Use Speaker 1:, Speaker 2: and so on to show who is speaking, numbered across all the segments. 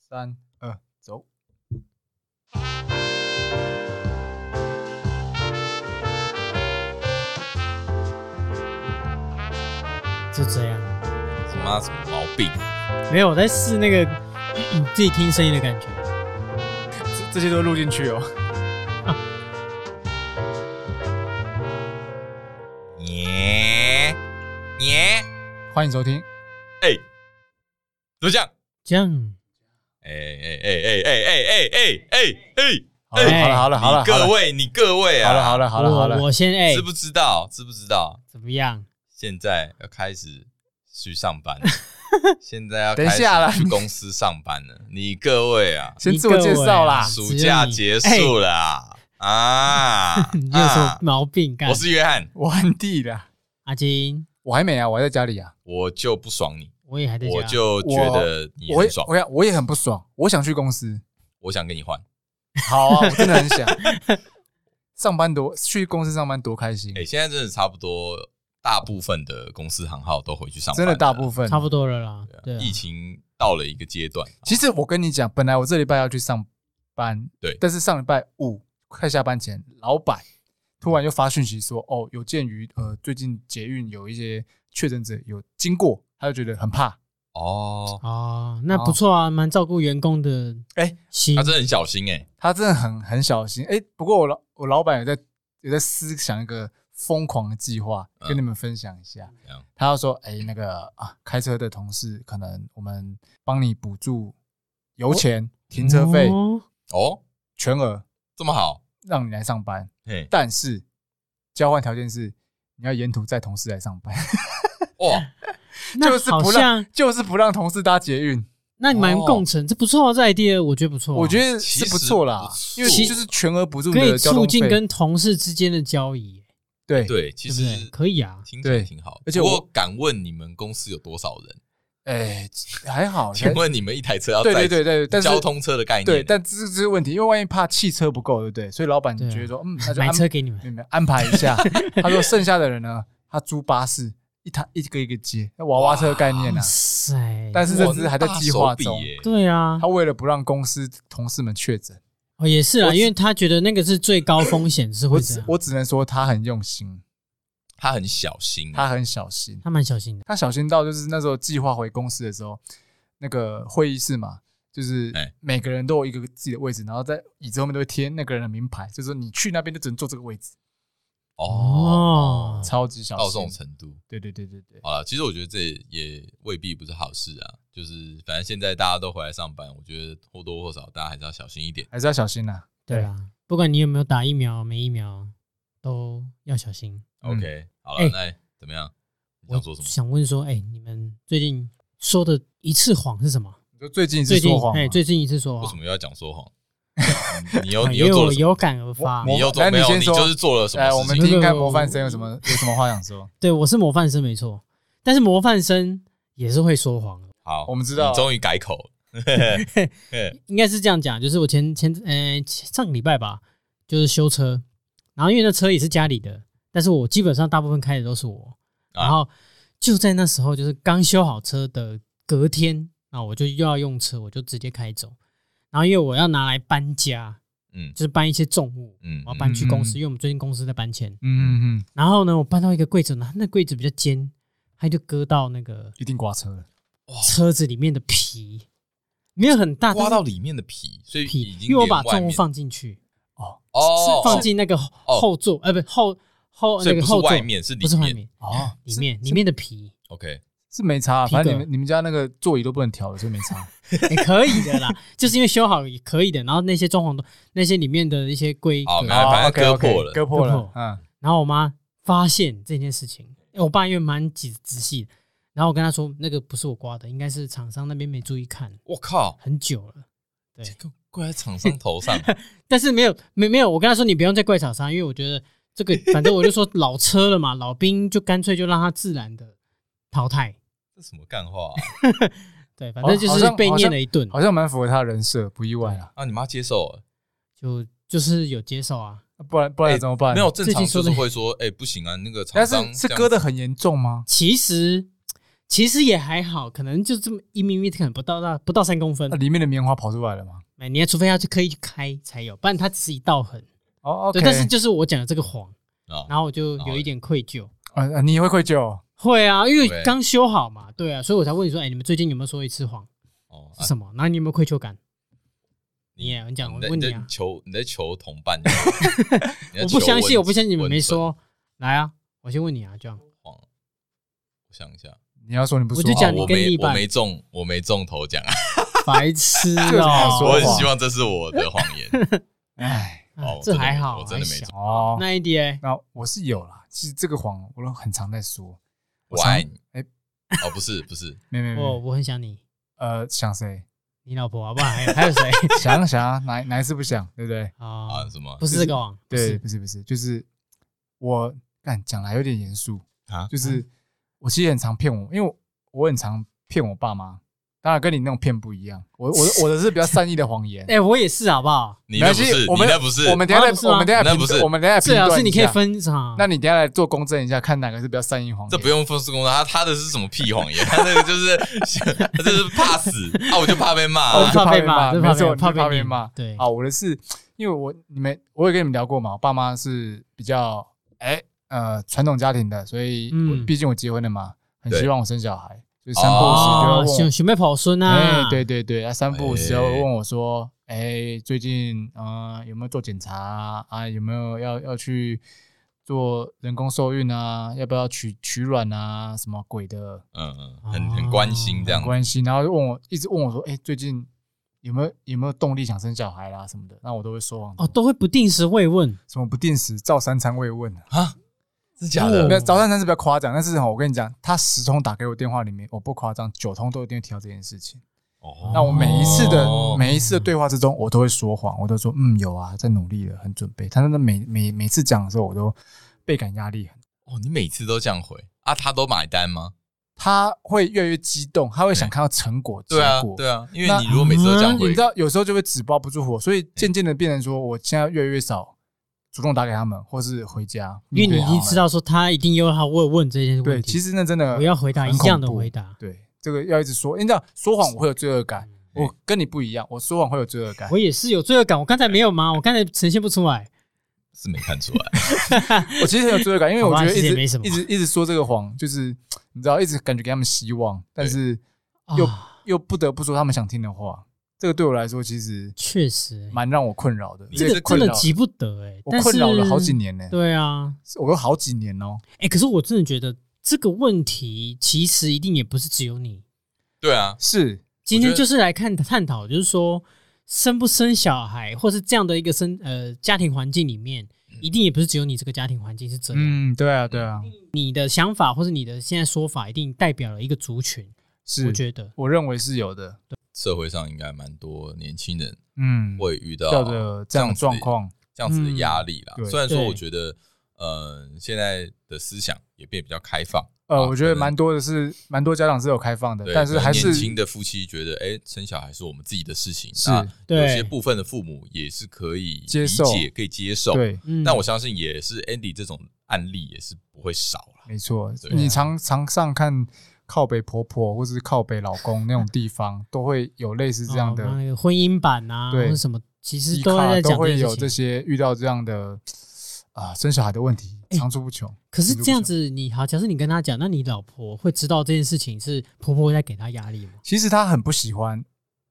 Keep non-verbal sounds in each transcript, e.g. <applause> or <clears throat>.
Speaker 1: 三二，走。
Speaker 2: 就这样。
Speaker 3: 什么啊什么毛病？
Speaker 2: 没有，我在试那个你你自己听声音的感觉。
Speaker 1: 这这些都录进去哦。
Speaker 3: 耶耶，
Speaker 1: 欢迎收听，
Speaker 3: 哎，怎么这样？
Speaker 2: 这样，
Speaker 3: 哎哎哎哎哎哎哎哎哎
Speaker 1: 好了
Speaker 2: 哎
Speaker 1: 好了好了，
Speaker 3: 哎！各位，你各位
Speaker 1: 好了，
Speaker 3: 啊，
Speaker 1: 好了好了好了
Speaker 2: 我
Speaker 1: 好了，
Speaker 2: 我先哎、
Speaker 3: 知不知道？知不知道？
Speaker 2: 怎
Speaker 1: <laughs>
Speaker 2: 么样？
Speaker 3: 现在要开始去上班，现在要
Speaker 1: 等一
Speaker 3: 开始
Speaker 1: 下啦
Speaker 3: 去公司上班了。你各位啊，
Speaker 1: 先自我介绍啦
Speaker 2: 一个。
Speaker 3: 暑假结束了啊啊！
Speaker 1: <laughs>
Speaker 2: 你有什么
Speaker 3: 啊
Speaker 2: 毛病？干
Speaker 3: 我是约翰，
Speaker 1: 我完地了，
Speaker 2: 阿金，
Speaker 1: 我还没啊，我还在家里啊。
Speaker 3: 我就不爽你，
Speaker 2: 我也还在家。
Speaker 3: 我就觉得你
Speaker 1: 我也
Speaker 3: 很爽
Speaker 1: 我，也我也很不爽，我想去公
Speaker 3: <laughs>
Speaker 1: 司。
Speaker 3: 我想跟你换。
Speaker 1: 好啊，我真的很想上班多去公司上班多开心
Speaker 3: 哎、，现在真的差不多，大部分的公司行号都回去上班，啊
Speaker 1: 真的大部分
Speaker 2: 差不。多了啦。对啊、
Speaker 3: 疫情到了一个阶段，
Speaker 1: 其实我跟你讲，本来我这礼拜要去上班，
Speaker 3: 对
Speaker 1: 但是上礼拜五快下班前，老板突然又发讯息说，哦，有鉴于呃最近捷运有一些确诊者有经过，他就觉得很怕，
Speaker 3: 哦，
Speaker 2: 哦，那不错啊，蛮照顾员工的
Speaker 1: 哎
Speaker 2: 心。
Speaker 3: 他真的很小心哎、
Speaker 1: 他真的很很小心。哎、不过我老我老板有在有在思想一个疯狂的计划，
Speaker 3: 嗯
Speaker 1: 跟你们分享一下
Speaker 3: 怎样。
Speaker 1: 他要说，哎、那个啊，开车的同事可能我们帮你补助油钱、停车费、
Speaker 2: 哦
Speaker 3: 哦，
Speaker 1: 全额，
Speaker 3: 这么好，
Speaker 1: 让你来上班。
Speaker 3: 嘿，
Speaker 1: 但是交换条件是你要沿途载同事来上班， <laughs>
Speaker 2: <clears throat>
Speaker 3: 哇，
Speaker 2: 那
Speaker 1: 就是
Speaker 2: 好
Speaker 1: 不
Speaker 2: 像
Speaker 1: 让，就是不让同事搭捷运。
Speaker 2: 那你蛮共乘，这不错啊，这 idea 我觉得不错啊、
Speaker 1: 哦我觉得是不错啦
Speaker 3: 其，实
Speaker 1: 因为就是全额补助你
Speaker 2: 可以
Speaker 1: 的交
Speaker 2: 促
Speaker 1: 通
Speaker 2: 进
Speaker 1: 费，
Speaker 2: 跟同事之间的交易，
Speaker 1: 对，
Speaker 3: 对，其
Speaker 2: 对不
Speaker 3: 实
Speaker 2: 对？可以啊，
Speaker 3: 听起来
Speaker 1: 对
Speaker 3: 挺好。
Speaker 1: 而且
Speaker 3: 不
Speaker 1: 我
Speaker 3: 过敢问你们公司有多少人？
Speaker 1: 哎，还好。
Speaker 3: 请问你们一台车要
Speaker 1: 对对
Speaker 3: 载
Speaker 1: 对对，但是
Speaker 3: 交通车的概念？
Speaker 1: 对，但这这是问题，因为万一怕汽车不够，对不对？所以老板
Speaker 2: 对啊
Speaker 1: 觉得说，嗯，那就
Speaker 2: 买
Speaker 1: 安
Speaker 2: 车给你们。
Speaker 1: 没有没有安排一下。 <laughs> 他说剩下的人呢，他租巴士，一他一个一个接，那娃娃车的概念
Speaker 2: 哇
Speaker 1: 啊。
Speaker 2: 塞！
Speaker 1: 但是
Speaker 3: 哇
Speaker 1: 这只是还在计划中
Speaker 3: 那大手笔。耶
Speaker 2: 对啊
Speaker 1: 他，为了不让公司同事们确诊，
Speaker 2: 哦也是啊，
Speaker 1: 我只
Speaker 2: 因为他觉得那个是最高风险，是
Speaker 1: 我
Speaker 2: 会这
Speaker 1: 只
Speaker 2: 样。
Speaker 1: 我只能说他很用心，
Speaker 3: 他很小心，
Speaker 1: 他很小心，
Speaker 2: 他蛮小心的。
Speaker 1: 他小心到就是那时候计划回公司的时候，那个会议室嘛。就是
Speaker 3: 哎
Speaker 1: 每个人都有一个自己的位置，然后在椅子后面都会贴那个人的名牌，就是说你去那边就只能坐这个位置，
Speaker 2: 哦，
Speaker 1: 超级小
Speaker 3: 到这
Speaker 1: 心
Speaker 3: 种。程度。
Speaker 1: 对对对对对，
Speaker 3: 好了，其实我觉得这也未必不是好事啊。就是反正现在大家都回来上班，我觉得或多或少大家还是要小心一点。
Speaker 1: 还是要小心啦。
Speaker 2: 对啊，不管你有没有打疫苗，没疫苗都要小心。
Speaker 1: 嗯
Speaker 3: OK，好
Speaker 2: 哎
Speaker 3: 了，那怎么样？你
Speaker 2: 我
Speaker 3: 想说什么？
Speaker 2: 想问说，哎，你们最近说的一次谎是什么？
Speaker 1: 你说最近
Speaker 2: 最
Speaker 1: 是
Speaker 2: 近
Speaker 1: 说谎吗，
Speaker 2: 哎，最近一次说
Speaker 3: 为什
Speaker 2: 谎，
Speaker 3: 么又要讲说谎？ <laughs> 你你又
Speaker 2: 哎
Speaker 3: 你
Speaker 2: 因
Speaker 3: 又
Speaker 2: 为我
Speaker 3: 做了什么？
Speaker 2: 有感而发
Speaker 1: 我。
Speaker 3: 你又做
Speaker 1: 来你
Speaker 3: 没有？
Speaker 1: 先
Speaker 3: 你
Speaker 1: 说
Speaker 3: 就是做了什
Speaker 1: 哎，我
Speaker 3: 么
Speaker 1: 们
Speaker 3: 事情？
Speaker 1: 听看模范生有什么有什么话想
Speaker 3: <laughs>
Speaker 1: 说？
Speaker 2: 对，我是模范生没错，但是模范生也是会说谎的。
Speaker 3: 好，
Speaker 1: 我们知道
Speaker 3: 你终于改口了。
Speaker 2: 应该是这样讲，就是我前前呃前上个礼拜吧，就是修车，然后因为那车也是家里的，但是我基本上大部分开的都是我，
Speaker 3: 啊
Speaker 2: 然后就在那时候，就是刚修好车的隔天啊，我就又要用车，我就直接开走，然后因为我要拿来搬家，
Speaker 3: 嗯
Speaker 2: 就是搬一些重物，
Speaker 3: 嗯
Speaker 2: 我要搬去公司，
Speaker 1: 嗯
Speaker 2: 因为我们最近公司在搬迁，
Speaker 1: 嗯嗯嗯，
Speaker 2: 然后呢，我搬到一个柜子，那那柜子比较尖，它就割到那个
Speaker 1: 一定刮车了。
Speaker 2: 车子里面的皮，没有很大，
Speaker 3: 刮
Speaker 2: 啊但
Speaker 3: 到
Speaker 2: 是
Speaker 3: 里面的皮，所以
Speaker 2: 皮
Speaker 3: 已，经
Speaker 2: 因为我把
Speaker 3: 连外
Speaker 2: 重物
Speaker 3: 面
Speaker 2: 放进去。
Speaker 3: 哦
Speaker 2: 是放进那个后座，呃，不后后那
Speaker 3: 所以
Speaker 2: 个
Speaker 3: 不是
Speaker 2: 后座
Speaker 3: 外，面是里
Speaker 2: 不是外
Speaker 3: 面。
Speaker 2: 面，
Speaker 1: 哦，
Speaker 2: 里面
Speaker 1: 是
Speaker 2: 里面的皮
Speaker 3: OK，
Speaker 1: 是没差啊，
Speaker 2: 皮革
Speaker 1: 反正你们你们家那个座椅都不能调了，所以没
Speaker 3: <laughs> 啊
Speaker 1: 差。
Speaker 2: 也可以的啦，就是因为修好也可以的。然后那些装潢都那些里面的一些规
Speaker 3: 好
Speaker 2: 格，
Speaker 3: 没反正
Speaker 1: OK，
Speaker 3: 割破
Speaker 1: OK，
Speaker 3: 了
Speaker 1: 哦割破
Speaker 2: 割
Speaker 1: 了
Speaker 2: 破。
Speaker 1: 嗯，
Speaker 2: 然后我妈发现这件事情，我爸因为蛮仔仔细的，然后我跟他说那个不是我刮的，应该是厂商那边没注意看，
Speaker 3: 我靠，
Speaker 2: 很久了。对
Speaker 3: 这个怪在厂商头
Speaker 2: <laughs>
Speaker 3: 上，
Speaker 2: 但是没有没没有，我跟他说你不用再怪厂商，因为我觉得这个反正我就说老车了嘛，老兵就干脆就让它自然的淘汰。
Speaker 3: 这什么干话啊？
Speaker 2: 对，反正就
Speaker 1: 哦好
Speaker 2: 是
Speaker 1: 像
Speaker 2: 被
Speaker 1: 好
Speaker 2: 念
Speaker 1: 像
Speaker 2: 了一顿。
Speaker 1: 好像蛮符合他的人设，不意外啊。
Speaker 3: 啊，你妈接受了？
Speaker 2: 就就是有接受啊，
Speaker 1: 不然不然
Speaker 3: 哎
Speaker 1: 怎么办？
Speaker 3: 没有，，正
Speaker 2: 最
Speaker 3: 常
Speaker 2: 近说
Speaker 3: 就
Speaker 2: 的
Speaker 3: 是会说，哎，不行啊，那个厂
Speaker 1: 但
Speaker 3: 商
Speaker 1: 是是
Speaker 3: 这样
Speaker 1: 割的很严重吗？
Speaker 2: 其实其实也还好，可能就这么一咪咪，可能不到到不到三公分
Speaker 1: 那。里面的棉花跑出来了吗？
Speaker 2: 哎，你要除非要去刻意去开才有，不然它只是一道痕。
Speaker 1: 哦，OK，哦
Speaker 2: 对，但是就是我讲的这个谎，
Speaker 3: 啊，
Speaker 2: 然后我就
Speaker 3: 然后
Speaker 2: 有一点愧疚。
Speaker 1: 啊啊，你也会愧疚？
Speaker 2: 会啊，因为
Speaker 3: 对
Speaker 2: 刚修好嘛，对啊，所以我才问你说，哎，你们最近有没有说一次谎
Speaker 3: 哦，
Speaker 2: 是
Speaker 3: 啊
Speaker 2: 什么？然后你有没有愧疚感？你也你讲，我
Speaker 3: 在
Speaker 2: 问你
Speaker 3: 在
Speaker 2: 啊，
Speaker 3: 求你在求同
Speaker 2: <laughs>
Speaker 3: 伴，你在
Speaker 2: 我不
Speaker 3: 求
Speaker 2: 相信，
Speaker 3: 温
Speaker 2: 我不相信你们
Speaker 3: 温
Speaker 2: 没
Speaker 3: 存
Speaker 2: 说。来啊，我先问你啊，这样
Speaker 3: 谎。我想一下，
Speaker 1: 你要说你不说
Speaker 2: 我就
Speaker 1: 好
Speaker 2: 讲
Speaker 3: 哦
Speaker 2: 你
Speaker 3: 我
Speaker 2: 跟另
Speaker 3: 没
Speaker 2: 一
Speaker 3: 我
Speaker 2: 半
Speaker 3: 没中，我没中头奖啊！
Speaker 1: <laughs>
Speaker 2: 白痴
Speaker 1: 这个
Speaker 2: 哦
Speaker 1: 才、
Speaker 3: 我
Speaker 1: 说
Speaker 3: 很
Speaker 1: 谎
Speaker 3: 希望这是我的谎
Speaker 2: <laughs>
Speaker 3: 言。
Speaker 1: 哎，
Speaker 2: 啊
Speaker 3: 哦
Speaker 2: 这
Speaker 3: 真的
Speaker 2: 还
Speaker 3: 没
Speaker 2: 好，
Speaker 3: 我真的
Speaker 2: 还
Speaker 3: 没
Speaker 2: 小
Speaker 3: 中
Speaker 1: 哦，
Speaker 2: 那一 DA
Speaker 1: 那我是有啦，其实这个谎我都很常在说。我
Speaker 3: 我
Speaker 1: 常
Speaker 3: 爱你。
Speaker 1: 哎
Speaker 3: 哦，不是不是，
Speaker 1: 没没
Speaker 2: 我
Speaker 1: 没，
Speaker 2: 哦我很想你，
Speaker 1: 呃，想谁？ <laughs>
Speaker 2: 你老婆好不好？还有还有谁 <laughs>
Speaker 1: 想想啊哪哪一次不想，对不对？
Speaker 2: 啊
Speaker 3: 啊？什么
Speaker 2: 不是这个网，不
Speaker 1: 对，
Speaker 2: 是
Speaker 1: 不是不是，就是我干讲来有点严肃，
Speaker 3: 啊？
Speaker 1: 就是
Speaker 2: 嗯。
Speaker 1: 我其实很常骗我，因为我我很常骗我爸妈，当然跟你那种骗不一样。我我的我的是比较善意的谎言
Speaker 2: 哎，我也是好不好？
Speaker 3: 你
Speaker 1: 没
Speaker 3: 那
Speaker 1: 关
Speaker 3: 不
Speaker 1: 系
Speaker 3: 是，
Speaker 1: 我
Speaker 3: 你
Speaker 1: 们
Speaker 3: 那不是，
Speaker 1: 我们等一下
Speaker 2: 啊不是
Speaker 1: 来，
Speaker 2: 吗
Speaker 1: 我们等一下
Speaker 3: 那
Speaker 1: 评
Speaker 3: 不是
Speaker 1: 我们等一下
Speaker 2: 最
Speaker 1: 评
Speaker 2: 好
Speaker 1: 断
Speaker 2: 是你可以
Speaker 1: 一下。
Speaker 2: 分场，
Speaker 1: 那你等一下来做公证一下，看哪个是比较善意谎言。
Speaker 3: 这不用分施工作，他他的是什么屁谎言？他那个就是 <laughs> 他就是怕死啊！我就怕被骂
Speaker 1: 哦，我
Speaker 3: 啊。
Speaker 1: 就
Speaker 2: 怕被
Speaker 1: 被
Speaker 2: 骂真的
Speaker 1: 没
Speaker 2: 怕被
Speaker 1: 错，
Speaker 2: 怕
Speaker 1: 怕
Speaker 2: 被
Speaker 1: 被
Speaker 2: 骂
Speaker 1: 骂。
Speaker 2: 对
Speaker 1: 啊，我的是因为我你们我有跟你们聊过嘛，我爸妈是比较哎呃传统家庭的，所以我
Speaker 2: 嗯
Speaker 1: 毕竟我结婚了嘛，很希
Speaker 3: 对
Speaker 1: 望我生小孩，所以三不五时就要
Speaker 2: 哦，
Speaker 1: 问
Speaker 2: 学
Speaker 1: 我，
Speaker 2: 学妹跑孙
Speaker 1: 哎
Speaker 2: 啊，，
Speaker 1: 对对对，啊三不五时要
Speaker 3: 哎
Speaker 1: 问我说，哎最近呃有没有做检查啊啊？有没有要要去做人工受孕啊？要不要取取卵啊？什么鬼的？
Speaker 3: 嗯嗯，很很关心这样
Speaker 1: 很。关心，然后就问我一直问我说，哎、最近有没有有没有动力想生小孩啦什么的，那我都会说谎
Speaker 2: 哦，都会不定时慰问，
Speaker 1: 什么不定时照三餐慰问啊，
Speaker 3: 是假
Speaker 2: 哦
Speaker 1: 没
Speaker 3: 的？
Speaker 1: 有早三餐是比较夸张，但是哈，我跟你讲，他十通打给我电话里面，我不夸张，九通都一定会提到这件事情。
Speaker 3: 哦
Speaker 1: 那我每一次的、
Speaker 3: 哦
Speaker 1: 每一次的对话之中，我都会说谎，我都说嗯有啊，在努力了，很准备。但是每每每次讲的时候，我都倍感压力很。
Speaker 3: 哦，你每次都这样回啊？他都买单吗？
Speaker 1: 他会越来越激动，他会想看到成果、
Speaker 3: 对啊
Speaker 1: 结果，
Speaker 3: 对啊，因为
Speaker 1: 那嗯
Speaker 3: 你如果每次都这样
Speaker 1: 你
Speaker 3: 回
Speaker 1: 知，道有时候就会纸包不住火，所以渐渐的变成说，我现在越来越少主动打给他们，或是回家，
Speaker 2: 因为你已经知
Speaker 1: 道。
Speaker 2: 道说他一定又要问问这些
Speaker 1: 对，
Speaker 2: 问题，
Speaker 1: 其实那真的
Speaker 2: 我要回答
Speaker 1: 很
Speaker 2: 一样的
Speaker 1: 恐怖
Speaker 2: 回答，
Speaker 1: 对这个要一直说，因为这样说谎我会有罪恶感，
Speaker 3: 嗯
Speaker 1: 我跟你不一样，我说谎会有罪恶感
Speaker 2: 我。也是有罪恶感，我刚才没有吗？我刚才呈现不出来，
Speaker 3: 是没看出来。
Speaker 1: 我其实很有罪恶感，因为我
Speaker 2: 好吧
Speaker 1: 觉得一
Speaker 2: 其实也
Speaker 1: 直
Speaker 2: 没什么
Speaker 1: 一直一直说这个谎，就是你知道，一直感觉给他们希望，但是又
Speaker 2: 啊
Speaker 1: 又不得不说他们想听的话。这个对我来说其实
Speaker 2: 确实，
Speaker 1: 蛮让我困扰的，也
Speaker 2: 这个
Speaker 1: 是
Speaker 2: 真
Speaker 1: 困
Speaker 2: 的
Speaker 1: 扰，
Speaker 2: 急不得哎，
Speaker 1: 我
Speaker 2: 但
Speaker 1: 困扰了
Speaker 2: 是
Speaker 1: 好几。年呢，
Speaker 2: 对啊，
Speaker 1: 我都好几年哦。
Speaker 2: 哎、可是我真的觉得这个问题其实一定也不是只有你。
Speaker 3: 对啊， <laughs>
Speaker 1: 是，
Speaker 2: 今
Speaker 3: 我
Speaker 2: 天
Speaker 3: 觉得
Speaker 2: 就是来看探讨，就是说生不生小孩，或是这样的一个生呃家庭环境里面，一定也不是只有你这个家庭环境是这样。
Speaker 1: 嗯，对啊，对啊，
Speaker 2: 你的想法或是你的现在说法，一定代表了一个族群。
Speaker 1: 是，
Speaker 2: 我觉得
Speaker 1: 我认为是有的，
Speaker 3: 社会上应该蛮多年轻人
Speaker 1: 嗯，
Speaker 3: 会遇到
Speaker 1: 掉的这样的
Speaker 3: 啊子
Speaker 1: 状况，
Speaker 3: 这样子的压力啦
Speaker 1: 嗯。对
Speaker 3: 虽然说
Speaker 2: 对
Speaker 3: 我觉得，呃，现在的思想也变比较开放，
Speaker 1: 呃，
Speaker 3: 啊
Speaker 1: 我觉得
Speaker 3: 可能
Speaker 1: 蛮多的是，蛮多家长是有开放的
Speaker 3: 对，，
Speaker 1: 但是
Speaker 3: 可能
Speaker 1: 还是
Speaker 3: 年轻的夫妻觉得，哎，生小孩是我们自己的事情，
Speaker 1: 是
Speaker 3: 那有
Speaker 2: 对
Speaker 3: 些部分的父母也是可以理
Speaker 1: 接受
Speaker 3: 解、可以接受。
Speaker 1: 对，
Speaker 2: 嗯，
Speaker 3: 但我相信也是 Andy 这种案例也是不会少了。
Speaker 1: 没错。
Speaker 3: 对
Speaker 2: 啊
Speaker 1: 你常常上看靠北婆婆或是靠北老公那种地方，都会有类似这样
Speaker 2: 哦
Speaker 1: 的
Speaker 2: 那个婚姻版啊，或
Speaker 1: 对
Speaker 2: 者什么，其实
Speaker 1: 低
Speaker 2: 都
Speaker 1: 卡，
Speaker 2: 在
Speaker 1: 都
Speaker 2: 讲
Speaker 1: 会
Speaker 2: 件
Speaker 1: 有
Speaker 2: 事
Speaker 1: 这
Speaker 2: 情。
Speaker 1: 些遇到这样的啊生小孩的问题，
Speaker 2: 哎
Speaker 1: 层出不穷。
Speaker 2: 可是这样子，你好，假设你跟他讲，那你老婆会知道这件事情是婆婆在给她压力吗？
Speaker 1: 其实他很不喜欢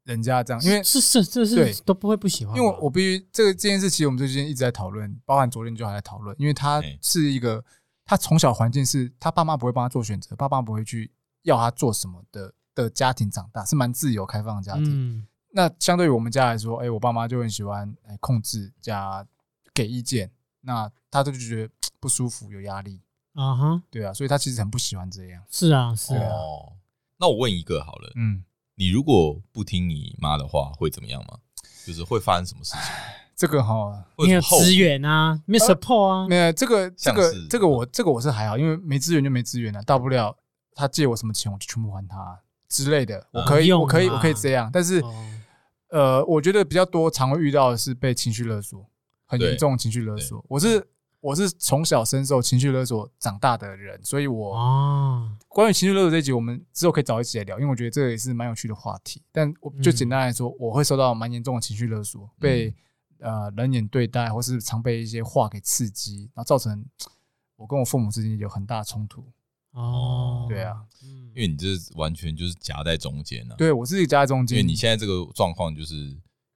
Speaker 1: 人家这样，因为
Speaker 2: 是哦是这
Speaker 1: 对
Speaker 2: 是都不会不喜欢
Speaker 1: 因
Speaker 2: 吧，
Speaker 1: 为我我必须这个这件事，其实我们最近一直在讨论，包含昨天就还在讨论，因为他
Speaker 3: 哎
Speaker 1: 是一个，他从小环境是他爸妈不会帮他做选择，爸妈不会去要他做什么的的家庭长大，是蛮自由开放的家庭。
Speaker 2: 嗯
Speaker 1: 那相对于我们家来说，哎，我爸妈就很喜欢哎控制加给意见，那他就觉得不舒服，有压力，
Speaker 2: 啊哈，
Speaker 1: 对啊，所以他其实很不喜欢这样。
Speaker 2: 是啊是啊，
Speaker 3: 哦，那我问一个好了，
Speaker 1: 嗯，
Speaker 3: 你如果不听你妈的话，会怎么样吗？就是会发生什么事
Speaker 1: <sighs>
Speaker 3: 情？
Speaker 1: 这个哈，
Speaker 3: 会
Speaker 2: 没有
Speaker 3: 有什么后果
Speaker 2: 资源啊，没有 support 啊，
Speaker 1: 哦呃没有这个这
Speaker 3: 像
Speaker 1: 个
Speaker 3: 是
Speaker 1: 这个我这个我是还好，因为没资源就没资源了、大不了他借我什么钱我就全部还他之类
Speaker 3: 啊
Speaker 1: 的，我可以
Speaker 2: 用
Speaker 1: 我可以
Speaker 2: 啦
Speaker 1: 我可以这样，但是、
Speaker 2: 哦
Speaker 1: 呃，我觉得比较多常会遇到的是被情绪勒索，很
Speaker 3: 对
Speaker 1: 严重的情绪勒索。我是我是从小深受情绪勒索长大的人，所以我
Speaker 2: 哦，
Speaker 1: 关于情绪勒索这一集，我们之后可以找一起来聊，因为我觉得这个也是蛮有趣的话题。但我就
Speaker 2: 嗯
Speaker 1: 简单来说，我会受到蛮严重的情绪勒索，被呃冷眼对待，或是常被一些话给刺激，然后造成我跟我父母之间有很大的冲突。
Speaker 2: 哦，
Speaker 1: 对啊，
Speaker 2: 嗯
Speaker 3: 因为你这完全就是夹在中间呢、啊。，
Speaker 1: 对我自己夹在中
Speaker 3: 因
Speaker 1: 间，
Speaker 3: 为你现在这个状况就是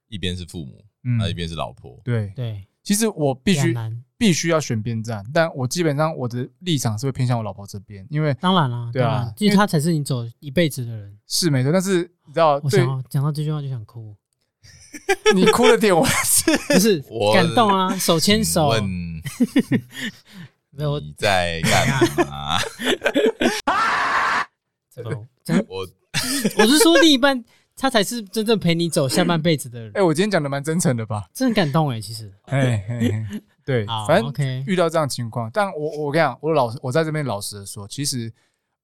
Speaker 3: 一边是父母，
Speaker 1: 嗯
Speaker 3: 那、一边是老婆。
Speaker 1: 对，
Speaker 2: 对，
Speaker 1: 其实我必
Speaker 2: 两
Speaker 1: 须
Speaker 2: 难，
Speaker 1: 必须要选边站，但我基本上我的立场是会偏向我老婆这边，因为
Speaker 2: 当然啦，
Speaker 1: 对啊
Speaker 2: 当然因为他才是你走一辈子的人。
Speaker 1: 是没错，但是你知道，
Speaker 2: 我想
Speaker 1: 对
Speaker 2: 要讲到这句话就想哭，
Speaker 1: 你哭的点，我 <laughs> 是
Speaker 2: 不是
Speaker 3: 我
Speaker 2: 感动啊，手牵手，
Speaker 3: 请
Speaker 1: <laughs>
Speaker 2: 没有我
Speaker 3: 问你在干嘛？
Speaker 2: 怎么讲？
Speaker 1: <laughs>
Speaker 3: 我
Speaker 2: 我是说另一半，他才是真正陪你走下半辈子
Speaker 1: <laughs>
Speaker 2: 的人，
Speaker 1: 哎，我今天讲的蛮真诚的
Speaker 2: <laughs>
Speaker 1: 吧？
Speaker 2: 真的感动哎，其实。
Speaker 1: 哎，嘿嘿对
Speaker 2: 好，
Speaker 1: 反正
Speaker 2: OK，
Speaker 1: 遇到这样的情况，但我我跟你讲，我老实我在这边老实的说，其实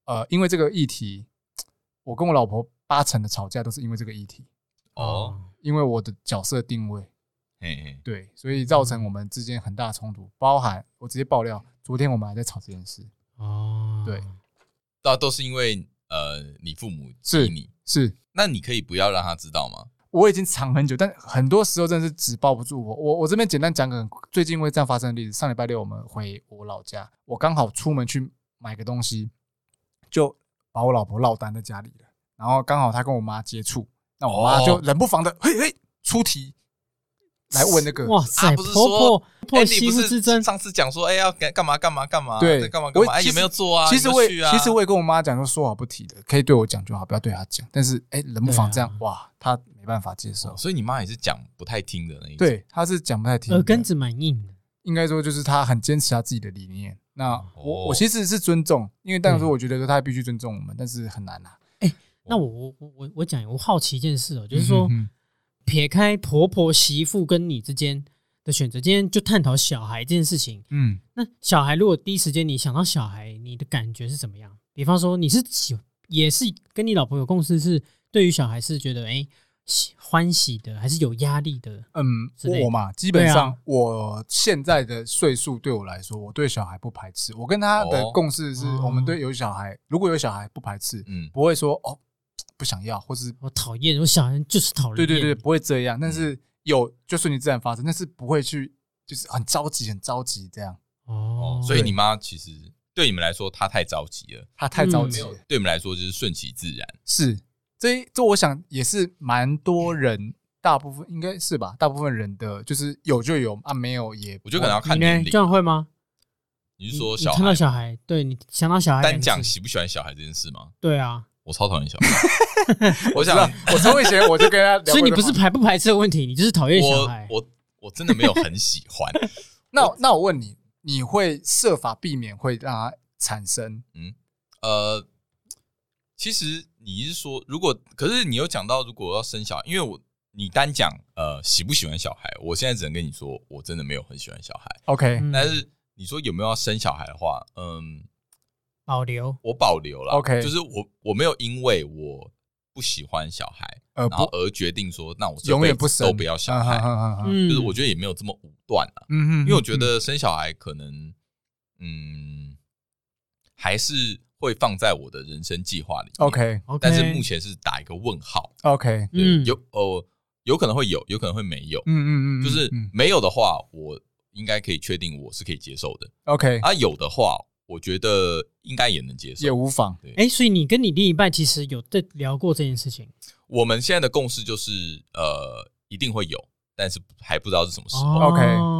Speaker 1: 呃，因为这个议题，我跟我老婆八成的吵架都是因为这个议题，
Speaker 3: 哦，，
Speaker 1: 因为我的角色定位，
Speaker 3: 嘿嘿，
Speaker 1: 对，所以造成我们之间很大的冲突，包含我直接爆料，昨天我们还在吵这件事，
Speaker 2: 哦，
Speaker 1: 对
Speaker 3: 那都是因为呃，你父母
Speaker 1: 是
Speaker 3: 逼你，
Speaker 1: 是
Speaker 3: 那你可以不要让他知道吗？
Speaker 1: 我已经藏很久，但很多时候真的是纸包不住我。我我这边简单讲个最近会这样发生的例子。上礼拜六我们回我老家，我刚好出门去买个东西，就把我老婆落单在家里了。然后刚好她跟我妈接触，那我妈
Speaker 3: 哦
Speaker 1: 就冷不防的 <laughs> 嘿嘿出题来问那个，
Speaker 2: 哇塞，
Speaker 3: 啊不是说
Speaker 2: 婆婆
Speaker 3: 哎
Speaker 2: 破
Speaker 3: 你
Speaker 2: 媳
Speaker 3: 不
Speaker 2: 妇
Speaker 3: 是
Speaker 2: 之争，
Speaker 3: 上次讲说，哎、要干干嘛干嘛干嘛，
Speaker 1: 对
Speaker 3: 在干嘛干嘛，
Speaker 1: 我
Speaker 3: 哎、
Speaker 1: 其实
Speaker 3: 有没有做啊？
Speaker 1: 其实
Speaker 3: 有
Speaker 1: 我
Speaker 3: 没有
Speaker 1: 也
Speaker 3: 去啊，
Speaker 1: 其实我也跟我妈讲说说好不提的，可以对我讲就好，不要对她讲。但是哎，冷不防这样
Speaker 2: 对啊
Speaker 1: 哇，她没办法接受
Speaker 3: 哦，所以你妈也是讲不太听的那一种。
Speaker 1: 对，她是讲不太听的，
Speaker 2: 耳根子蛮硬的。
Speaker 1: 应该说就是他很坚持他自己的理念。那我、
Speaker 3: 哦
Speaker 1: 我其实是尊重，因为当时
Speaker 2: 对
Speaker 1: 我觉得说他必须尊重我们，但是很难啊。
Speaker 2: 那我我我我我讲，我好奇一件事哦，就是说
Speaker 1: 嗯，哼
Speaker 2: 撇开婆婆、媳妇跟你之间的选择，今天就探讨小孩这件事情。
Speaker 1: 嗯，
Speaker 2: 那小孩如果第一时间你想到小孩，你的感觉是怎么样？比方说你是喜，也是跟你老婆有共识，是对于小孩是觉得哎喜欢喜的，还是有压力的？
Speaker 1: 嗯，
Speaker 2: 之类的
Speaker 1: 我嘛，基本上
Speaker 2: 对啊
Speaker 1: 我现在的岁数对我来说，我对小孩不排斥。我跟他的
Speaker 3: 哦
Speaker 1: 共识是
Speaker 2: 哦
Speaker 1: 我们对有小孩，如果有小孩不排斥，
Speaker 3: 嗯，
Speaker 1: 不会说哦不想要，或是
Speaker 2: 我讨厌，我小孩就是讨人
Speaker 1: 对
Speaker 2: 厌。嗯
Speaker 1: 对对，不会这样。但是有就顺其自然发生，但是不会去就是很着急，很着急这样。
Speaker 2: 哦
Speaker 3: 哦，，所以你妈其实对你们来说，她太着急了，
Speaker 1: 他太着
Speaker 2: 嗯
Speaker 1: 急了。
Speaker 3: 对你们来说就是顺其自然。
Speaker 1: 是，这一这我想也是蛮
Speaker 3: 嗯
Speaker 1: 多人，大部分应该是吧，大部分人的就是有就有啊，没有也不
Speaker 3: 我觉得可能要看
Speaker 2: 哦你
Speaker 3: 年
Speaker 2: 呢？
Speaker 3: 龄
Speaker 2: 这。样会吗？
Speaker 3: 你
Speaker 2: 你
Speaker 3: 是说
Speaker 2: 你
Speaker 3: 小
Speaker 2: 看
Speaker 3: 孩
Speaker 2: 到小孩，对你想到小孩
Speaker 3: 单
Speaker 2: 两个
Speaker 3: 讲
Speaker 2: 字
Speaker 3: 喜不喜欢小孩这件事吗？
Speaker 2: 对啊，
Speaker 3: 我超讨厌小孩。
Speaker 2: <laughs>
Speaker 3: 我想
Speaker 1: 是啊我从以前我就跟他聊过这个话题，
Speaker 2: 所以你不是排不排斥的问题，你就是讨厌小
Speaker 3: 我
Speaker 2: 孩。
Speaker 3: 我我真的没有很喜欢。
Speaker 1: 那我那我问你，你会设法避免会让他产生
Speaker 3: 呃，其实你是说，如果可是你有讲到，如果要生小孩，因为我你单讲呃喜不喜欢小孩，我现在只能跟你说，我真的没有很喜欢小孩。
Speaker 1: OK
Speaker 2: 嗯
Speaker 3: 但是你说有没有要生小孩的话，嗯，
Speaker 2: 保留
Speaker 3: 我保留了。
Speaker 1: OK
Speaker 3: 就是我我没有因为我不喜欢小孩，
Speaker 1: 呃
Speaker 3: 然后
Speaker 1: 不
Speaker 3: 而决定说，那我这
Speaker 1: 永远
Speaker 3: 辈
Speaker 1: 不
Speaker 3: 子
Speaker 1: 生
Speaker 3: 都不要小
Speaker 1: 嗯
Speaker 3: 孩。
Speaker 1: 哼哼哼哼
Speaker 2: 嗯，
Speaker 3: 啊就是我觉得也没有这么武断啊，
Speaker 1: 嗯哼，
Speaker 3: 因为我觉得生小孩可能，嗯，还是会放在我的人生计划里
Speaker 1: 哦
Speaker 3: 面。
Speaker 1: OK
Speaker 2: 得
Speaker 3: 但是目前是打一个问号。
Speaker 1: OK
Speaker 3: 对，
Speaker 2: 嗯
Speaker 3: 有哦，有可能会有，有可能会没有。
Speaker 1: 嗯嗯嗯嗯，
Speaker 3: 就是
Speaker 1: 嗯
Speaker 3: 没有的话，我应该可以确定我是可以接受的。
Speaker 1: OK
Speaker 3: 啊，有的话，我觉得应该也能接
Speaker 1: 也
Speaker 3: 受。
Speaker 1: 无妨，
Speaker 2: 哎、所以你跟你另一半其实有在聊过这件事情
Speaker 3: 我们现在的共识就是，呃，一定会有，但是还不知道是什么时候。
Speaker 2: 哦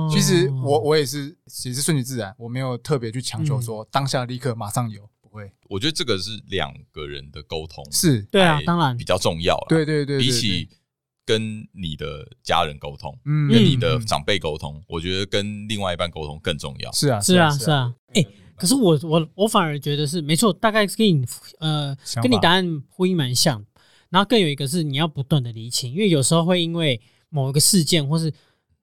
Speaker 1: OK，其实我我也是也是顺其自然，我没有特别去强求
Speaker 2: 嗯
Speaker 1: 说当下立刻马上有，不会
Speaker 3: 我觉得这个是两个人的沟通，
Speaker 1: 是
Speaker 2: 对啊
Speaker 3: 还
Speaker 2: 当然
Speaker 3: 哎比较重要啦。
Speaker 1: 对对对，对
Speaker 3: 比
Speaker 1: 对
Speaker 3: 起跟你的家人沟通、
Speaker 1: 嗯，
Speaker 2: 跟
Speaker 3: 你的
Speaker 1: 嗯
Speaker 3: 长辈沟通，我觉得跟另外一半沟通更重要。
Speaker 1: 是啊
Speaker 2: 是啊是
Speaker 1: 啊，
Speaker 2: 啊，哎、可是我我我反而觉得是没错，大概跟你呃
Speaker 1: 想法
Speaker 2: 跟你答案呼应蛮像，然后更有一个是你要不断的厘清，因为有时候会因为某一个事件或是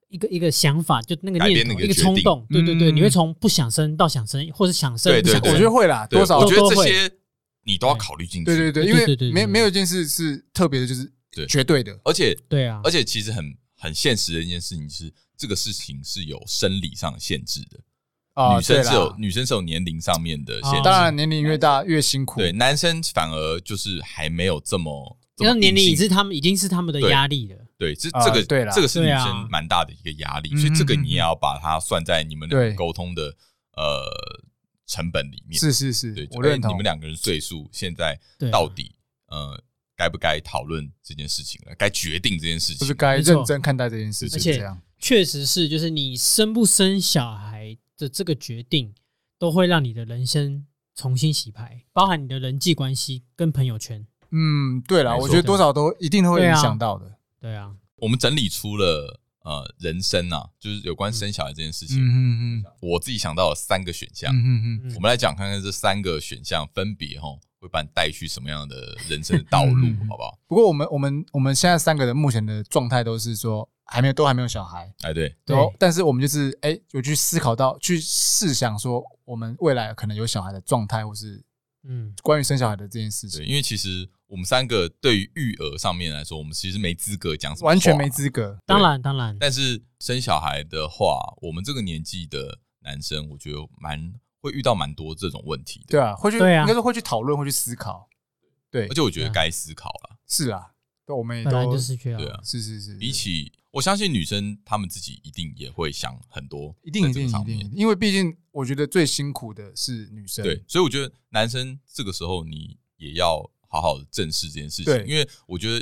Speaker 2: 一个一个想法，就那个
Speaker 3: 改
Speaker 2: 念
Speaker 3: 变
Speaker 2: 头
Speaker 3: 那个
Speaker 2: 一个
Speaker 3: 决
Speaker 2: 冲
Speaker 3: 定
Speaker 2: 动，对对对，
Speaker 1: 嗯
Speaker 2: 你会从不想生到想生，或是想生
Speaker 3: 对
Speaker 2: 不想
Speaker 3: 对
Speaker 1: 我
Speaker 2: 生
Speaker 1: 觉得会啦，
Speaker 3: 对
Speaker 1: 多少
Speaker 3: 我觉得
Speaker 2: 都
Speaker 3: 这
Speaker 2: 会
Speaker 3: 些你都要考虑进去。
Speaker 1: 对对对，
Speaker 2: 对
Speaker 1: 因
Speaker 2: 对
Speaker 1: 为
Speaker 2: 对
Speaker 1: 没
Speaker 2: 对
Speaker 1: 没有一件事是特别的，就是
Speaker 3: 对
Speaker 1: 绝对的，
Speaker 3: 而且
Speaker 2: 对啊
Speaker 3: 而，且其实很很现实的一件事情是，这个事情是有生理上的限制的。
Speaker 1: 啊，
Speaker 3: 女生是
Speaker 1: 对啦
Speaker 3: 有女生是有年龄上面的限
Speaker 2: 哦
Speaker 3: 制，
Speaker 1: 当然年龄越大越辛苦，
Speaker 3: 对，男生反而就是还没有这么。这
Speaker 2: 然
Speaker 3: 么
Speaker 2: 后年龄
Speaker 3: 硬
Speaker 2: 已
Speaker 3: 性
Speaker 2: 是他们已经是他们的
Speaker 3: 对
Speaker 2: 压力了，
Speaker 3: 对，这
Speaker 1: 啊
Speaker 3: 这个、
Speaker 1: 对啦
Speaker 3: 这个是女
Speaker 2: 对啊
Speaker 3: 生蛮大的一个压力，
Speaker 1: 嗯
Speaker 3: 所以这个
Speaker 1: 嗯嗯
Speaker 3: 你也要把它算在你们两
Speaker 1: 对
Speaker 3: 个沟通的呃成本里面。
Speaker 1: 是是是
Speaker 3: 对，，
Speaker 1: 我
Speaker 3: 就哎
Speaker 1: 认同
Speaker 3: 你们两个人岁数现在
Speaker 2: 对啊
Speaker 3: 到底呃该不该讨论这件事情了？该决定这件事
Speaker 1: 就
Speaker 3: 情
Speaker 1: 是该
Speaker 2: 没错
Speaker 1: 认真看待这件事情，
Speaker 2: 而且
Speaker 1: 这样
Speaker 2: 确实是，就是你生不生小孩的这个决定，都会让你的人生重新洗牌，包含你的人际关系跟朋友圈。
Speaker 1: 嗯，对啦，
Speaker 3: 没错
Speaker 1: 我觉得多少都一定会
Speaker 2: 对
Speaker 1: 影
Speaker 2: 啊
Speaker 1: 响到的，
Speaker 2: 对啊，
Speaker 3: 我们整理出了呃人生啊，就是有关生小孩这件事情，
Speaker 1: 嗯嗯嗯
Speaker 3: 我自己想到了三个选项，
Speaker 1: 嗯嗯嗯，
Speaker 2: 嗯
Speaker 3: 我们来讲看看这三个选项分别哈会把你带去什么样的人生的道路
Speaker 1: 嗯嗯嗯，
Speaker 3: 好不好？
Speaker 1: 不过我们我们我们现在三个人目前的状态都是说还没有都还没有小孩，
Speaker 3: 哎，对，
Speaker 2: 对
Speaker 1: 然后但是我们就是哎、有去思考到去试想说我们未来可能有小孩的状态，或是
Speaker 2: 嗯，
Speaker 1: 关于生小孩的这件事
Speaker 3: 对，
Speaker 1: 情，
Speaker 3: 因为其实我们三个对于育儿上面来说，我们其实没资格讲什么，
Speaker 1: 完全没。资格。
Speaker 2: 当然当然，
Speaker 3: 但是生小孩的话，我们这个年纪的男生，我觉得蛮会遇到蛮多这种问题的。
Speaker 1: 对啊，会去
Speaker 2: 对啊
Speaker 1: 应该是会去讨论，会去思考。对
Speaker 3: 而，且我觉得
Speaker 2: 对啊
Speaker 3: 该思考了。
Speaker 1: 是啊，对我们也
Speaker 2: 本来
Speaker 1: 都
Speaker 2: 就是这样。
Speaker 3: 对啊，
Speaker 1: 是是是，
Speaker 3: 比起我相信女生，她们自己一定也会想很多，
Speaker 1: 一定一定一定，一定因为毕竟我觉得最辛苦的是女生。
Speaker 3: 对，所以我觉得男生这个时候你也要好好地正视这件事
Speaker 1: 对
Speaker 3: 情，因为我觉得，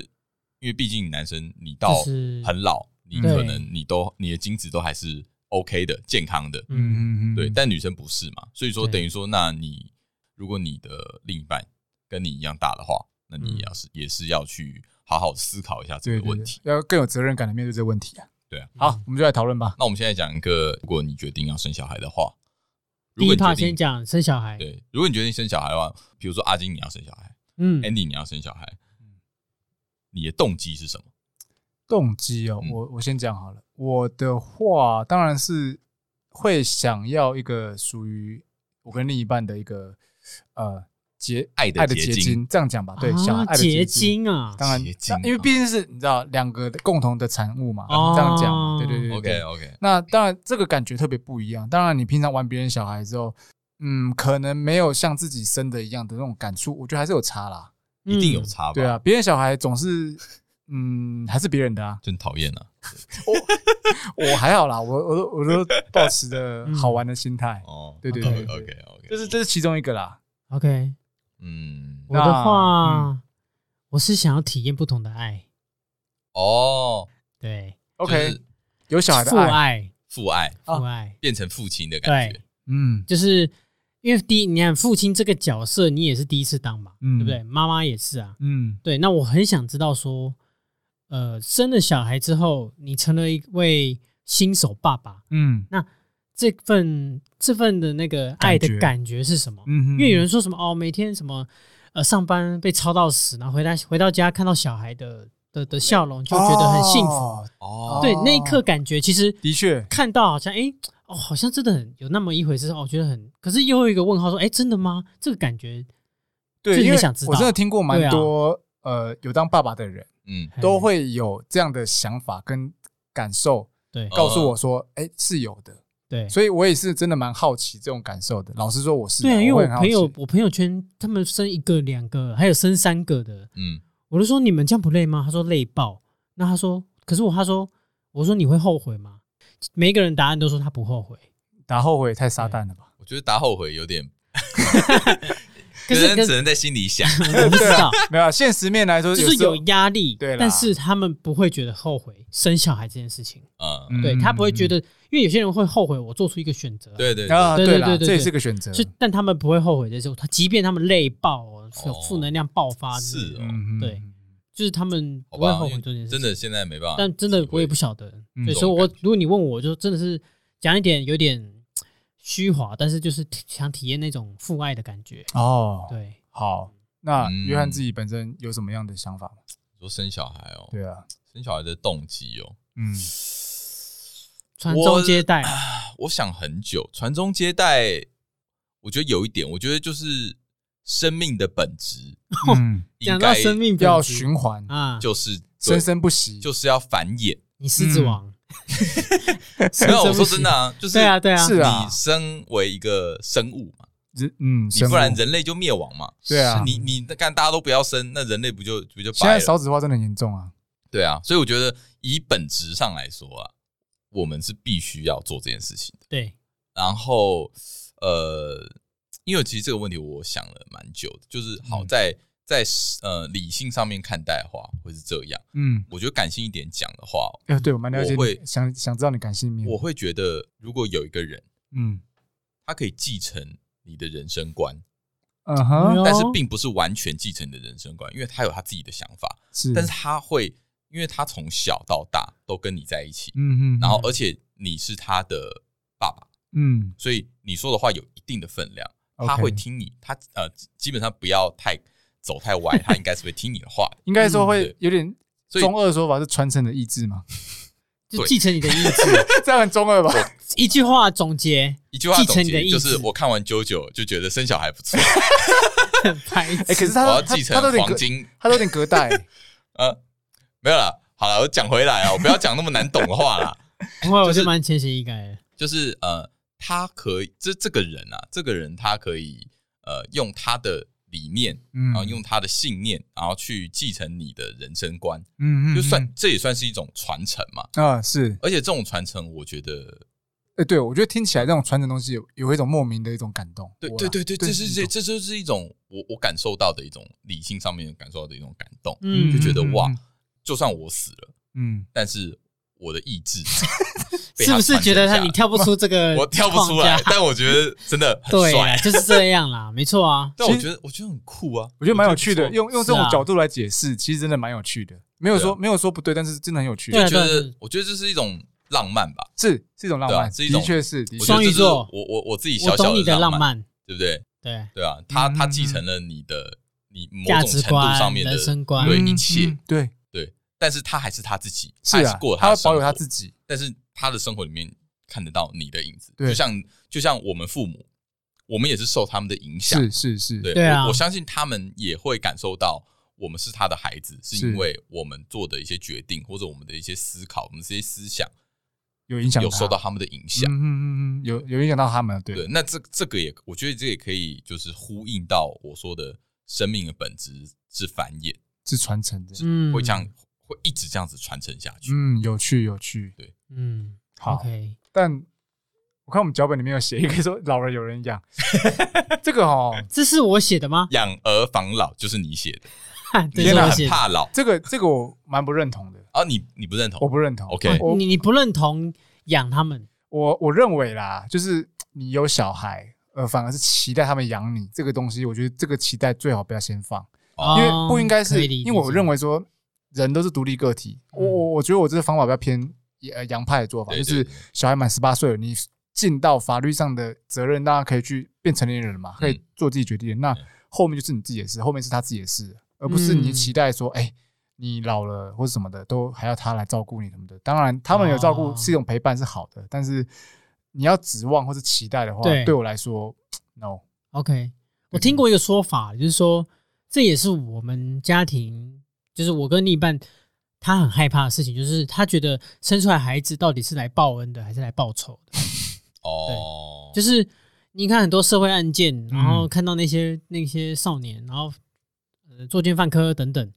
Speaker 3: 因为毕竟男生你到
Speaker 2: 就是
Speaker 3: 很老，你
Speaker 1: 对
Speaker 3: 可能你都你的精子都还是 OK 的、健康的，
Speaker 2: 嗯，
Speaker 1: 嗯嗯嗯，
Speaker 3: 对，但女生不是嘛，所以说
Speaker 2: 对
Speaker 3: 等于说，那你如果你的另一半跟你一样大的话，那你也要是、也是要去好好思考一下
Speaker 1: 嗯
Speaker 3: 这
Speaker 1: 对
Speaker 3: 个
Speaker 1: 对
Speaker 3: 问
Speaker 1: 对
Speaker 3: 题。，
Speaker 1: 要更有责任感的面对这个问题啊。
Speaker 3: 对啊，
Speaker 1: 好，我们就来讨论吧。
Speaker 3: 那我们现在讲一个，如果你决定要生小孩的话，如
Speaker 2: 第
Speaker 3: 果
Speaker 2: 一
Speaker 3: 你决
Speaker 2: 趴
Speaker 3: 定
Speaker 2: 先讲生小孩，
Speaker 3: 对，如果你决定生小孩的话，比如说阿金你要生小孩、
Speaker 2: 嗯
Speaker 3: a，n d y 你要生小孩，你的动机是什么？
Speaker 1: 动机哦，
Speaker 3: 嗯
Speaker 1: 我我先讲好了。我的话当然是会想要一个属于我跟另一半的一个呃结
Speaker 3: 爱的
Speaker 1: 爱的
Speaker 3: 结
Speaker 1: 结
Speaker 3: 晶
Speaker 1: 晶，这样讲吧。对，小孩
Speaker 2: 啊
Speaker 1: 爱的
Speaker 2: 结
Speaker 1: 晶，
Speaker 2: 晶啊，
Speaker 1: 当然
Speaker 3: 结晶，
Speaker 1: 因为毕竟是你知道两个的共同的产物嘛，
Speaker 2: 哦
Speaker 1: 这样讲，对对对对
Speaker 3: OK OK，
Speaker 1: 那当然，这个感觉特别不一样。当然，你平常玩别人小孩之后，嗯，可能没有像自己生的一样的那种感触，我觉得还是有差啦。
Speaker 3: 一定有
Speaker 2: 嗯
Speaker 3: 差吧？
Speaker 1: 对啊，，别人小孩总是，嗯，还是别人的啊。
Speaker 3: 真讨厌啊！
Speaker 1: 我还好啦，我我都我
Speaker 3: <laughs>
Speaker 1: 都保持
Speaker 2: 嗯
Speaker 1: 着好玩的心态，
Speaker 3: 哦，
Speaker 1: 对对
Speaker 2: 对对
Speaker 3: OK
Speaker 1: <laughs>
Speaker 3: OK，
Speaker 1: 这是这是其中一个啦。
Speaker 2: OK，
Speaker 3: 嗯
Speaker 2: 我的
Speaker 1: 那
Speaker 2: 话，我是想要体验不同的爱，
Speaker 3: 哦
Speaker 2: 对，
Speaker 3: 就是
Speaker 1: OK，有小孩的
Speaker 2: 父
Speaker 1: 爱，
Speaker 2: 爱，
Speaker 3: 父爱
Speaker 1: 啊
Speaker 2: 父爱，
Speaker 3: 变成父亲的感觉
Speaker 2: 对，，
Speaker 1: 嗯
Speaker 2: 就是因为第一，你看父亲这个角色，你也是第一次当嘛，
Speaker 1: 嗯
Speaker 2: 对不对？妈妈也是啊，
Speaker 1: 嗯
Speaker 2: 对。那我很想知道说，呃，生了小孩之后，你成了一位新手爸爸，
Speaker 1: 嗯
Speaker 2: 这份这份的那个爱
Speaker 1: 感觉
Speaker 2: 的感觉是什么？
Speaker 1: 嗯，
Speaker 2: 因为有人说什么哦，每天什么呃上班被操到死，然后回来回到家看到小孩的的的笑容，就觉得很幸福。
Speaker 1: 哦
Speaker 3: 哦，
Speaker 2: 对，那一刻感觉其实
Speaker 1: 的确，
Speaker 2: 看到好像哎、诶哦，好像真的很有那么一回事哦，觉得很，可是又有一个问号说，哎、真的吗？这个感觉
Speaker 1: 对，
Speaker 2: 自己
Speaker 1: 因为
Speaker 2: 也想知道
Speaker 1: 我真的听过蛮
Speaker 2: 对啊
Speaker 1: 多呃有当爸爸的人。
Speaker 3: 嗯，
Speaker 1: 都
Speaker 2: 嗯
Speaker 1: 会有这样的想法跟感受，
Speaker 2: 对
Speaker 3: 哦
Speaker 1: 告诉我说，哎、是有的。
Speaker 2: 对
Speaker 1: 所以我也是真的蛮好奇这种感受的。老实说，我是
Speaker 2: 对啊，
Speaker 1: 啊
Speaker 2: 因为
Speaker 1: 我会
Speaker 2: 我
Speaker 1: 很好
Speaker 2: 朋
Speaker 1: 奇
Speaker 2: 友我朋友圈他们生一个两个，还有生三个的，
Speaker 3: 嗯，
Speaker 2: 我就说你们这样不累吗？他说累爆。那他说，可是我他说我说你会后悔吗？每一个人答案都说他不后悔，
Speaker 1: 打后悔太撒旦了吧？
Speaker 3: 我觉得打后悔有点，
Speaker 2: 可是可
Speaker 3: 只
Speaker 2: 是
Speaker 3: 能在心
Speaker 2: <laughs>
Speaker 3: 里想，
Speaker 2: 我不知道，
Speaker 1: 没有啊，现实面来说
Speaker 2: 就是
Speaker 1: 时候
Speaker 2: 有压力，
Speaker 1: 对啦
Speaker 2: 但是他们不会觉得后悔生小孩这件事情。
Speaker 3: 嗯，
Speaker 1: 嗯
Speaker 2: 对他不会觉得，因为有些人会后悔我做出一个选择，，
Speaker 3: 对对，对
Speaker 1: 啊，
Speaker 2: 对
Speaker 1: 对
Speaker 2: 对
Speaker 1: 啦，
Speaker 2: 对对
Speaker 1: 这也
Speaker 2: 对
Speaker 1: 是个选
Speaker 3: 嗯
Speaker 1: 择。
Speaker 2: 所以但他们不会后悔的时候，他即便他们累爆哦，有
Speaker 3: 哦
Speaker 2: 负能量爆发，
Speaker 3: 是哦
Speaker 1: 嗯
Speaker 2: 对就是他们
Speaker 3: 好
Speaker 2: 不会
Speaker 3: 吧，
Speaker 2: 后
Speaker 3: 因
Speaker 2: 悔
Speaker 3: 为
Speaker 2: 这件事情。
Speaker 3: 真的，现在没办法体会，
Speaker 2: 但真的我也不晓得，
Speaker 1: 嗯
Speaker 2: 对，
Speaker 3: 这
Speaker 2: 所以
Speaker 3: 种
Speaker 2: 我
Speaker 3: 感
Speaker 2: 如果你问我，就真的是讲一点有点虚华，但是就是想体验那种父爱的感觉。
Speaker 1: 哦，
Speaker 2: 对，
Speaker 1: 好。那
Speaker 3: 嗯
Speaker 1: 约翰自己本身有什么样的想法吗？
Speaker 3: 说生小孩哦，
Speaker 1: 对啊，
Speaker 3: 生小孩的动机哦， <laughs>
Speaker 1: 嗯
Speaker 2: 传
Speaker 3: 我
Speaker 2: 宗接代，
Speaker 3: 啊我想很久，传宗接代，我觉得有一点，我觉得就是生命的本质 <laughs>
Speaker 1: 嗯，
Speaker 3: 应
Speaker 2: 讲到
Speaker 3: 该
Speaker 2: 生命本
Speaker 1: 要
Speaker 2: 质
Speaker 1: 循环，
Speaker 2: 啊，
Speaker 3: 就是对
Speaker 1: 生生不息。
Speaker 3: 就是要繁衍，
Speaker 2: 你狮子
Speaker 1: 嗯
Speaker 2: 王，
Speaker 3: 没有，我说真的啊，就是
Speaker 2: 对啊，对啊，
Speaker 1: 是啊
Speaker 3: 你身为一个生物嘛，
Speaker 1: 人嗯，
Speaker 3: 你
Speaker 1: 生
Speaker 3: 不然
Speaker 1: 物
Speaker 3: 人类就灭亡嘛。
Speaker 1: 对啊，
Speaker 3: 你你看大家都不要生，那人类不就不就
Speaker 1: 现
Speaker 3: 白
Speaker 1: 在
Speaker 3: 了？
Speaker 1: 少子化真的很严重啊，
Speaker 3: 对啊，所以我觉得以本质上来说啊，我们是必须要做这件事情的。
Speaker 2: 对，
Speaker 3: 然后呃，因为其实这个问题我想了蛮久的，就是好
Speaker 1: 嗯
Speaker 3: 在在呃理性上面看待的话会是这样，
Speaker 1: 嗯，
Speaker 3: 我觉得感性一点讲的话，
Speaker 1: 哎，对我蛮了解
Speaker 3: 我会
Speaker 1: 你，想想知道你感性面，
Speaker 3: 我会觉得如果有一个人
Speaker 1: 嗯
Speaker 3: 他可以继承你的人生观，
Speaker 1: 嗯
Speaker 2: 哎
Speaker 1: 哼，
Speaker 2: 呦
Speaker 3: 但是并不是完全继承你的人生观，因为他有他自己的想法，
Speaker 1: 是，
Speaker 3: 但是他会，因为他从小到大都跟你在一起，
Speaker 1: 嗯嗯，
Speaker 3: 然后而且你是他的爸爸，
Speaker 1: 嗯
Speaker 3: 所以你说的话有一定的分量，
Speaker 1: OK
Speaker 3: 他会听你，他呃基本上不要太走太
Speaker 2: <laughs>
Speaker 3: 歪，他应该是会听你的话的。
Speaker 1: 应该说会
Speaker 3: 嗯对
Speaker 1: 有点
Speaker 3: 所以
Speaker 1: 中二的说法是传承的意志
Speaker 3: <laughs>
Speaker 1: 嘛，
Speaker 2: 就
Speaker 3: 对
Speaker 2: 继承你的意志。
Speaker 3: <laughs>
Speaker 1: 这样很中二吧？
Speaker 2: 一句话总结， <laughs>
Speaker 3: 一句话
Speaker 2: 继
Speaker 3: 总
Speaker 2: 承你的
Speaker 3: 结
Speaker 2: 意
Speaker 3: 就是
Speaker 2: 志，
Speaker 3: 我看完九九就觉得生小孩不
Speaker 2: <laughs>
Speaker 3: 错，
Speaker 2: 拍
Speaker 1: 哎，可是他
Speaker 3: 我要
Speaker 1: 他
Speaker 3: 继承
Speaker 1: 他都有点
Speaker 3: 黄
Speaker 1: 隔，
Speaker 3: 金，
Speaker 1: 他都有点隔
Speaker 3: <laughs>
Speaker 1: 代，
Speaker 3: 呃，没有啦，好了，我讲回来啊，我不要讲那么难懂的话啦。 <laughs>
Speaker 2: 不会，我
Speaker 3: 就是
Speaker 2: 就蛮浅显易改的。
Speaker 3: 就是呃，他可以这这个人啊，这个人他可以呃用他的理念，
Speaker 1: 嗯
Speaker 3: 然后用他的信念，然后去继承你的人生观，
Speaker 1: 嗯嗯，
Speaker 3: 就算
Speaker 1: 嗯
Speaker 3: 这也算是一种传承嘛。
Speaker 1: 啊是，
Speaker 3: 而且这种传承，我觉得
Speaker 1: 哎，对我觉得听起来这种传承东西有有一种莫名的一种感动，
Speaker 3: 对
Speaker 1: 我啦
Speaker 3: 对对对，这是
Speaker 1: 一
Speaker 3: 这
Speaker 1: 种
Speaker 3: 这就是一种我我感受到的一种理性上面感受到的一种感动。
Speaker 2: 嗯，
Speaker 3: 就觉得
Speaker 1: 嗯嗯
Speaker 3: 哇
Speaker 1: 嗯，
Speaker 3: 就算我死了，
Speaker 1: 嗯，
Speaker 3: 但是我的意
Speaker 2: <laughs>
Speaker 3: 志被
Speaker 2: 是不是
Speaker 3: 传承
Speaker 2: 觉得他
Speaker 3: 下
Speaker 2: 你
Speaker 3: 来
Speaker 2: 跳不
Speaker 3: <laughs>
Speaker 2: 出这个？
Speaker 3: 我跳不出
Speaker 2: <laughs>
Speaker 3: 来，。但我觉得真的很
Speaker 2: 对啊
Speaker 3: 帅
Speaker 2: 啦，。就是这样啦，没错
Speaker 3: <laughs>
Speaker 2: 啊。
Speaker 3: 但我
Speaker 1: 其实
Speaker 3: 觉得我觉得很酷啊，
Speaker 1: 我觉得蛮有趣
Speaker 3: 不
Speaker 1: 的，
Speaker 3: 错
Speaker 1: 用用这种
Speaker 2: 是啊
Speaker 1: 角度来解释，其实真的蛮有趣的，没有
Speaker 3: 对啊
Speaker 1: 说没有说不对，但是真的很有趣，
Speaker 2: 对啊
Speaker 3: 觉得
Speaker 2: 是
Speaker 3: 我觉得这是一种浪漫吧，
Speaker 1: 是是一种浪
Speaker 3: 对啊
Speaker 1: 漫，
Speaker 3: 是一种
Speaker 1: 的确是，的
Speaker 3: 我
Speaker 1: 确
Speaker 3: 觉
Speaker 2: 双
Speaker 3: 得
Speaker 2: 鱼
Speaker 3: 这是
Speaker 2: 座
Speaker 3: 我我我自己小
Speaker 2: 我
Speaker 3: 小
Speaker 2: 懂你的浪
Speaker 3: 浪，
Speaker 2: 漫，
Speaker 3: 对不对？
Speaker 2: 对，
Speaker 3: 对啊，他他
Speaker 1: 嗯
Speaker 3: 继承了你的你某
Speaker 2: 价
Speaker 3: 种
Speaker 2: 值
Speaker 3: 程度上
Speaker 2: 观、
Speaker 3: 面
Speaker 2: 人
Speaker 3: 的，
Speaker 2: 生观，
Speaker 3: 对
Speaker 1: 嗯
Speaker 3: 一切
Speaker 1: 嗯对，
Speaker 3: 但是他还是他自己，
Speaker 1: 是
Speaker 3: 他还
Speaker 1: 啊，
Speaker 3: 过了
Speaker 1: 他
Speaker 3: 的
Speaker 1: 要保有
Speaker 3: 生
Speaker 1: 他
Speaker 3: 活
Speaker 1: 自己，
Speaker 3: 但是他的生活里面看得到你的影子，
Speaker 1: 对
Speaker 3: 就像就像我们父母，我们也是受他们的影响，
Speaker 1: 是是是，
Speaker 3: 对
Speaker 2: 对啊
Speaker 3: 我，我相信他们也会感受到我们是他的孩子，是
Speaker 1: 是
Speaker 3: 因为我们做的一些决定或者我们的一些思考，我们这些思想
Speaker 1: 有影响他，
Speaker 3: 有受到他们的影响
Speaker 1: 嗯。嗯嗯嗯，有有影响到他们，对，
Speaker 3: 对，那这这个也，我觉得这也可以就是呼应到我说的生命的本质是繁衍，
Speaker 1: 是传承的，
Speaker 2: 嗯，
Speaker 3: 会这样会一直这样子传承下去。
Speaker 1: 嗯，有趣有趣，
Speaker 2: 嗯
Speaker 1: 好，
Speaker 2: ，OK，
Speaker 1: 但我看我们脚本里面有写一个说老人有人
Speaker 3: <laughs>
Speaker 1: 养，这个哦，
Speaker 2: 这是我写的吗？ <laughs>
Speaker 3: 养儿防老就是你写的，
Speaker 2: 对，是
Speaker 3: 你
Speaker 1: 天哪
Speaker 2: 我
Speaker 3: 很
Speaker 2: 写的。哦
Speaker 3: 怕老
Speaker 1: 这个这个我蛮不认同的，
Speaker 3: 啊，你你不认同
Speaker 1: 我不认同
Speaker 3: ？OK，
Speaker 1: 我
Speaker 2: 你你不认同养他们？
Speaker 1: 我我认为啦，就是你有小孩，呃，反而是期待他们养你这个东西，我觉得这个期待最好不要先放，因为
Speaker 2: 哦
Speaker 1: 不应该
Speaker 2: 可
Speaker 1: 是，
Speaker 2: 以理解嗯
Speaker 1: 因为我认为说人都是独立个体，我我我觉得我这个方法比较偏呃洋派的做法，
Speaker 3: 对
Speaker 1: 就
Speaker 3: 对
Speaker 1: 是
Speaker 3: 对
Speaker 1: 小孩满十八岁了，你尽到法律上的责任，大家可以去变成年人了嘛，
Speaker 2: 嗯
Speaker 1: 可以做自己决定。那后面就是你自己的事，后面是他自己的事，而不是你
Speaker 2: 嗯
Speaker 1: 期待说，哎、你老了或者什么的，都还要他来照顾你什么的。当然，他们有照顾
Speaker 2: 哦
Speaker 1: 是一种陪伴是好的，但是你要指望或是期待的话，
Speaker 2: 对
Speaker 1: 对我来说，no，
Speaker 2: OK，我听过一个说法，就是说这也是我们家庭，就是我跟另一半，他很害怕的事情，就是他觉得生出来孩子到底是来报恩的还是来报仇的？
Speaker 3: 哦，
Speaker 2: 就是是你看很多社会案件，然后
Speaker 1: 嗯
Speaker 2: 看到那些那些少年，然后呃作奸犯科等等，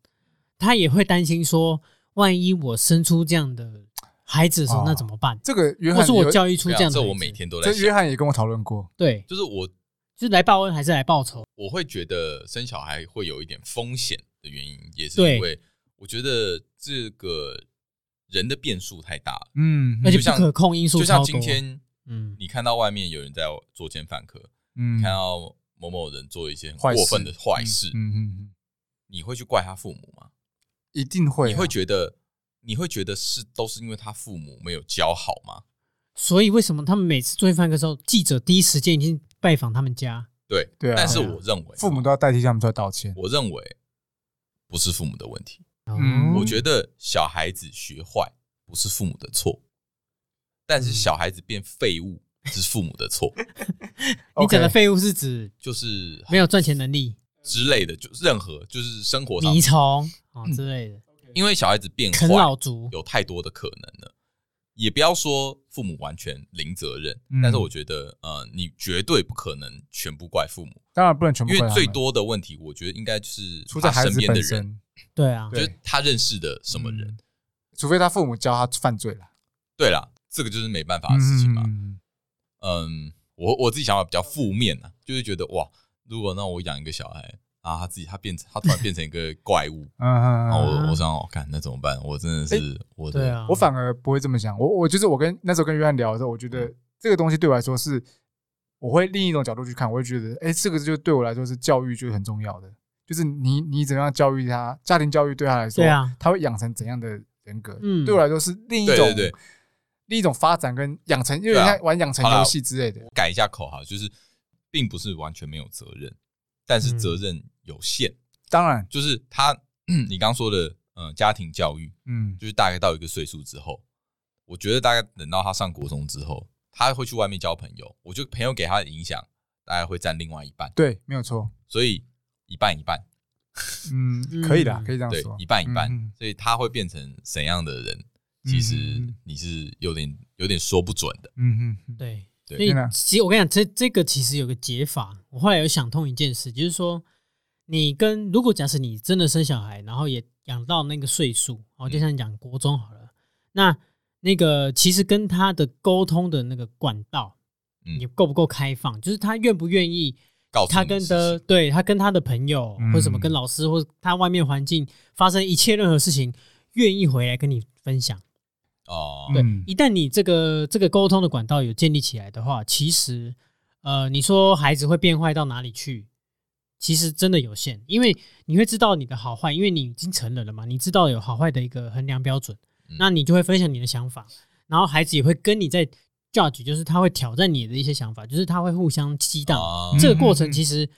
Speaker 2: 他也会担心说，万一我生出这样的孩子的时候，
Speaker 1: 哦
Speaker 2: 那怎么办？
Speaker 1: 这个约
Speaker 2: 或
Speaker 1: 翰
Speaker 2: 是我
Speaker 1: 有
Speaker 2: 教育出这样的
Speaker 3: 啊这
Speaker 2: 孩子，
Speaker 3: 我每天都在
Speaker 1: 啊这约
Speaker 3: 想，
Speaker 1: 翰也跟我讨论过，
Speaker 2: 对，
Speaker 3: 就是我
Speaker 2: 就是来报恩还是来报仇？
Speaker 3: 我会觉得生小孩会有一点风险的原因，也是
Speaker 2: 对
Speaker 3: 因为我觉得这个人的变数太大了，
Speaker 1: 嗯，
Speaker 2: 而且
Speaker 3: 就像
Speaker 2: 不可控因素
Speaker 3: 就
Speaker 2: 超
Speaker 3: 像
Speaker 2: 多。
Speaker 3: 今天
Speaker 2: 嗯，
Speaker 3: 你看到外面有人在作奸犯科，
Speaker 1: 嗯
Speaker 3: 看到某某人做一些很
Speaker 1: 坏事
Speaker 3: 过分的坏事，
Speaker 1: 嗯嗯嗯，
Speaker 3: 你会去怪他父母吗？
Speaker 1: 一定会啊，
Speaker 3: 你会觉得你会觉得是都是因为他父母没有教好吗？
Speaker 2: 所以为什么他们每次罪犯的时候，记者第一时间已经拜访他们家？
Speaker 3: 对，
Speaker 1: 对啊
Speaker 3: 但是我认为啊
Speaker 1: 父母都要代替他们出来道歉。
Speaker 3: 我认为不是父母的问题，
Speaker 2: 哦
Speaker 1: 嗯
Speaker 3: 我觉得小孩子学坏不是父母的错，但
Speaker 1: 嗯
Speaker 3: 是小孩子变废物是父母的错，
Speaker 2: 你讲的
Speaker 3: <laughs>
Speaker 1: OK
Speaker 2: 废物是指
Speaker 3: 就是
Speaker 2: 没有赚钱能力、
Speaker 3: 之类的，就是任何就是生活上
Speaker 2: 迷，虫啊之类的，
Speaker 3: 嗯因为小孩子变坏
Speaker 2: 啃，老族。
Speaker 3: 有太多的可能了。也不要说父母完全零责任，
Speaker 1: 嗯
Speaker 3: 但是我觉得，呃，你绝对不可能全部怪父母，
Speaker 1: 当然不能全部
Speaker 3: 因
Speaker 1: 怪
Speaker 3: 为
Speaker 1: 他
Speaker 3: 最
Speaker 1: 们
Speaker 3: 多的问题，我觉得应该就是
Speaker 1: 出在
Speaker 3: 他
Speaker 1: 孩
Speaker 3: 身
Speaker 1: 子
Speaker 3: 边的
Speaker 1: 本
Speaker 3: 人，
Speaker 1: 身，
Speaker 2: 对啊，
Speaker 3: 就是他认识的什么人。
Speaker 1: 嗯除非他父母教他犯罪了，
Speaker 3: 对啦，这个就是没办法的事情嘛。
Speaker 1: 嗯，
Speaker 3: 嗯，我我自己想法比较负面啊，就是觉得哇，如果让我养一个小孩啊，他自己他变成他突然变成一个怪物
Speaker 1: 嗯
Speaker 3: 然后
Speaker 1: 嗯，
Speaker 3: 我我想哦，看那怎么办？我真的是我
Speaker 2: 对
Speaker 3: 的
Speaker 2: 啊，
Speaker 1: 我反而不会这么想。我我就是我跟那时候跟约翰聊的时候，我觉
Speaker 2: 嗯
Speaker 1: 得这个东西对我来说是，我会另一种角度去看，我会觉得，哎，这个就对我来说是教育就是很重要的，就是你你怎么样教育他，家庭教育对他来说，
Speaker 2: 对啊，
Speaker 1: 他会养成怎样的人格，
Speaker 2: 嗯
Speaker 1: 对我来说是另一种
Speaker 3: 对对对
Speaker 1: 另一种发展跟养成，因为
Speaker 3: 对啊
Speaker 1: 像玩养成
Speaker 3: 好啦
Speaker 1: 游戏之类的，
Speaker 3: 改一下口号，就是并不是完全没有责任，但是
Speaker 2: 嗯
Speaker 3: 责任有限，
Speaker 1: 当然，
Speaker 3: 就是他你刚说的，嗯、家庭教育，
Speaker 1: 嗯，
Speaker 3: 就是大概到一个岁数之后，我觉得大概等到他上国中之后，他会去外面交朋友，我觉得朋友给他的影响大概会占另外一半，
Speaker 1: 对，没有错，
Speaker 3: 所以一半一半，
Speaker 1: 嗯，
Speaker 2: 嗯
Speaker 1: 可以的，可以这样
Speaker 3: 对
Speaker 1: 说，，
Speaker 3: 一半一半，
Speaker 1: 嗯
Speaker 3: 所以他会变成怎样的人，其实
Speaker 1: 嗯
Speaker 3: 你是有点有点说不准的。
Speaker 1: 嗯嗯，嗯
Speaker 2: 对，
Speaker 3: 对
Speaker 2: 所以
Speaker 1: 真的
Speaker 2: 其实我跟你讲，这这个其实有个解法。我后来有想通一件事，就是说，你跟如果假设你真的生小孩，然后也养到那个岁数，哦，
Speaker 3: 嗯
Speaker 2: 就像讲国中好了，那那个其实跟他的沟通的那个管道，
Speaker 3: 嗯
Speaker 2: 你够不够开放？就是他愿不愿意，
Speaker 3: 告诉
Speaker 2: 他
Speaker 3: 你
Speaker 2: 跟
Speaker 3: 事
Speaker 2: 的
Speaker 3: 情
Speaker 2: 对他跟他的朋友
Speaker 1: 嗯
Speaker 2: 或者什么跟老师或者他外面环境发生一切任何事情，愿意回来跟你分享。
Speaker 3: 哦，
Speaker 2: 对
Speaker 1: 嗯，
Speaker 2: 一旦你这个这个沟通的管道有建立起来的话，其实呃，你说孩子会变坏到哪里去，其实真的有限，因为你会知道你的好坏，因为你已经成人了嘛，你知道有好坏的一个衡量标准，
Speaker 3: 嗯
Speaker 2: 那你就会分享你的想法，然后孩子也会跟你在 judge，就是他会挑战你的一些想法，就是他会互相激荡。
Speaker 3: 哦
Speaker 2: 这个过程
Speaker 1: 嗯
Speaker 2: 其实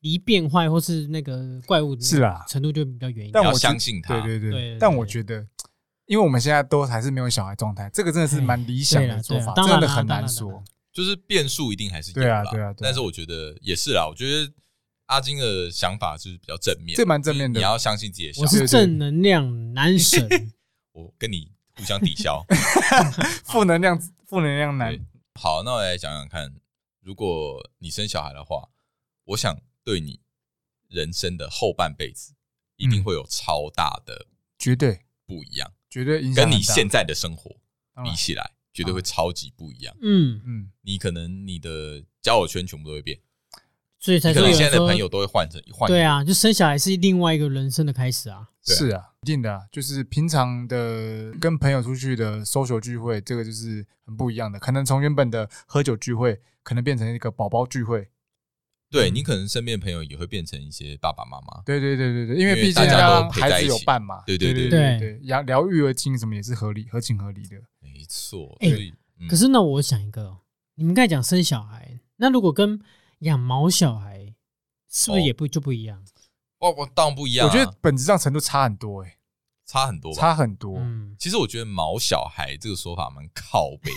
Speaker 2: 离变坏或是那个怪物的
Speaker 1: 是啦，
Speaker 2: 程度就比较远一
Speaker 1: 但
Speaker 2: 点。
Speaker 3: 你要
Speaker 1: 我觉
Speaker 3: 相信他
Speaker 1: 对对
Speaker 2: 对对
Speaker 1: 对。但
Speaker 2: 对
Speaker 1: 我觉得，因为我们现在都还是没有小孩状态，这个真的是蛮理想
Speaker 2: 嗯对
Speaker 1: 的
Speaker 2: 啦
Speaker 1: 做
Speaker 2: 对啦啊
Speaker 1: 法，
Speaker 2: 当
Speaker 1: 真
Speaker 2: 然
Speaker 1: 的
Speaker 2: 啦
Speaker 1: 很
Speaker 2: 当然
Speaker 1: 难
Speaker 2: 啦当
Speaker 1: 说
Speaker 2: 然。
Speaker 3: 就是变数一定还是有
Speaker 1: 对啊
Speaker 3: 啦
Speaker 1: 对啊对啊
Speaker 3: 但是我觉得也是啦，我觉得阿金的想法就是比较正面，
Speaker 1: 这蛮正面的
Speaker 3: 就是你要相信自己的小
Speaker 2: 我
Speaker 3: 孩。
Speaker 2: 是正能量
Speaker 1: <laughs>
Speaker 2: 男神，
Speaker 3: 我跟你互相抵消。
Speaker 1: 负能量，负能量男
Speaker 3: 对，好，那我来讲讲看，如果你生小孩的话，我想对你人生的后半辈子一定
Speaker 1: 嗯
Speaker 3: 会有超大的
Speaker 1: 绝对
Speaker 3: 不一样，
Speaker 1: 绝对影响
Speaker 3: 跟
Speaker 1: 很大。
Speaker 3: 你现在的生活
Speaker 1: 当然
Speaker 3: 比起来，绝对会超级不一样。
Speaker 2: 嗯，
Speaker 1: 嗯，
Speaker 3: 你可能你的交友圈全部都会变，
Speaker 2: 哎所以才
Speaker 3: 你可
Speaker 2: 说
Speaker 3: 能
Speaker 2: 有
Speaker 3: 现在
Speaker 2: 时
Speaker 3: 的
Speaker 2: 候
Speaker 3: 朋友都会换成换一个
Speaker 2: 对啊，就生小孩是另外一个人生的开始啊。
Speaker 3: 对啊
Speaker 1: 是啊，一定的啊，就是平常的跟朋友出去的 social 聚会，这个就是很不一样的。可能从原本的喝酒聚会，可能变成一个宝宝聚会。
Speaker 3: 对
Speaker 1: 嗯
Speaker 3: 你可能身边的朋友也会变成一些爸爸妈妈，
Speaker 1: 对对对对对，因为
Speaker 3: 因为
Speaker 1: 毕竟
Speaker 3: 大家都
Speaker 1: 让
Speaker 3: 陪在
Speaker 1: 孩子
Speaker 3: 一
Speaker 1: 有
Speaker 3: 起
Speaker 1: 伴嘛。
Speaker 3: 对对
Speaker 1: 对
Speaker 3: 对
Speaker 1: 对
Speaker 2: 对
Speaker 1: 对，疗疗育儿经什么也是合理、合情合理的。
Speaker 3: 没错。
Speaker 2: 哎
Speaker 3: 所以，嗯
Speaker 2: 可是呢，我想一个哦，你们刚才讲生小孩，那如果跟养毛小孩，是不是
Speaker 3: 哦
Speaker 2: 也不就不一样？
Speaker 3: 哇，我当然不一样
Speaker 1: 我
Speaker 3: 啊，
Speaker 1: 觉得本质上程度差很多，哎，
Speaker 3: 差很多吧。
Speaker 1: 差很多。
Speaker 3: <laughs>
Speaker 2: 嗯，
Speaker 3: 其实我觉得“毛小孩”这个说法蛮靠背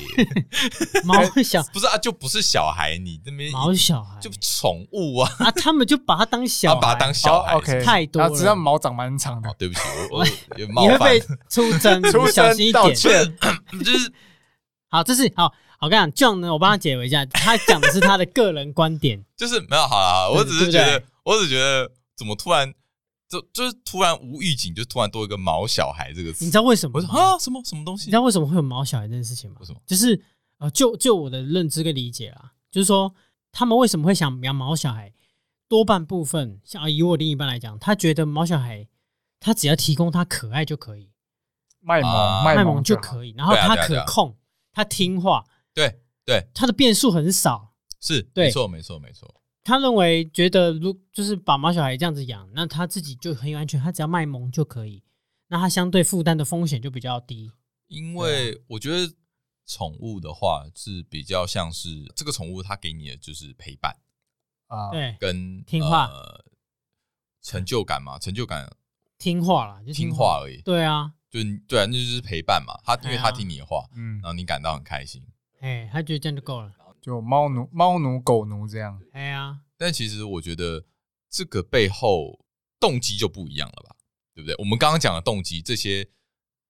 Speaker 2: <laughs>
Speaker 3: 的，
Speaker 2: 毛小
Speaker 3: 不是啊，就不是小孩， <laughs> 你那边
Speaker 2: 毛小孩
Speaker 3: 就宠物啊，
Speaker 2: 啊，他们就把他当小
Speaker 3: <laughs> 他
Speaker 2: 孩，
Speaker 3: 把它当小孩
Speaker 1: 哦 OK，
Speaker 2: 太多了
Speaker 1: 然后知道毛长蛮长的，
Speaker 3: 哦，，对不起，我我有冒
Speaker 2: 你会
Speaker 3: 犯
Speaker 2: 被，出征
Speaker 3: <laughs>
Speaker 1: 出
Speaker 2: 小
Speaker 1: 声
Speaker 2: 心一
Speaker 1: 道
Speaker 2: 点。
Speaker 1: 歉。
Speaker 3: 就是 <coughs>
Speaker 2: 好，这是好，我跟你讲，John 呢，我帮他解围一下，他讲的是他的个人观点，
Speaker 3: 就是没有好了，好啦我只是觉
Speaker 2: 对
Speaker 3: 得
Speaker 2: 不，
Speaker 3: 我只觉得怎么突然就就是突然无预警，就突然多一个“毛小孩”这个词
Speaker 2: 你知，道为什么
Speaker 3: 我说
Speaker 2: 吗？
Speaker 3: 啊，什么什么东
Speaker 2: 你
Speaker 3: 西
Speaker 2: 知？道为什么会有毛小孩这件事情吗
Speaker 3: 为？什么？
Speaker 2: 就是呃，就就我的认知跟理解啦，就是说他们为什么会想养毛小孩，多半部分像啊以我另一半来讲，他觉得毛小孩他只要提供他可爱就可以，
Speaker 1: 卖
Speaker 3: 啊
Speaker 1: 萌
Speaker 2: 卖萌
Speaker 1: 萌
Speaker 2: 就
Speaker 1: 以。
Speaker 2: 可以，然后
Speaker 3: 对啊
Speaker 2: 他
Speaker 3: 对啊对
Speaker 2: 可
Speaker 3: 啊
Speaker 2: 控，他听话，
Speaker 3: 对对，
Speaker 2: 他的变数很少。
Speaker 3: 是
Speaker 2: 对
Speaker 3: 没错没错没错，
Speaker 2: 他认为觉得如就是把毛小孩这样子养，那他自己就很有安全，他只要卖萌就可以，那他相对负担的风险就比较低。啊
Speaker 3: 因为我觉得宠物的话是比较像是这个宠物它给你的就是陪伴。
Speaker 1: 啊，
Speaker 2: 对，
Speaker 3: 跟
Speaker 2: 听话
Speaker 3: 呃、成就感嘛，成就感
Speaker 2: 听话啦，就
Speaker 3: 听话。而已，
Speaker 2: 对啊，
Speaker 3: 就是你对啊，那就是陪伴嘛。他因为他
Speaker 2: 哎呀
Speaker 3: 听你的话，
Speaker 1: 嗯
Speaker 3: 然，后你感到很开心。
Speaker 2: 哎，他觉得这样就够了。
Speaker 1: 就猫奴、猫奴、狗奴这样。
Speaker 2: 哎呀，
Speaker 3: 但其实我觉得这个背后动机就不一样了吧，对不对？我们刚刚讲的动机，这些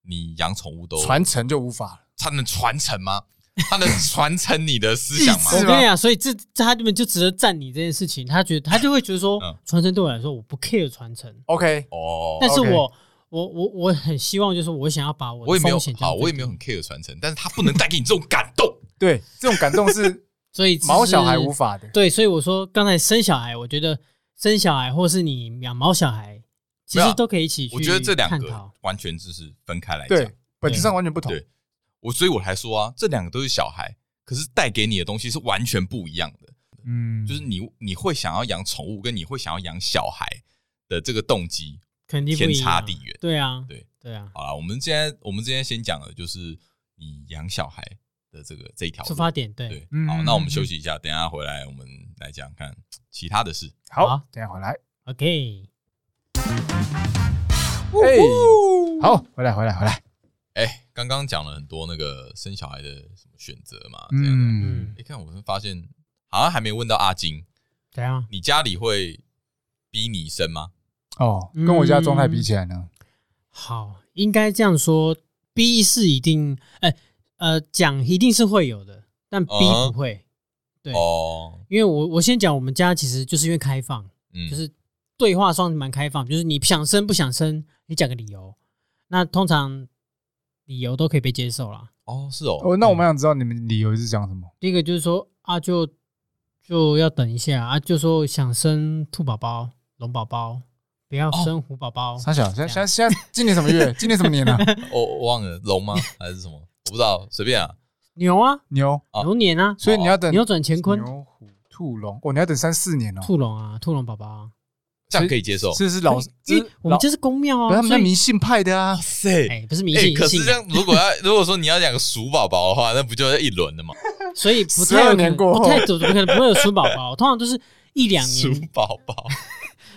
Speaker 3: 你养宠物都
Speaker 1: 传承就无法了。
Speaker 3: 他能传承吗？他能传承你的思想吗？
Speaker 1: 是
Speaker 2: 我
Speaker 1: 吗
Speaker 2: 跟你讲，所以这这他们就值得赞你这件事情，他觉得他就会觉得说
Speaker 3: 嗯，
Speaker 2: 传承对我来说我不 care 传承，
Speaker 1: OK，
Speaker 3: 哦，
Speaker 2: 但是
Speaker 1: OK
Speaker 2: 我我我我很希望就是我想要把我
Speaker 3: 我
Speaker 2: 的
Speaker 3: 也没有
Speaker 2: 风险降
Speaker 3: 好，
Speaker 2: 最
Speaker 3: 我也没有
Speaker 2: 低
Speaker 3: 很 care 传承，但是他不能带给你这种感
Speaker 2: <laughs>
Speaker 3: 动。
Speaker 1: 对，这种感动是
Speaker 2: 所以
Speaker 1: 毛小孩无
Speaker 2: 法。
Speaker 1: 法的。
Speaker 2: 对，所以我说刚才生小孩，我觉得生小孩或是你养毛小孩，其
Speaker 3: 没有
Speaker 2: 实
Speaker 3: 啊
Speaker 2: 都可以一起去
Speaker 3: 我觉得这两
Speaker 2: 探
Speaker 3: 个
Speaker 2: 讨。
Speaker 3: 完全就是分开来讲
Speaker 1: 对。，本质上完全不同。
Speaker 3: 对我所以我才说啊，这两个都是小孩，可是带给你的东西是完全不一样的。
Speaker 1: 嗯，
Speaker 3: 就是你你会想要养宠物，跟你会想要养小孩的这个动机
Speaker 2: 肯定不
Speaker 3: 天
Speaker 2: 一样
Speaker 3: 差
Speaker 2: 啊
Speaker 3: 地远。
Speaker 2: 对啊，
Speaker 3: 对
Speaker 2: 对啊，
Speaker 3: 好了，我们今天我们今天先讲的就是你养小孩的这个这一条路
Speaker 2: 出发点对。
Speaker 3: 对，
Speaker 1: 嗯
Speaker 3: 好，
Speaker 1: 嗯
Speaker 3: 那我
Speaker 1: 嗯
Speaker 3: 们休息一下，等一下回来我们来讲看其他的事。
Speaker 1: 好
Speaker 2: 好，
Speaker 1: 等一下回来。
Speaker 2: OK，
Speaker 1: 哎，好，回来，回来，回来。
Speaker 3: 哎，刚刚讲了很多那个生小孩的什么选择嘛，这样的。
Speaker 1: 嗯
Speaker 2: 嗯，
Speaker 3: 哎，看我发现好像还没问到阿金，
Speaker 2: 怎样？
Speaker 3: 你家里会逼你生吗？
Speaker 1: 哦，跟我家状态比起来呢，
Speaker 2: 好，应该这样说，B 是一定，哎呃，讲一定是会有的，但 B
Speaker 3: 嗯
Speaker 2: 不会，对
Speaker 3: 哦，
Speaker 2: 因为我我先讲，我们家其实就是因为开放，
Speaker 3: 嗯，
Speaker 2: 就是对话算是蛮开放，就是你想生不想生，你讲个理由，那通常理由都可以被接受啦。
Speaker 3: 哦，是哦，
Speaker 1: 哦，那我蛮想知道你们理由是讲什么？
Speaker 2: 第一个就是说啊，就就要等一下啊，就说想生兔宝宝、龙宝宝，不要
Speaker 3: 哦
Speaker 2: 生虎宝宝。
Speaker 1: 三小，现在现在现在今年什么月？今年什么年呢？
Speaker 3: 我哦我忘了龙吗？还是什么？我不知道，随便啊。
Speaker 2: 牛啊，
Speaker 1: 牛，
Speaker 3: 哦
Speaker 2: 牛年啊，
Speaker 1: 所以你要等
Speaker 2: 扭转乾坤，
Speaker 1: 牛虎兔龙，哦，你要等三四年哦。
Speaker 2: 兔龙啊，兔龙宝宝啊，
Speaker 3: 这样可以接受。
Speaker 1: 这是老，
Speaker 2: 因
Speaker 1: 这
Speaker 2: 为
Speaker 1: 是
Speaker 2: 我们
Speaker 1: 老，
Speaker 2: 这是公庙
Speaker 1: 不是
Speaker 2: 啊，
Speaker 1: 他们
Speaker 2: 所
Speaker 1: 家
Speaker 2: 以
Speaker 1: 迷信派的啊
Speaker 3: 哇。塞！
Speaker 2: 哎，不是迷
Speaker 3: 哎、
Speaker 2: 信，
Speaker 3: 可
Speaker 2: 信
Speaker 3: 是这
Speaker 2: 仰
Speaker 3: 样，如
Speaker 1: <laughs>
Speaker 3: 果要如果说你要养个鼠宝宝的话，那不就是一轮的吗？
Speaker 2: 所以不太
Speaker 1: 12
Speaker 2: 有可
Speaker 1: 年
Speaker 2: 能，
Speaker 1: 过后
Speaker 2: 不太怎么可能不会有鼠宝宝，通常都是一两
Speaker 3: 鼠
Speaker 2: 年，
Speaker 3: 宝宝，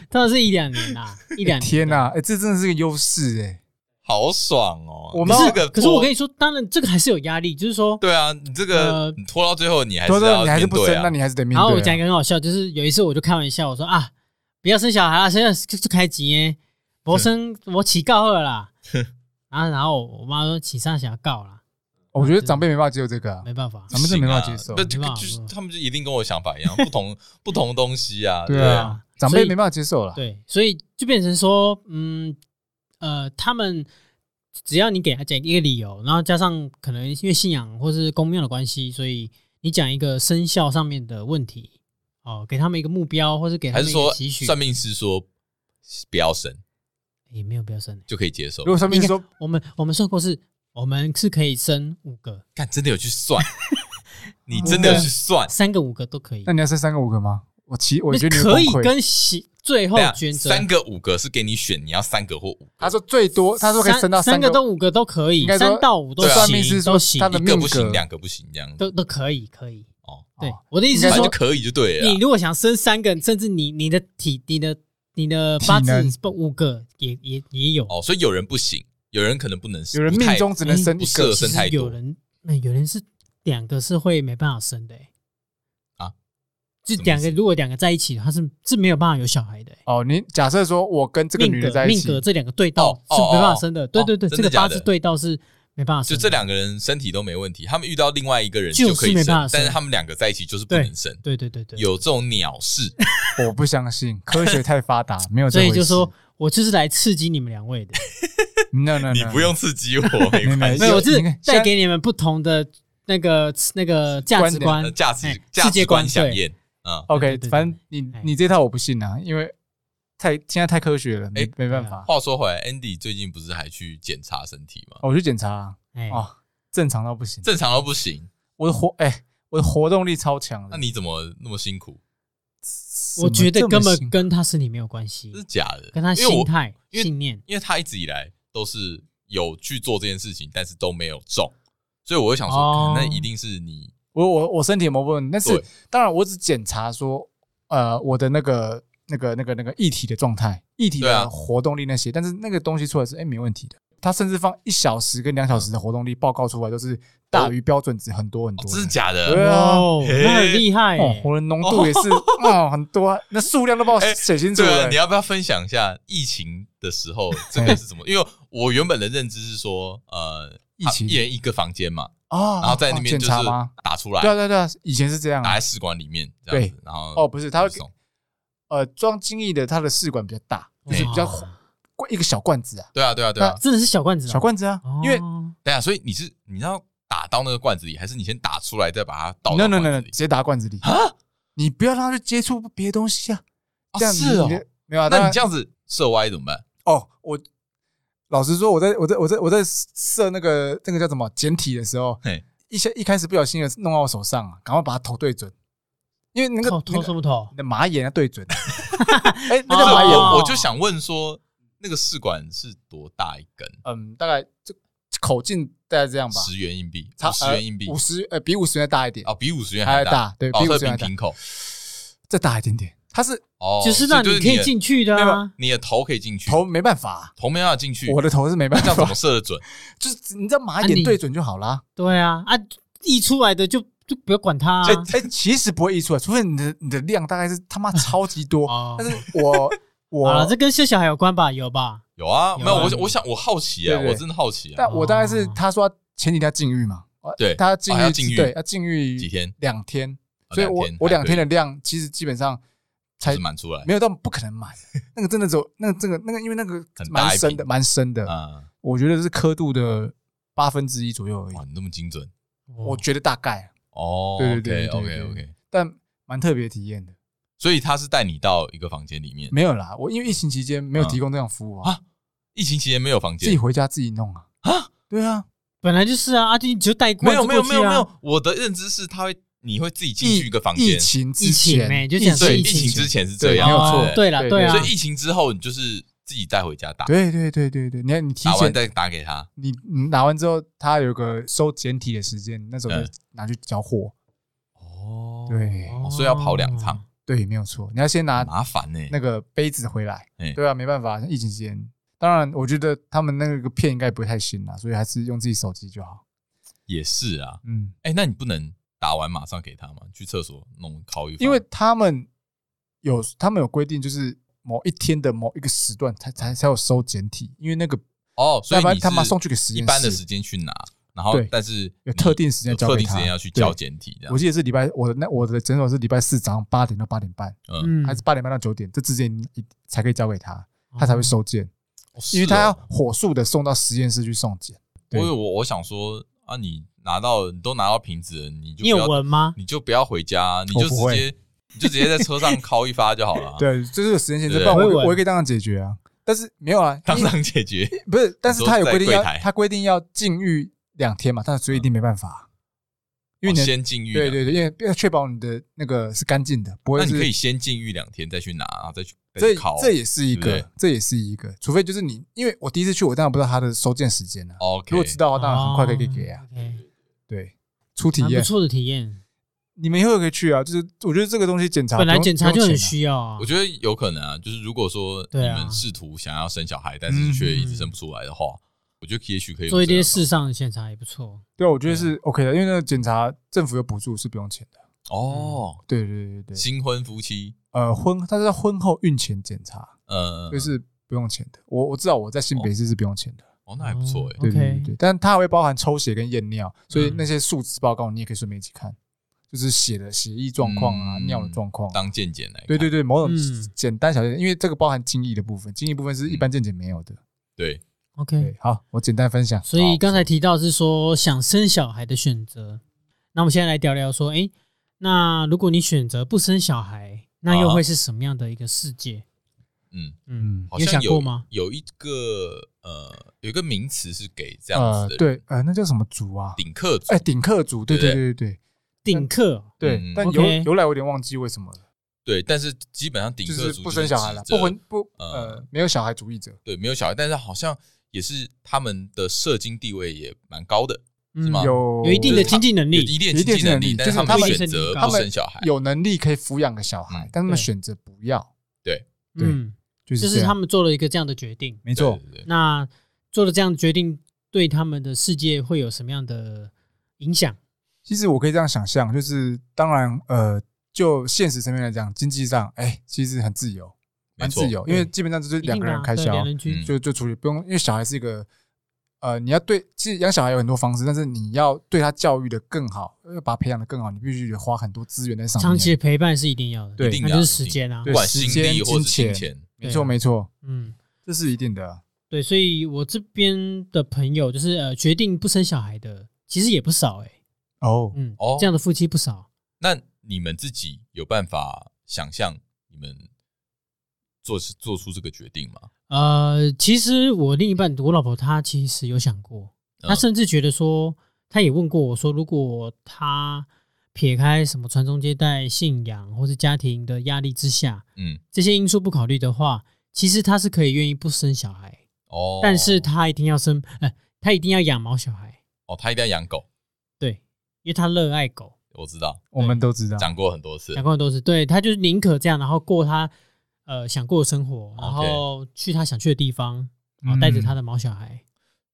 Speaker 2: 通常是一两年呐，一两年。
Speaker 1: 天哪，哎，这真的是个优势哎。
Speaker 3: 好爽哦！
Speaker 1: 我
Speaker 3: 你
Speaker 1: 们
Speaker 3: 这个
Speaker 2: 可是我跟
Speaker 3: 你
Speaker 2: 你说，当然这个还是有压力，就是说，
Speaker 3: 对啊，你这个、
Speaker 2: 呃
Speaker 3: 你拖到最后，你还是
Speaker 1: 多多，
Speaker 3: 要
Speaker 1: 你还是
Speaker 3: 面
Speaker 1: 不生
Speaker 3: 对，啊
Speaker 1: 那。你还是得面
Speaker 2: 然后我讲一
Speaker 1: 对啊。
Speaker 2: 个很好笑，就是有一次我就开玩笑，我说啊，不要生小孩啊，生小就就开几耶，我生我起告了啦。然后然后我妈说起上想要告啦，
Speaker 1: 我觉得长辈没办法接受这个啊，
Speaker 2: 没办法。
Speaker 1: 咱们这没办法接受
Speaker 3: 不。这个
Speaker 2: 没办法
Speaker 3: 就是
Speaker 2: 没办法
Speaker 3: 他们就一定跟我想法一样，不同 <laughs> 不同东
Speaker 1: <laughs>
Speaker 3: 西啊。
Speaker 1: 对
Speaker 3: 不
Speaker 1: 啊，长辈没办法接受了。
Speaker 2: 对，所以就变成说，嗯呃，他们只要你给他讲一个理由，然后加上可能因为信仰或是公庙的关系，所以你讲一个生肖上面的问题。哦，给他们一个目标，或是给他
Speaker 3: 还
Speaker 2: 们
Speaker 3: 是
Speaker 2: 一个
Speaker 3: 说
Speaker 2: 期许，
Speaker 3: 算命师说不要生
Speaker 2: 也没有不要生。
Speaker 3: 就可以接受
Speaker 1: 如？果上面说
Speaker 2: 我们我们算过是，我们是可以生五个，
Speaker 3: 看，真的有去
Speaker 1: <laughs>
Speaker 3: 算，你真的有去算？
Speaker 2: 三个五个都可以
Speaker 1: 那。你要生三个五个吗？我其我觉得你会
Speaker 2: 可以
Speaker 1: 崩溃
Speaker 2: 跟喜最后
Speaker 3: 对啊，
Speaker 2: 选择
Speaker 3: 三个五个是给你选，你要三个或五
Speaker 1: 他说最多，他说可以生到
Speaker 2: 三
Speaker 1: 个
Speaker 2: 个到五个都可以
Speaker 1: 应该，说
Speaker 2: 三到五都
Speaker 3: 对啊
Speaker 1: 算命是
Speaker 2: 行，
Speaker 1: 说
Speaker 2: 都行
Speaker 1: 他，的
Speaker 3: 一个不
Speaker 1: 命
Speaker 3: 行，
Speaker 1: 格
Speaker 3: 两个不行，这样子
Speaker 2: 都都可以，可以。
Speaker 3: 哦，
Speaker 2: 对
Speaker 1: 哦，
Speaker 2: 我的意
Speaker 1: 应
Speaker 2: 思是
Speaker 1: 该
Speaker 3: 反
Speaker 2: 说
Speaker 3: 正就，可以就对了啊
Speaker 2: 你
Speaker 3: 啦。
Speaker 2: 如果想生三个，甚至你你的体你的你的八
Speaker 1: 体
Speaker 2: 字
Speaker 1: 能
Speaker 2: 不五个也也也有，
Speaker 3: 哦，所以有人不行，有人可能不能，
Speaker 1: 有人
Speaker 3: 不太
Speaker 1: 命中只能生一
Speaker 3: 不
Speaker 1: 个
Speaker 3: 适合
Speaker 2: 其
Speaker 3: 生
Speaker 2: 实
Speaker 3: 太
Speaker 2: 有
Speaker 3: 多。
Speaker 2: 人那有人是两个是会没办法生的欸
Speaker 3: 啊，
Speaker 2: 就
Speaker 3: 什么意
Speaker 2: 两个
Speaker 3: 思
Speaker 2: 如果两个在一起，他是是没有办法有小孩的欸。
Speaker 1: 哦，你假设说我跟这个女
Speaker 2: 命
Speaker 1: 的
Speaker 2: 格
Speaker 1: 在一
Speaker 2: 命
Speaker 1: 起，
Speaker 2: 格这两个对到
Speaker 3: 哦
Speaker 2: 是
Speaker 3: 哦
Speaker 2: 没办法生的，对对对，
Speaker 3: 哦真
Speaker 2: 这
Speaker 3: 的
Speaker 2: 个八
Speaker 3: 假
Speaker 2: 字
Speaker 3: 的
Speaker 2: 对到是没办法生
Speaker 3: 就
Speaker 2: 的。
Speaker 3: 这两个人身体都没问题，他们遇到另外一个人
Speaker 2: 就是
Speaker 3: 可以
Speaker 2: 没办
Speaker 3: 生
Speaker 2: 法，
Speaker 3: 但是
Speaker 2: 生
Speaker 3: 他们两个在一起就是不能生，
Speaker 2: 对对对对，
Speaker 3: 有这种鸟
Speaker 1: <laughs>
Speaker 3: 事。
Speaker 1: 我不相信，科学太发达，没有这
Speaker 2: 所
Speaker 1: 回
Speaker 2: 以
Speaker 1: 事。
Speaker 2: 就说我就是来刺激你们两
Speaker 3: <laughs>
Speaker 2: 位的，
Speaker 1: no no，
Speaker 3: 你不用刺激我，
Speaker 1: <laughs> 没
Speaker 3: 没关
Speaker 1: 没
Speaker 3: 系
Speaker 2: 没。有，我就是
Speaker 1: 你看
Speaker 2: 带给你们不同的那个那个价值
Speaker 1: 观
Speaker 2: 观
Speaker 3: 呃、价值
Speaker 2: 哎
Speaker 3: 价
Speaker 2: 世界
Speaker 3: 值观响
Speaker 2: 对
Speaker 3: 应，嗯，
Speaker 1: OK，
Speaker 2: 对对对
Speaker 1: 反正你
Speaker 2: 哎
Speaker 1: 你这套我不信啊，因为太现在太科学了，没
Speaker 3: 哎
Speaker 1: 没办法。
Speaker 3: 话说回来，Andy 最近不是还去检查身体吗？
Speaker 1: 哦我去检查啊
Speaker 2: 哎，
Speaker 1: 哦，正常到不行。
Speaker 3: 正常都不行，
Speaker 1: 我的活哎，我的活动力超强的
Speaker 3: 那。你怎么那么辛苦？
Speaker 2: 我觉得根本
Speaker 1: 跟
Speaker 2: 跟他身体没有关系
Speaker 3: 这，是假的，
Speaker 2: 跟他
Speaker 3: 因为我
Speaker 2: 心态
Speaker 3: 因为
Speaker 2: 信念。
Speaker 3: 因为他一直以来都是有去做这件事情，但是都没有中，所以我就想说，
Speaker 2: 哦
Speaker 3: 可能那一定是你
Speaker 1: 我我我身体有没有问题？但是
Speaker 3: 对
Speaker 1: 当然，我只检查说，呃，我的那个那个那个那个液体的状态、液体
Speaker 3: 对啊
Speaker 1: 的活动力那些，但是那个东西出来是哎、没问题的。他甚至放一小时跟两小时的活动力报告出来，都是大于标准值很多很
Speaker 3: 哦
Speaker 1: 多的。
Speaker 3: 真的假的？
Speaker 1: 对啊
Speaker 2: 哦，那很厉
Speaker 3: 哎
Speaker 2: 害
Speaker 1: 哦
Speaker 2: 欸，，
Speaker 1: 我的浓度也是 <laughs> 哦很多啊，那数量都帮我
Speaker 3: 哎
Speaker 1: 写清楚
Speaker 3: 对啊，
Speaker 1: 了
Speaker 3: 你。要不要分享一下疫情的时候这个是
Speaker 1: <laughs>
Speaker 3: 怎么？因为我原本的认知是说，呃，
Speaker 1: 疫
Speaker 3: 啊
Speaker 1: 情
Speaker 3: 一人一个房间嘛，
Speaker 1: 啊，
Speaker 3: 然后在那
Speaker 1: 哦
Speaker 3: 边
Speaker 1: 检
Speaker 3: 就是
Speaker 1: 查吗？
Speaker 3: 打出来
Speaker 1: 对，啊对啊对啊，以前是这样
Speaker 3: 打
Speaker 1: 啊
Speaker 3: 在。试管里面这样子，然后
Speaker 1: 哦，不是，他会给
Speaker 3: 送
Speaker 1: 呃装精益的，它的试管比较大，就是比较
Speaker 2: 哦
Speaker 1: 罐一个小罐子啊，
Speaker 3: 对啊对啊对啊，
Speaker 2: 真的是小罐子啊，
Speaker 1: 小罐子啊
Speaker 2: 哦，，
Speaker 1: 因为
Speaker 3: 对啊，所以你是你要打到那个罐子里，还是你先打出来再把它倒
Speaker 1: no
Speaker 3: 到
Speaker 1: no
Speaker 3: 罐
Speaker 1: no
Speaker 3: 子
Speaker 1: no，
Speaker 3: 里
Speaker 1: 直？接打罐子里
Speaker 3: 啊，
Speaker 1: 你不要让它去接触别的东西啊，
Speaker 3: 哦
Speaker 1: 这样
Speaker 3: 是
Speaker 1: 子
Speaker 3: 哦
Speaker 1: 你就没有啊？当
Speaker 3: 那
Speaker 1: 然
Speaker 3: 你这样子射歪怎么办？
Speaker 1: 哦，我老实说，我在我在我在我在射那个那个叫什么简体的时候
Speaker 3: 嘿，
Speaker 1: 一些一开始不小心的弄到我手上啊，赶快把它头对准，因为那个
Speaker 2: 投
Speaker 1: 那
Speaker 2: 投
Speaker 1: 个
Speaker 2: 什么投
Speaker 1: 你？的马眼要对准，哎，那
Speaker 2: 哦
Speaker 1: 叫
Speaker 3: 我
Speaker 1: 马眼吗
Speaker 3: 我我就想问说，那个试管是多大一根？
Speaker 1: 嗯，大概这口径大概这样吧，
Speaker 3: 十元硬币，
Speaker 1: 差
Speaker 3: 五十元硬币
Speaker 1: 五十呃比五十元大一点，
Speaker 3: 哦，比五十元
Speaker 1: 还
Speaker 3: 还
Speaker 1: 要大，对，
Speaker 3: 哦，
Speaker 1: 比五
Speaker 3: 这
Speaker 1: 十
Speaker 3: 比
Speaker 1: 元还大
Speaker 3: 瓶，口
Speaker 1: 再大一点点，它是
Speaker 3: 哦，
Speaker 2: 就是
Speaker 3: 所
Speaker 2: 让你可以
Speaker 3: 的
Speaker 2: 进去的
Speaker 1: 没
Speaker 2: 啊
Speaker 1: 有。
Speaker 3: 你的头可以进去，
Speaker 1: 头没办法啊，
Speaker 3: 头没办法进去，
Speaker 1: 我的头是没办
Speaker 3: 这样怎
Speaker 1: 法
Speaker 3: 么，射得准？
Speaker 1: <laughs> 就是你知道马
Speaker 2: 啊你
Speaker 1: 眼对准就好啦。
Speaker 2: 对啊，啊，溢出来的就就不要管它啊
Speaker 1: 哎、哎、其实不会溢出来，除非你的你的量大概是他妈超级多。
Speaker 2: 哦
Speaker 1: 但是
Speaker 3: <laughs>
Speaker 1: 我我、
Speaker 2: 好了，这跟生小孩有关吧？有吧？
Speaker 3: 有啊，
Speaker 2: 有啊
Speaker 3: 没有我我想我好奇啊，
Speaker 1: 对对
Speaker 3: 我真的好奇啊，
Speaker 1: 但我大概是他说前几天禁欲嘛，呃
Speaker 3: 对
Speaker 1: 他禁
Speaker 3: 哦
Speaker 1: 欲、
Speaker 3: 他禁欲
Speaker 1: 对，他禁欲
Speaker 3: 几天？
Speaker 1: 两天，
Speaker 3: 哦
Speaker 1: 所以我我两天的
Speaker 3: 还
Speaker 1: 量其实基本上
Speaker 3: 可以
Speaker 1: 才
Speaker 3: 是满出来
Speaker 1: 没有到不可能
Speaker 3: <laughs>
Speaker 1: 满，那个真的只有那个这个那个因为那个
Speaker 3: 很大
Speaker 1: 蛮
Speaker 3: 一瓶
Speaker 1: 深的蛮深的，
Speaker 3: 啊，
Speaker 1: 我觉得是刻度的八分之一左右而已
Speaker 3: 哇，，你那么精准
Speaker 1: 我觉得大概，
Speaker 3: 哦，
Speaker 1: 对对对对
Speaker 3: OK
Speaker 1: 对
Speaker 3: OK，
Speaker 1: 但蛮特别体验的。
Speaker 3: 所以他是带你到一个房间里面，
Speaker 1: 没有啦，我因为疫情期间没有提供这样服务啊，
Speaker 3: 啊疫情期间没有房
Speaker 1: 自己
Speaker 3: 间。
Speaker 1: 回家自己弄啊。
Speaker 3: 啊，
Speaker 1: 对啊，
Speaker 2: 本来就是啊，阿俊你就带
Speaker 3: 没
Speaker 2: 罐
Speaker 3: 有
Speaker 2: 子
Speaker 3: 没有
Speaker 2: 过
Speaker 3: 没
Speaker 2: 去
Speaker 3: 有
Speaker 2: 啊。
Speaker 3: 没有，我的认知是他会，你会自己进去一个房
Speaker 1: 疫
Speaker 3: 间，
Speaker 1: 情之
Speaker 2: 疫情
Speaker 1: 前，
Speaker 2: 欸就讲
Speaker 3: 对，
Speaker 2: 是
Speaker 3: 疫
Speaker 2: 疫情
Speaker 3: 情
Speaker 2: 前
Speaker 3: 之前是这
Speaker 1: 对，
Speaker 3: 样，
Speaker 1: 没有
Speaker 3: 对
Speaker 1: 错
Speaker 3: 不，
Speaker 2: 对啦对啊
Speaker 3: 所以疫情之后，你就是自己带回家打，
Speaker 1: 对对对对对，你看你提
Speaker 3: 打完
Speaker 1: 前，
Speaker 3: 再打给他。
Speaker 1: 你你拿完之后，它有个收简体的时间，那时候就
Speaker 3: 嗯
Speaker 1: 拿去交货。
Speaker 3: 哦，
Speaker 1: 对
Speaker 3: 哦所以要跑两趟，
Speaker 1: 对，没有错，你要先拿
Speaker 3: 很麻烦欸呢。
Speaker 1: 那个杯子回来
Speaker 3: 嗯。
Speaker 1: 对啊，没办法，疫情期间，当然我觉得他们那个片应该不会太新啦，所以还是用自己手机就好。
Speaker 3: 也是啊，
Speaker 1: 嗯，
Speaker 3: 哎，那你不能打完马上给他吗？去厕所弄烤一，
Speaker 1: 因为他们有他们有规定，就是某一天的某一个时段才才才有收简体，因为那个
Speaker 3: 哦，所
Speaker 1: 要
Speaker 3: 以
Speaker 1: 不然
Speaker 3: 你
Speaker 1: 他妈
Speaker 3: 是
Speaker 1: 送去给实验
Speaker 3: 一
Speaker 1: 室
Speaker 3: 般的时间去拿，然后
Speaker 1: 对
Speaker 3: 但是
Speaker 1: 有
Speaker 3: 你
Speaker 1: 特定时间
Speaker 3: 有
Speaker 1: 交
Speaker 3: 特
Speaker 1: 给
Speaker 3: 定时
Speaker 1: 他
Speaker 3: 间要去交
Speaker 1: 对
Speaker 3: 简体这样
Speaker 1: 我。记得是礼拜我的那我的诊所是礼拜四早上八点到八点半，
Speaker 3: 嗯，
Speaker 2: 嗯，
Speaker 1: 还是八点半到九点，这之间一才可以交给他，他才会收件，
Speaker 3: 哦
Speaker 1: 因为
Speaker 3: 是哦
Speaker 1: 他要火速的送到实验室去送检。
Speaker 3: 我
Speaker 1: 对
Speaker 3: 以为我我想说啊，你拿到你都拿到瓶子了，你就
Speaker 2: 你有
Speaker 3: 不要
Speaker 2: 闻吗？
Speaker 3: 你就不要回家，你就
Speaker 1: 我
Speaker 3: 直
Speaker 1: 不会
Speaker 3: 接你就直接在车上敲一发就好了、，
Speaker 1: <laughs> 对，就是有时间限制，
Speaker 3: 对
Speaker 1: 不然我
Speaker 2: 我以为
Speaker 1: 我也可以当场解决啊。但是没有啊，
Speaker 3: <laughs> 当
Speaker 1: 因
Speaker 3: 场解决。
Speaker 1: 不是，但是他有规定
Speaker 3: 你
Speaker 1: 要
Speaker 3: 说在柜台嗯
Speaker 1: 他规定要禁欲两天嘛，但所以一定没办法， <laughs> 因为你
Speaker 3: 哦
Speaker 1: 的
Speaker 3: 先禁欲
Speaker 1: 对
Speaker 3: 两，
Speaker 1: 对对，因为要确保你的那个是干净的，不
Speaker 3: 那
Speaker 1: 会
Speaker 3: 你可以
Speaker 1: 是。
Speaker 3: 先禁欲两天再去拿，然后再去再
Speaker 1: 这
Speaker 3: 去烤。
Speaker 1: 这也是一
Speaker 3: 对不
Speaker 1: 个，这也是一个，除非就是你，因为我第一次去，我当然不知道他的收件时间啊。
Speaker 3: OK，
Speaker 1: 如果知道的话，当然很快可以给啊
Speaker 2: 哦。，OK，
Speaker 1: 对，初体
Speaker 2: 蛮
Speaker 1: 验
Speaker 2: 不，错的体验。
Speaker 1: 你们以后也可以去啊。就是我觉得这个东西检查
Speaker 2: 本来
Speaker 1: 不用
Speaker 2: 检查就
Speaker 1: 不
Speaker 2: 很
Speaker 1: 用钱啊
Speaker 2: 需要啊
Speaker 3: 我。觉得有可能啊，就是如果说你
Speaker 2: 对啊嗯
Speaker 3: 们试图想要生小孩，但是却一直生不出来的话，我觉得也许可以
Speaker 2: 做一些
Speaker 3: 用这样
Speaker 2: 事上的检查也不错。
Speaker 1: 对啊，我觉得是 OK 的，因为那个检查政府有补助是不用钱的。
Speaker 3: 哦。
Speaker 2: 嗯
Speaker 1: 对对对对对，
Speaker 3: 新婚夫妻，
Speaker 1: 呃，婚它是在婚后孕前检查，
Speaker 3: 呃，
Speaker 1: 就是不用钱的。我我知道我在新北市是不用钱的，
Speaker 3: 哦，那还不错哎
Speaker 2: 哦。
Speaker 1: 对对
Speaker 2: OK
Speaker 1: 对对，但它还会包含抽血跟验尿，所以
Speaker 2: 嗯
Speaker 1: 那些数值报告你也可以顺便一起看，就是血的血液状况啊、
Speaker 3: 嗯
Speaker 1: 尿的状况啊。
Speaker 3: 当健检来看，
Speaker 1: 对对对，某种
Speaker 2: 嗯
Speaker 1: 简单小件，因为这个包含精益的部分，精益部分是一
Speaker 3: 嗯
Speaker 1: 般健检没有的。
Speaker 3: 对，
Speaker 2: OK，
Speaker 1: 对，好，我简单分享。
Speaker 2: 所以刚才提到是说想生小孩的选择，那我们现在来聊聊说，诶，那如果你选择不生小孩，那又会是什么样的一个世界？
Speaker 3: 嗯，
Speaker 2: 嗯，
Speaker 1: 嗯，
Speaker 3: 好
Speaker 2: 你有
Speaker 3: 像
Speaker 2: 想
Speaker 3: 有
Speaker 2: 过吗？
Speaker 3: 有一个呃，有一个名词是给这样
Speaker 1: 呃
Speaker 3: 子，的，
Speaker 1: 对，，呃，那叫什么族啊？
Speaker 3: 顶客族
Speaker 1: 哎，顶客族，对
Speaker 3: 对
Speaker 1: 对
Speaker 3: 不
Speaker 1: 对对
Speaker 2: 顶客
Speaker 1: 对对。
Speaker 3: 嗯
Speaker 1: 但由
Speaker 2: OK
Speaker 1: 由来我有点忘记为什么了，
Speaker 3: 对，但是基本上顶
Speaker 1: 就
Speaker 3: 客
Speaker 1: 是
Speaker 3: 族
Speaker 1: 不生小孩了，
Speaker 3: 指
Speaker 1: 不
Speaker 3: 着
Speaker 1: 婚不
Speaker 3: 呃
Speaker 1: 呃没有小孩主义者。
Speaker 3: 对，没有小孩，但是好像也是他们的社经地位也蛮高的，
Speaker 2: 嗯
Speaker 3: 是吗
Speaker 1: 有
Speaker 2: 有一定的经济能
Speaker 3: 有
Speaker 2: 力
Speaker 3: 一，定
Speaker 1: 有
Speaker 3: 的
Speaker 1: 一定
Speaker 3: 经
Speaker 1: 的
Speaker 3: 济
Speaker 1: 能
Speaker 3: 能力，
Speaker 1: 力
Speaker 3: 但
Speaker 1: 就是是
Speaker 3: 们
Speaker 1: 他
Speaker 3: 选
Speaker 1: 们
Speaker 3: 择
Speaker 1: 他
Speaker 3: 不
Speaker 1: 们
Speaker 3: 生小孩，
Speaker 1: 有能力可以抚养个小孩
Speaker 3: 嗯，
Speaker 1: 但他们
Speaker 2: 对
Speaker 1: 选择不要，
Speaker 3: 对，
Speaker 1: 对
Speaker 2: 嗯，
Speaker 1: 就
Speaker 2: 就
Speaker 1: 这
Speaker 2: 是是
Speaker 1: 样
Speaker 2: 他们做了一个这样的决定。
Speaker 1: 没
Speaker 3: 没
Speaker 1: 错，
Speaker 3: 对对对
Speaker 2: 那做了这样的决定，对他们的世界会有什么样的影响？
Speaker 1: 其实我可以这样想象，就是当然，呃，就现实层面来讲，经济上，哎、其实很自由，蛮
Speaker 3: 没错
Speaker 1: 自由，因为基本上就是
Speaker 2: 一
Speaker 1: 两
Speaker 2: 定
Speaker 1: 个
Speaker 2: 的
Speaker 1: 人
Speaker 2: 啊，
Speaker 1: 开
Speaker 2: 对
Speaker 1: 销，
Speaker 2: 两人居
Speaker 3: 嗯
Speaker 1: 就就处理不用，因为小孩是一个，呃，你要对，其实养小孩有很多方式，但是你要对他教育的更好，要把他培养的更好，你必须得花很多资源在上面。
Speaker 2: 长期的陪伴是一定要的，
Speaker 1: 对
Speaker 3: 一定
Speaker 2: 那
Speaker 3: 的
Speaker 2: 就
Speaker 3: 啊
Speaker 2: 是时间啊
Speaker 3: 不
Speaker 1: 对。
Speaker 3: 管
Speaker 1: 时
Speaker 3: 心
Speaker 1: 间
Speaker 3: 力或是
Speaker 1: 金
Speaker 3: 金
Speaker 1: 钱
Speaker 3: 钱，
Speaker 1: 没错没错，
Speaker 2: 嗯，
Speaker 1: 这是一定的。啊
Speaker 2: 对，所以我这边的朋友就是呃，决定不生小孩的，其实也不少哎、
Speaker 1: 哦，
Speaker 2: 嗯，
Speaker 3: 哦
Speaker 2: 这样的夫妻不少。
Speaker 3: 那你们自己有办法想象你们做做出这个决定吗？
Speaker 2: 呃，其实我另一半，我老婆她其实有想过，她
Speaker 3: 嗯
Speaker 2: 甚至觉得说，她也问过我说，如果她撇开什么传宗接代、信仰或是家庭的压力之下，
Speaker 3: 嗯，
Speaker 2: 这些因素不考虑的话，其实她是可以愿意不生小孩，
Speaker 3: 哦，
Speaker 2: 但是她一定要生，呃，她一定要养毛小孩，
Speaker 3: 哦，他一定要养狗，
Speaker 2: 对，因为她热爱狗。
Speaker 3: 我知道，
Speaker 1: 我们都知道，
Speaker 3: 讲过很多次
Speaker 2: 两，个人都是对他就是宁可这样，然后过他呃想过的生活，然后去他想去的地方，然后带着他的毛小孩，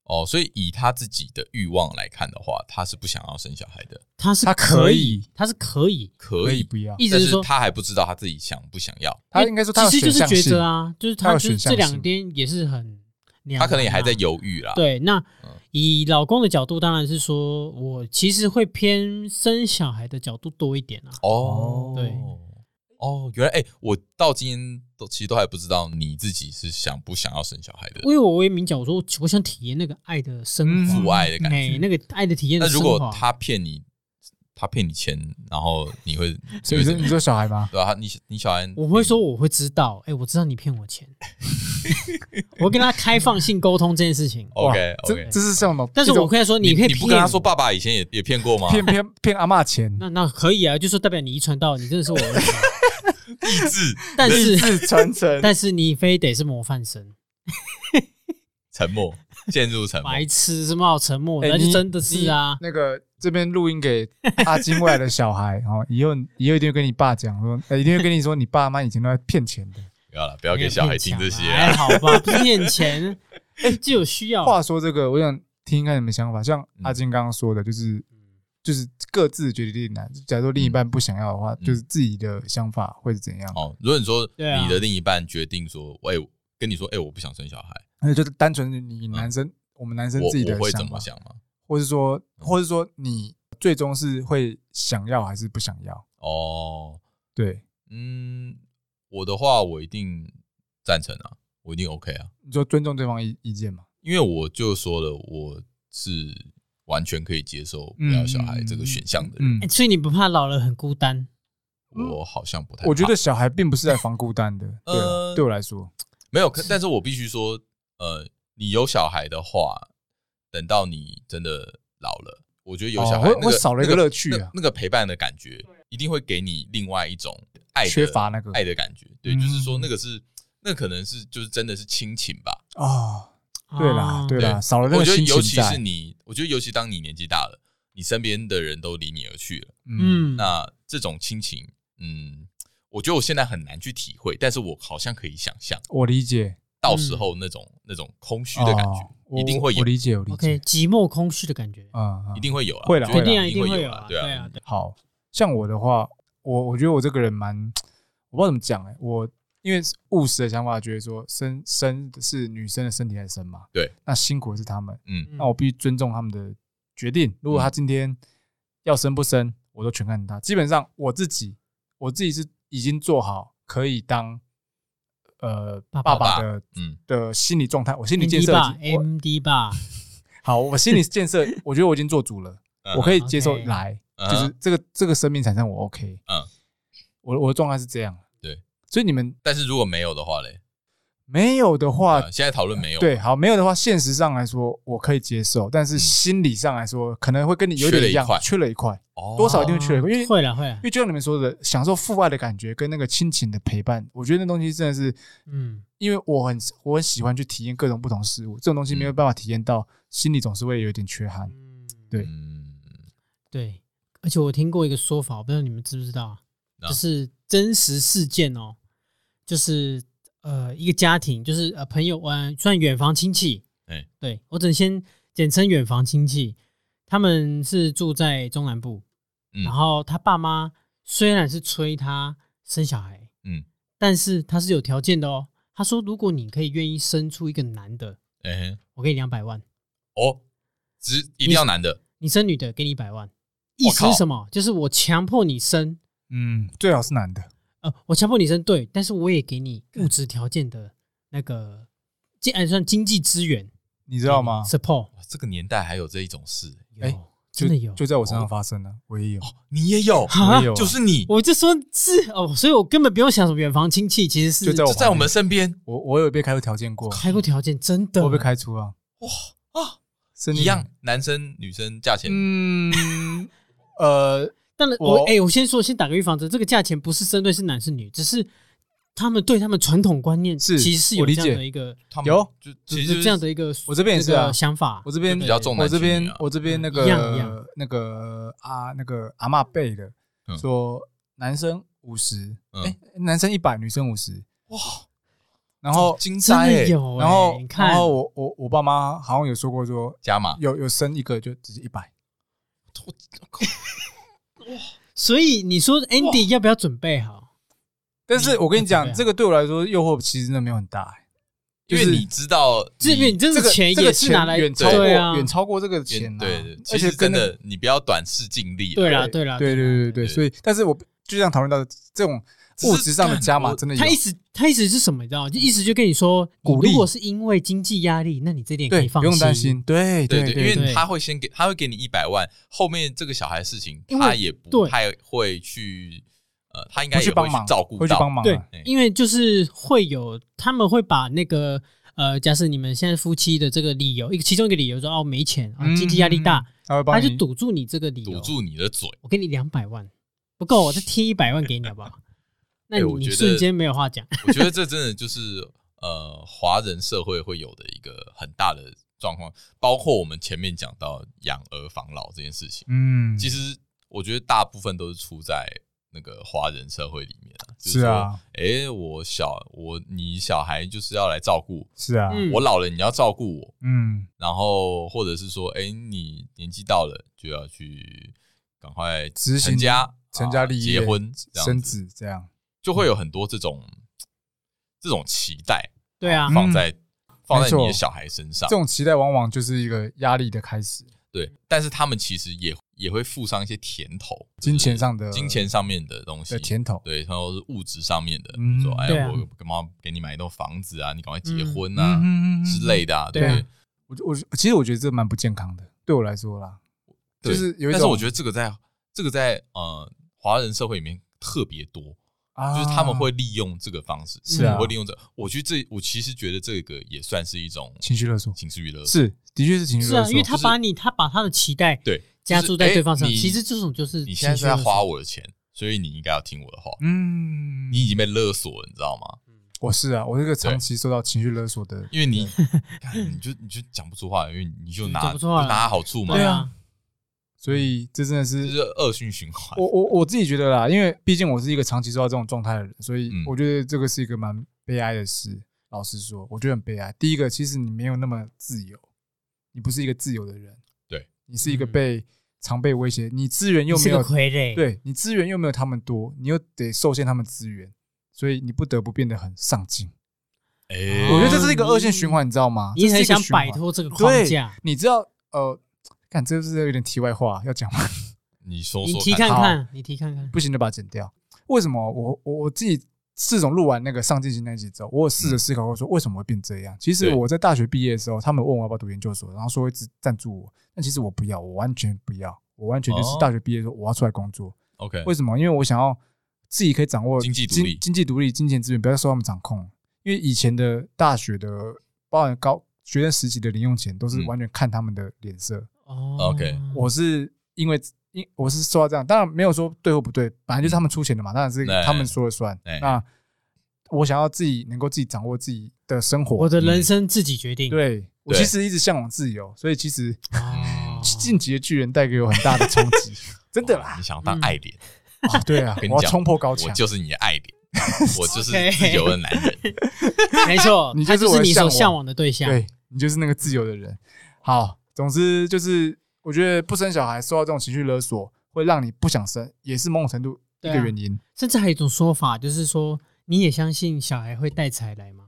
Speaker 3: 哦，所以以他自己的欲望来看的话，他是不想要生小孩的，
Speaker 2: 他是
Speaker 1: 他
Speaker 2: 可
Speaker 1: 可
Speaker 2: 以
Speaker 1: 以，
Speaker 2: 他是可以，
Speaker 1: 可
Speaker 3: 可
Speaker 1: 以
Speaker 3: 以，
Speaker 1: 不要。
Speaker 2: 意思
Speaker 3: 但
Speaker 2: 是
Speaker 3: 是
Speaker 2: 说
Speaker 3: 他还不知道他自己想不想要，
Speaker 1: 他应该说他有
Speaker 2: 其
Speaker 1: 选
Speaker 2: 实就是
Speaker 1: 项
Speaker 2: 觉
Speaker 1: 性
Speaker 2: 得，啊，就是
Speaker 1: 他
Speaker 2: 他
Speaker 1: 有
Speaker 2: 就是
Speaker 1: 选项
Speaker 2: 这两
Speaker 1: 性
Speaker 2: 天也是很两难啊，
Speaker 3: 他可能也还在犹豫啦。，
Speaker 2: 对。那
Speaker 3: 嗯
Speaker 2: 以老公的角度，当然是说我其实会偏生小孩的角度多一点啊，
Speaker 3: 哦，
Speaker 2: 对，
Speaker 3: 哦，原来哎、我到今天都其实都还不知道你自己是想不想要生小孩的
Speaker 2: 因，为我我也明讲，我说我我想体验那个爱的升
Speaker 1: 嗯
Speaker 3: 父
Speaker 2: 华，
Speaker 3: 爱的感觉。
Speaker 2: 哎，那个爱的体验的
Speaker 3: 那
Speaker 2: 升
Speaker 3: 如
Speaker 2: 华。
Speaker 3: 果他骗你，他骗你钱，然后你会，
Speaker 1: 所以你说
Speaker 3: 你会怎么
Speaker 1: 你
Speaker 3: 样
Speaker 1: 说小孩
Speaker 3: <laughs>
Speaker 1: 吗？
Speaker 3: 对啊，他你你小孩，
Speaker 2: 我会说我会知道，哎、我知道你骗我
Speaker 3: <laughs>
Speaker 2: 钱，我会跟他开放性沟通这件事情。
Speaker 1: 哇
Speaker 3: OK
Speaker 1: 这
Speaker 3: OK，
Speaker 1: 这是什么？
Speaker 2: 但是
Speaker 1: 一种
Speaker 2: 我跟他说，
Speaker 3: 哦你
Speaker 2: 可以
Speaker 3: 你
Speaker 2: 骗
Speaker 3: 不跟他
Speaker 2: 我
Speaker 3: 说，爸爸以前也也骗过
Speaker 1: <laughs>
Speaker 3: 吗？
Speaker 1: 骗骗骗阿嬷钱，
Speaker 2: 那那可以啊，就说代表你遗传到你真的是我儿子，
Speaker 3: <laughs> 励志
Speaker 2: 但是
Speaker 1: 自传承
Speaker 2: <laughs> 但是你非得是模范
Speaker 3: <laughs>
Speaker 2: 生，
Speaker 3: 沉默，陷入沉默。
Speaker 2: 白痴什么好沉默的，
Speaker 1: 哎
Speaker 2: 那就
Speaker 1: 你
Speaker 2: 真的是啊，
Speaker 1: 那个这边录音给阿金未来的小孩， <laughs> 哦，以后以后一定会跟你爸讲说，呃一定会跟你说，你爸妈以前都在骗钱的。
Speaker 2: 嗯
Speaker 3: 不要了，不
Speaker 2: 不
Speaker 3: 要给小孩听这些啊。
Speaker 2: 还哎好吧，不是骗
Speaker 3: <laughs>
Speaker 2: 钱，就有需要。
Speaker 1: 话说这个，我想听听看你们想法。像
Speaker 3: 嗯
Speaker 1: 阿金刚刚说的，就是就是各自决定难。假如说另一半不想要的话，就是自己的想法会是怎样？
Speaker 3: 嗯哦，如果你说
Speaker 2: 对啊
Speaker 3: 你的另一半决定说，哎，跟你说，哎，我不想生小孩，
Speaker 1: 那就是单纯你男生，我们男生
Speaker 3: 我
Speaker 1: 自己的
Speaker 3: 嗯我会怎
Speaker 1: 想法
Speaker 3: 么，想吗？
Speaker 1: 或是说，
Speaker 3: 嗯
Speaker 1: 或是说你最终是会想要还是不想要？
Speaker 3: 哦，
Speaker 1: 对，
Speaker 3: 嗯，我的话我一定赞成啊，我一定 OK 啊，
Speaker 1: 你就尊重对方意意见嘛。
Speaker 3: 因为我就说了，我是完全可以接受不要小孩这个选项的
Speaker 1: 嗯
Speaker 3: 人，
Speaker 2: 哎，所以你不怕老了很孤单？
Speaker 1: 嗯
Speaker 3: 我好像不太怕，
Speaker 1: 我觉得小孩并不是在防孤单的，对啊，
Speaker 3: 呃
Speaker 1: 对我来说，
Speaker 3: 没有，可但是我必须说，呃，你有小孩的话，等到你真的老了，我觉得有小
Speaker 1: 哦
Speaker 3: 孩、那
Speaker 1: 会
Speaker 3: 个
Speaker 1: 会少了一个
Speaker 3: 那
Speaker 1: 乐趣啊
Speaker 3: 那那个陪伴的感觉，一定会给你另外一种爱的
Speaker 1: 缺乏那个
Speaker 3: 爱的感觉。对，
Speaker 1: 嗯
Speaker 3: 就是说那个是，那可能是就是真的是亲情吧。
Speaker 1: 哦，对啦
Speaker 2: 啊，
Speaker 1: 对啦，
Speaker 3: 对
Speaker 1: 少了哦那
Speaker 3: 我
Speaker 1: 个
Speaker 3: 觉得
Speaker 1: 心
Speaker 3: 尤
Speaker 1: 情
Speaker 3: 其是
Speaker 1: 在。
Speaker 3: 你，我觉得尤其当你年纪大了，你身边的人都离你而去了，
Speaker 1: 嗯，
Speaker 2: 嗯，
Speaker 3: 那这种亲情，嗯，我觉得我现在很难去体会，但是我好像可以想象。
Speaker 1: 我理解，
Speaker 3: 到时候那
Speaker 1: 嗯
Speaker 3: 种、那种空虚的感觉，
Speaker 1: 哦我
Speaker 3: 一定会有
Speaker 1: 我理解，我理
Speaker 2: OK，
Speaker 1: 解。
Speaker 2: 寂寞空虚的感觉，
Speaker 1: 嗯，嗯
Speaker 3: 一定会有啊，
Speaker 1: 会啦
Speaker 3: 我觉得
Speaker 1: 一定
Speaker 2: 啊
Speaker 3: 一定
Speaker 2: 一定会有
Speaker 3: 有
Speaker 2: 啊
Speaker 3: 对
Speaker 2: 对啊对
Speaker 1: 好像我的话，我我觉得我这个人蛮，我不知道怎么讲哎、我因为务实的想法，觉得说生生是女生的身体在生嘛，
Speaker 3: 对，
Speaker 1: 那辛苦的是他们，
Speaker 3: 嗯，
Speaker 2: 嗯
Speaker 1: 那我必须尊重他们的决定。如果他今天要生不生，我都全看他。基本上我自己，我自己是已经做好可以当呃
Speaker 2: 爸
Speaker 1: 爸
Speaker 2: 爸
Speaker 1: 爸的
Speaker 3: 嗯
Speaker 1: 的心理状态，我心理建
Speaker 2: MD
Speaker 1: 设
Speaker 2: 吧
Speaker 1: 已经我
Speaker 2: ，MD 吧，
Speaker 1: 好，我心理建设，我觉得我已经做足了，我可以接受
Speaker 2: OK
Speaker 1: 来，
Speaker 3: 嗯
Speaker 1: 就是这个这个生命产生我 OK，
Speaker 3: 嗯，
Speaker 1: 我我的状态是这样，
Speaker 3: 对，
Speaker 1: 所以你们
Speaker 3: 但是如果没有的话嘞，
Speaker 1: 没有的话，
Speaker 3: 啊，现在讨论没有，
Speaker 1: 对，好，没有的话，现实上来说我可以接受，但是心理上来说可能会跟你有点一样
Speaker 3: 嗯缺了一块，
Speaker 1: 缺了一块，
Speaker 3: 哦，
Speaker 1: 多少一定会缺了一块，因为
Speaker 2: 会了会了
Speaker 1: 因，为就像你们说的，享受父爱的感觉跟那个亲情的陪伴，我觉得那东西真的是，
Speaker 2: 嗯，
Speaker 1: 因为我很我很喜欢去体验各种不同事物，这种东西没有办法体验到，心里总是会有一点缺憾。对
Speaker 3: 嗯，
Speaker 2: 对，而且我听过一个说法，我不知道你们知不知道啊，
Speaker 3: 啊
Speaker 2: 就是真实事件哦，就是呃一个家庭，就是呃朋友，呃算远房亲戚，
Speaker 3: 哎、哎
Speaker 2: 对我只能先简称远房亲戚，他们是住在中南部，
Speaker 3: 嗯
Speaker 2: 然后他爸妈虽然是催他生小孩，
Speaker 3: 嗯，
Speaker 2: 但是他是有条件的哦。他说，如果你可以愿意生出一个男的，
Speaker 3: 哎、嘿
Speaker 2: 我给你两百万；
Speaker 3: 哦，只一定要男的，
Speaker 2: 你生女的，给你一百万。意
Speaker 3: 我
Speaker 2: 思
Speaker 3: 靠
Speaker 2: 是什么？就是我强迫你生，
Speaker 1: 嗯，
Speaker 3: 啊
Speaker 1: 最好是男的，
Speaker 2: 呃，我强迫你生对，但是我也给你物质条件的那个经，哎，算经济资源，
Speaker 1: 你知
Speaker 2: 知
Speaker 1: 道吗？
Speaker 2: ？Support
Speaker 3: 哇，这个年代还有这一种事，哦
Speaker 2: 有、
Speaker 1: 啊哎就
Speaker 2: 真的有，
Speaker 1: 就在我身上发生了，我也有，
Speaker 3: 你也有，
Speaker 2: 哈
Speaker 1: 我也有啊，
Speaker 3: 就是你，
Speaker 2: 我就说是哦，所以我根本不用想什么远房亲戚，其实是
Speaker 1: 就在我
Speaker 3: 就在我们身边
Speaker 1: 我我有被开除条件过，
Speaker 2: 开过条件，真的
Speaker 1: 我被开除啊，
Speaker 3: 啊，
Speaker 1: 是
Speaker 3: 一样，，男生女生价钱，
Speaker 1: 嗯， <laughs> 呃，
Speaker 2: 当然，我
Speaker 1: 我
Speaker 2: 哎、我先说，先打个预防针，这个价钱不是针对是男是女，只是他们对他们传统观念
Speaker 1: 是
Speaker 2: 其实是有
Speaker 1: 我理
Speaker 2: 这
Speaker 1: 解
Speaker 2: 样的一个，
Speaker 3: 他们
Speaker 1: 有
Speaker 3: 就
Speaker 2: 就
Speaker 3: 其实就是是
Speaker 2: 这样的一个，
Speaker 1: 我这边也是
Speaker 2: 这
Speaker 1: 啊
Speaker 2: 个，想法
Speaker 1: 我。这边
Speaker 3: 就比较重男
Speaker 1: 我这
Speaker 3: 轻女
Speaker 1: 边
Speaker 3: 啊
Speaker 1: 我这边那
Speaker 2: 一样一样
Speaker 1: 个那个啊那个阿嬷辈的
Speaker 3: 嗯
Speaker 1: 说，男生五十，
Speaker 3: 嗯
Speaker 1: 哎，男生一百，女生五十，
Speaker 3: 哇，
Speaker 1: 然后
Speaker 3: 惊
Speaker 2: 真
Speaker 3: 呆、
Speaker 2: 的
Speaker 3: 欸，
Speaker 2: 有、哎
Speaker 1: 然后
Speaker 2: 你看，
Speaker 1: 然后我我我爸妈好像有说过说，
Speaker 3: 加码，
Speaker 1: 有有生一个就直接一百，
Speaker 2: 所以你说 Andy 要不要准备好？
Speaker 1: 但是我跟你
Speaker 2: 你准备
Speaker 1: 讲，
Speaker 2: 好
Speaker 1: 这个对我来说诱惑其实真的没有很大，哎
Speaker 3: 因为
Speaker 1: 就是
Speaker 3: 你知道你，
Speaker 2: 这因为你这
Speaker 1: 这
Speaker 2: 个
Speaker 1: 个
Speaker 2: 钱
Speaker 1: 这个
Speaker 2: 也是
Speaker 1: 钱
Speaker 2: 拿来
Speaker 1: 远超过
Speaker 2: 对啊，
Speaker 1: 远超过这个钱啊，
Speaker 3: 对对，
Speaker 1: 而
Speaker 3: 其
Speaker 1: 且
Speaker 3: 实真
Speaker 1: 跟那
Speaker 3: 的你不要短视近利啊，
Speaker 2: 对啦对啦，
Speaker 1: 对对对对
Speaker 3: 对
Speaker 1: 对，所以但是我就这样讨论到这种
Speaker 3: 只是
Speaker 1: 物质上的加码，
Speaker 3: 干
Speaker 1: 真的有
Speaker 2: 他意思他意思是什么？你知道吗？就意思就跟你说，你
Speaker 1: 鼓励
Speaker 2: 如果是因为经济压力，那你这点可
Speaker 1: 对
Speaker 2: 以放
Speaker 1: 不用担。心，对
Speaker 3: 对
Speaker 1: 对
Speaker 3: 对，因
Speaker 1: 对
Speaker 3: 为他会先给，他会给你一百万，后面这个小孩的事情，
Speaker 2: 因为
Speaker 3: 他也不
Speaker 2: 对
Speaker 3: 太会去，呃，他应该
Speaker 1: 会
Speaker 3: 也
Speaker 1: 去
Speaker 3: 会
Speaker 1: 帮
Speaker 3: 去
Speaker 1: 忙
Speaker 3: 照顾
Speaker 1: 会去
Speaker 3: 到
Speaker 1: 帮，忙啊，
Speaker 2: 对
Speaker 3: 哎，
Speaker 2: 因为就是会有他们会把那个呃，假设你们现在夫妻的这个理由，一个其中一个理由说哦没钱啊，
Speaker 1: 嗯
Speaker 2: 经济压力大，
Speaker 1: 他会帮
Speaker 2: 他
Speaker 1: 你
Speaker 2: 就堵住你这个理由
Speaker 3: 堵，住你的嘴。
Speaker 2: 我给你两百万不够，我再贴一百万给你好不好？那
Speaker 3: 哎
Speaker 2: 你
Speaker 3: 我
Speaker 2: 你
Speaker 3: 觉得
Speaker 2: 瞬间没有话讲，
Speaker 3: 我觉得这真的就是呃，华人社会会有的一个很大的状况，包括我们前面讲到养儿防老这件事情，
Speaker 1: 嗯，
Speaker 3: 其实我觉得大部分都是出在那个华人社会里面啊，就是
Speaker 1: 是啊
Speaker 3: 说，哎，我小我你小孩就是要来照顾
Speaker 1: 是啊，
Speaker 2: 嗯
Speaker 3: 我，老了，你要照顾我，
Speaker 1: 嗯，
Speaker 3: 然后或者是说，哎，你年纪到了就要去赶快
Speaker 1: 执行
Speaker 3: 成家、
Speaker 1: 成家
Speaker 3: 啊
Speaker 1: 立业、
Speaker 3: 结婚、这样
Speaker 1: 生
Speaker 3: 子，
Speaker 1: 子这样，
Speaker 3: 就会有很多这种这种期待
Speaker 2: 对啊
Speaker 1: 嗯，
Speaker 3: 放在、放在
Speaker 1: 没错
Speaker 3: 你的小孩身上
Speaker 1: 这。种期待往往就是一个压力的开始，
Speaker 3: 对，但是他们其实也也会附上一些甜头，
Speaker 1: 金钱上的
Speaker 3: 金钱上面的东西
Speaker 1: 的。甜头，
Speaker 3: 对，然后是物质上面的，
Speaker 1: 嗯
Speaker 3: 说哎
Speaker 2: 对，啊
Speaker 3: 我干嘛给你买一栋房子啊？你赶快结
Speaker 2: 嗯
Speaker 3: 婚啊、
Speaker 1: 嗯
Speaker 3: 之类的啊，对
Speaker 2: 对啊
Speaker 3: 不对？
Speaker 1: 我我其实我觉得这蛮不健康的，对我来说啦，
Speaker 3: 对
Speaker 1: 就是有一种
Speaker 3: 但是我觉得这个在这个在呃华人社会里面特别多，
Speaker 1: 啊
Speaker 3: 就是他们会利用这个方式，
Speaker 1: 是啊
Speaker 3: 会利用这我觉得这我其实觉得这个也算是一种
Speaker 1: 情绪勒索，
Speaker 3: 情绪勒索，
Speaker 1: 是的确是
Speaker 3: 嗯
Speaker 1: 情绪
Speaker 2: 是
Speaker 1: 勒
Speaker 2: 啊，
Speaker 1: 索，
Speaker 2: 因为他
Speaker 3: 是
Speaker 2: 把你他把他的期待
Speaker 3: 对，就是
Speaker 2: 加注在对方身
Speaker 3: 哎
Speaker 2: 上，
Speaker 3: 你
Speaker 2: 其实这种就是
Speaker 3: 你现在是
Speaker 2: 情绪勒
Speaker 3: 在
Speaker 2: 索
Speaker 3: 花我的钱，所以你应该要听我的话，
Speaker 1: 嗯，
Speaker 3: 你已经被勒索了，你知道吗？
Speaker 1: 我是啊，我是一个长期受到情绪勒索的，
Speaker 3: 因为
Speaker 2: <laughs>
Speaker 3: 你干你就你就讲不出话，因为你就拿
Speaker 2: 讲不出话
Speaker 3: 就拿好处嘛，
Speaker 2: 对啊，
Speaker 1: 所以这真的
Speaker 3: 这
Speaker 1: 是
Speaker 3: 是恶性循环
Speaker 1: 我。我我自己觉得啦，因为毕竟我是一个长期受到这种状态的人，所以
Speaker 3: 嗯
Speaker 1: 我觉得这个是一个蛮悲哀的事。老实说，我觉得很悲哀。第一个，其实你没有那么自由，你不是一个自由的人，
Speaker 3: 对
Speaker 1: 你是一个
Speaker 2: 嗯
Speaker 1: 被常被威胁，你资源
Speaker 2: 你
Speaker 1: 又
Speaker 2: 是
Speaker 1: 没
Speaker 2: 个
Speaker 1: 有，
Speaker 2: 傀儡，
Speaker 1: 对你资源又没有他们多，你又得受限他们资源，所以你不得不变得很上进。
Speaker 3: 哎，
Speaker 1: 我觉得
Speaker 2: 哦
Speaker 1: 这是一个恶性循环，你知道吗？
Speaker 2: 你
Speaker 1: 这是
Speaker 2: 很
Speaker 1: 一个
Speaker 2: 想
Speaker 1: 循环
Speaker 2: 摆。脱这个框
Speaker 1: 对
Speaker 2: 架，
Speaker 1: 你知道，呃，看这是有点题外话，要讲吗？
Speaker 3: 你说
Speaker 2: 你
Speaker 3: 说
Speaker 2: 提看看，你提看看，
Speaker 1: 不行就把它剪掉。为什么我我我自己自从录完那个上进心那一集之后，我有试着思考过说为什么会变这样。其实
Speaker 3: 嗯对
Speaker 1: 我在大学毕业的时候，他们问我要不要读研究所，然后说一直赞助我，但其实我不要，我完全不要，我完全就是
Speaker 3: 哦
Speaker 1: 大学毕业的时候我要出来工作。
Speaker 3: ，OK，
Speaker 1: 为什么？因为我想要自己可以掌握
Speaker 3: 经济独立
Speaker 1: 经经济独立、金钱资源，不要受他们掌控。因为以前的大学的，包含高学生时期的零用钱，都是
Speaker 3: 嗯
Speaker 1: 完全看他们的脸色。
Speaker 2: 哦
Speaker 3: OK，
Speaker 1: 我是因为因我是受到这样，当然没有说对或不对，本来就是他们出钱的嘛，当然是
Speaker 3: 对
Speaker 1: 他们说了算
Speaker 3: 对。
Speaker 1: 那我想要自己能够自己掌握自己的生活
Speaker 2: 我，的人生自己决定。
Speaker 1: 对嗯我
Speaker 3: 嗯对
Speaker 1: 其实一直向往自由，所以其实
Speaker 2: 哦，
Speaker 1: 晋级的巨人带给我很大的冲
Speaker 3: <laughs>
Speaker 1: 击，真的
Speaker 3: 哇
Speaker 1: 啦
Speaker 3: 你，想要当
Speaker 2: 嗯
Speaker 3: 爱莲，
Speaker 1: 哦对啊
Speaker 3: <laughs> 跟，你
Speaker 1: 我要
Speaker 3: 讲
Speaker 1: 冲破高
Speaker 3: 我
Speaker 1: 墙，
Speaker 3: 就是你的爱
Speaker 1: <laughs>
Speaker 3: 莲，我就是
Speaker 2: OK
Speaker 3: 自由的男人。
Speaker 2: <laughs> 没错，
Speaker 1: 你
Speaker 2: 他
Speaker 1: 就是
Speaker 2: 就
Speaker 1: 我的
Speaker 2: 你所
Speaker 1: 向往
Speaker 2: 向往的对象。
Speaker 1: 对，你就是那个自由的人。好，总之就是我觉得不生小孩受到这种情绪勒索，会让你不想生，也是某种程度一个
Speaker 2: 对啊
Speaker 1: 原因。
Speaker 2: 甚至还有一种说法，就是说你也相信小孩会带财来吗？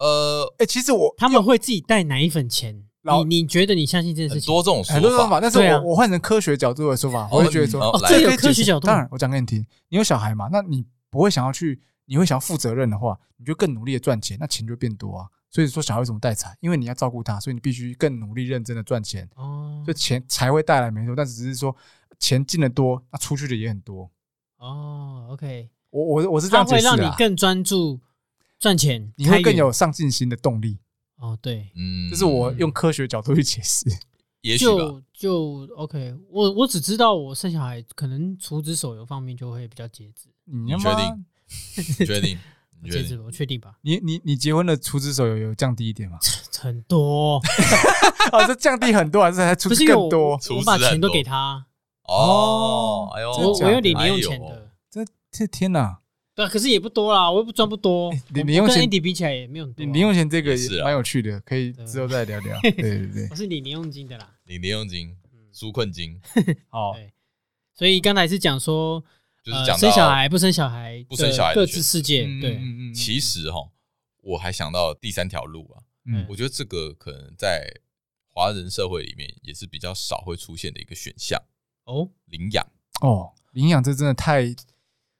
Speaker 3: 呃，
Speaker 1: 哎、其实我
Speaker 2: 他们会自己带奶粉钱。
Speaker 1: 老
Speaker 2: 你你觉得你相信这件
Speaker 3: 很
Speaker 2: 事情？
Speaker 3: 多这种说
Speaker 1: 很多方法，
Speaker 3: 法，
Speaker 1: 但是我、
Speaker 2: 对啊
Speaker 1: 我换成科学角度的说法，我会觉得说，
Speaker 3: 哦
Speaker 2: 这有
Speaker 1: 可以
Speaker 2: 科
Speaker 1: 解
Speaker 2: 学
Speaker 1: 释
Speaker 2: 角度
Speaker 1: 当然，我讲给你听，你有小孩嘛，那你不会想要去，你会想要负责任的话，你就更努力的赚钱，那钱就会变多啊。所以说，小孩为什么带财？因为你要照顾他，所以你必须更努力认真的赚钱，
Speaker 2: 哦
Speaker 1: 所以钱才会带来没错。但只是说，钱进的多，那出去的也很多。
Speaker 2: 哦，OK，
Speaker 1: 我我我是这
Speaker 2: 它
Speaker 1: 样解
Speaker 2: 会
Speaker 1: 释
Speaker 2: 让你
Speaker 1: 的、啊，
Speaker 2: 更专注赚钱，
Speaker 1: 你会
Speaker 2: 开
Speaker 1: 更
Speaker 2: 源
Speaker 1: 有上进心的动力。
Speaker 2: 哦，对，
Speaker 3: 嗯，
Speaker 1: 这是我用科学角度去解释。
Speaker 3: 也许吧，
Speaker 2: 就就 OK，我我只知道我生小孩可能厨子手游方面就会比较节制，
Speaker 1: 你他
Speaker 3: 确
Speaker 1: 妈
Speaker 3: 定，你确定，你
Speaker 2: 节
Speaker 3: 确
Speaker 2: 制
Speaker 3: 定，
Speaker 2: 我确定吧， <laughs>
Speaker 1: 你你你结婚的出资手有有降低一点吗？
Speaker 2: 很多
Speaker 1: <laughs> 啊，这降低很多，还是还出
Speaker 2: 不
Speaker 1: 资
Speaker 2: 是因为
Speaker 1: 更
Speaker 2: 我
Speaker 1: 多？
Speaker 3: 厨
Speaker 2: 我
Speaker 3: 子
Speaker 2: 把钱
Speaker 3: 很
Speaker 2: 都
Speaker 3: 多
Speaker 2: 给他，
Speaker 3: 哦，哎呦，
Speaker 1: 真的
Speaker 2: 我
Speaker 1: 假
Speaker 2: 我有领
Speaker 3: 哎
Speaker 2: 零用
Speaker 3: 呦
Speaker 2: 钱的，
Speaker 1: 这这天哪！
Speaker 2: 对啊，可是也不多啦，我又不赚不多
Speaker 1: 哎，
Speaker 2: 我
Speaker 1: 零零用
Speaker 2: 我跟
Speaker 1: 钱
Speaker 2: Andy 比起来也没有很多啊，
Speaker 1: 零零用钱这个
Speaker 3: 也是
Speaker 1: 也
Speaker 3: 啊
Speaker 1: 蛮有趣的，可以
Speaker 2: 对
Speaker 1: 之后再聊聊。对对对
Speaker 2: 我，是领零用金的啦，
Speaker 3: 领零用金、
Speaker 2: 嗯，
Speaker 3: 纾困金，
Speaker 1: 好，
Speaker 2: 所以刚才是讲说
Speaker 3: 就是
Speaker 2: 呃
Speaker 3: 讲到
Speaker 2: 生小孩不生小孩的
Speaker 3: 不生小孩的
Speaker 2: 各
Speaker 3: 选择
Speaker 2: 自世界，对，
Speaker 1: 嗯
Speaker 3: 其实哈，我还想到第三条路啊，
Speaker 1: 嗯
Speaker 3: 我觉得这个可能在华人社会里面也是比较少会出现的一个选项，
Speaker 2: 哦，
Speaker 3: 领养。
Speaker 1: 哦，领养这真的太，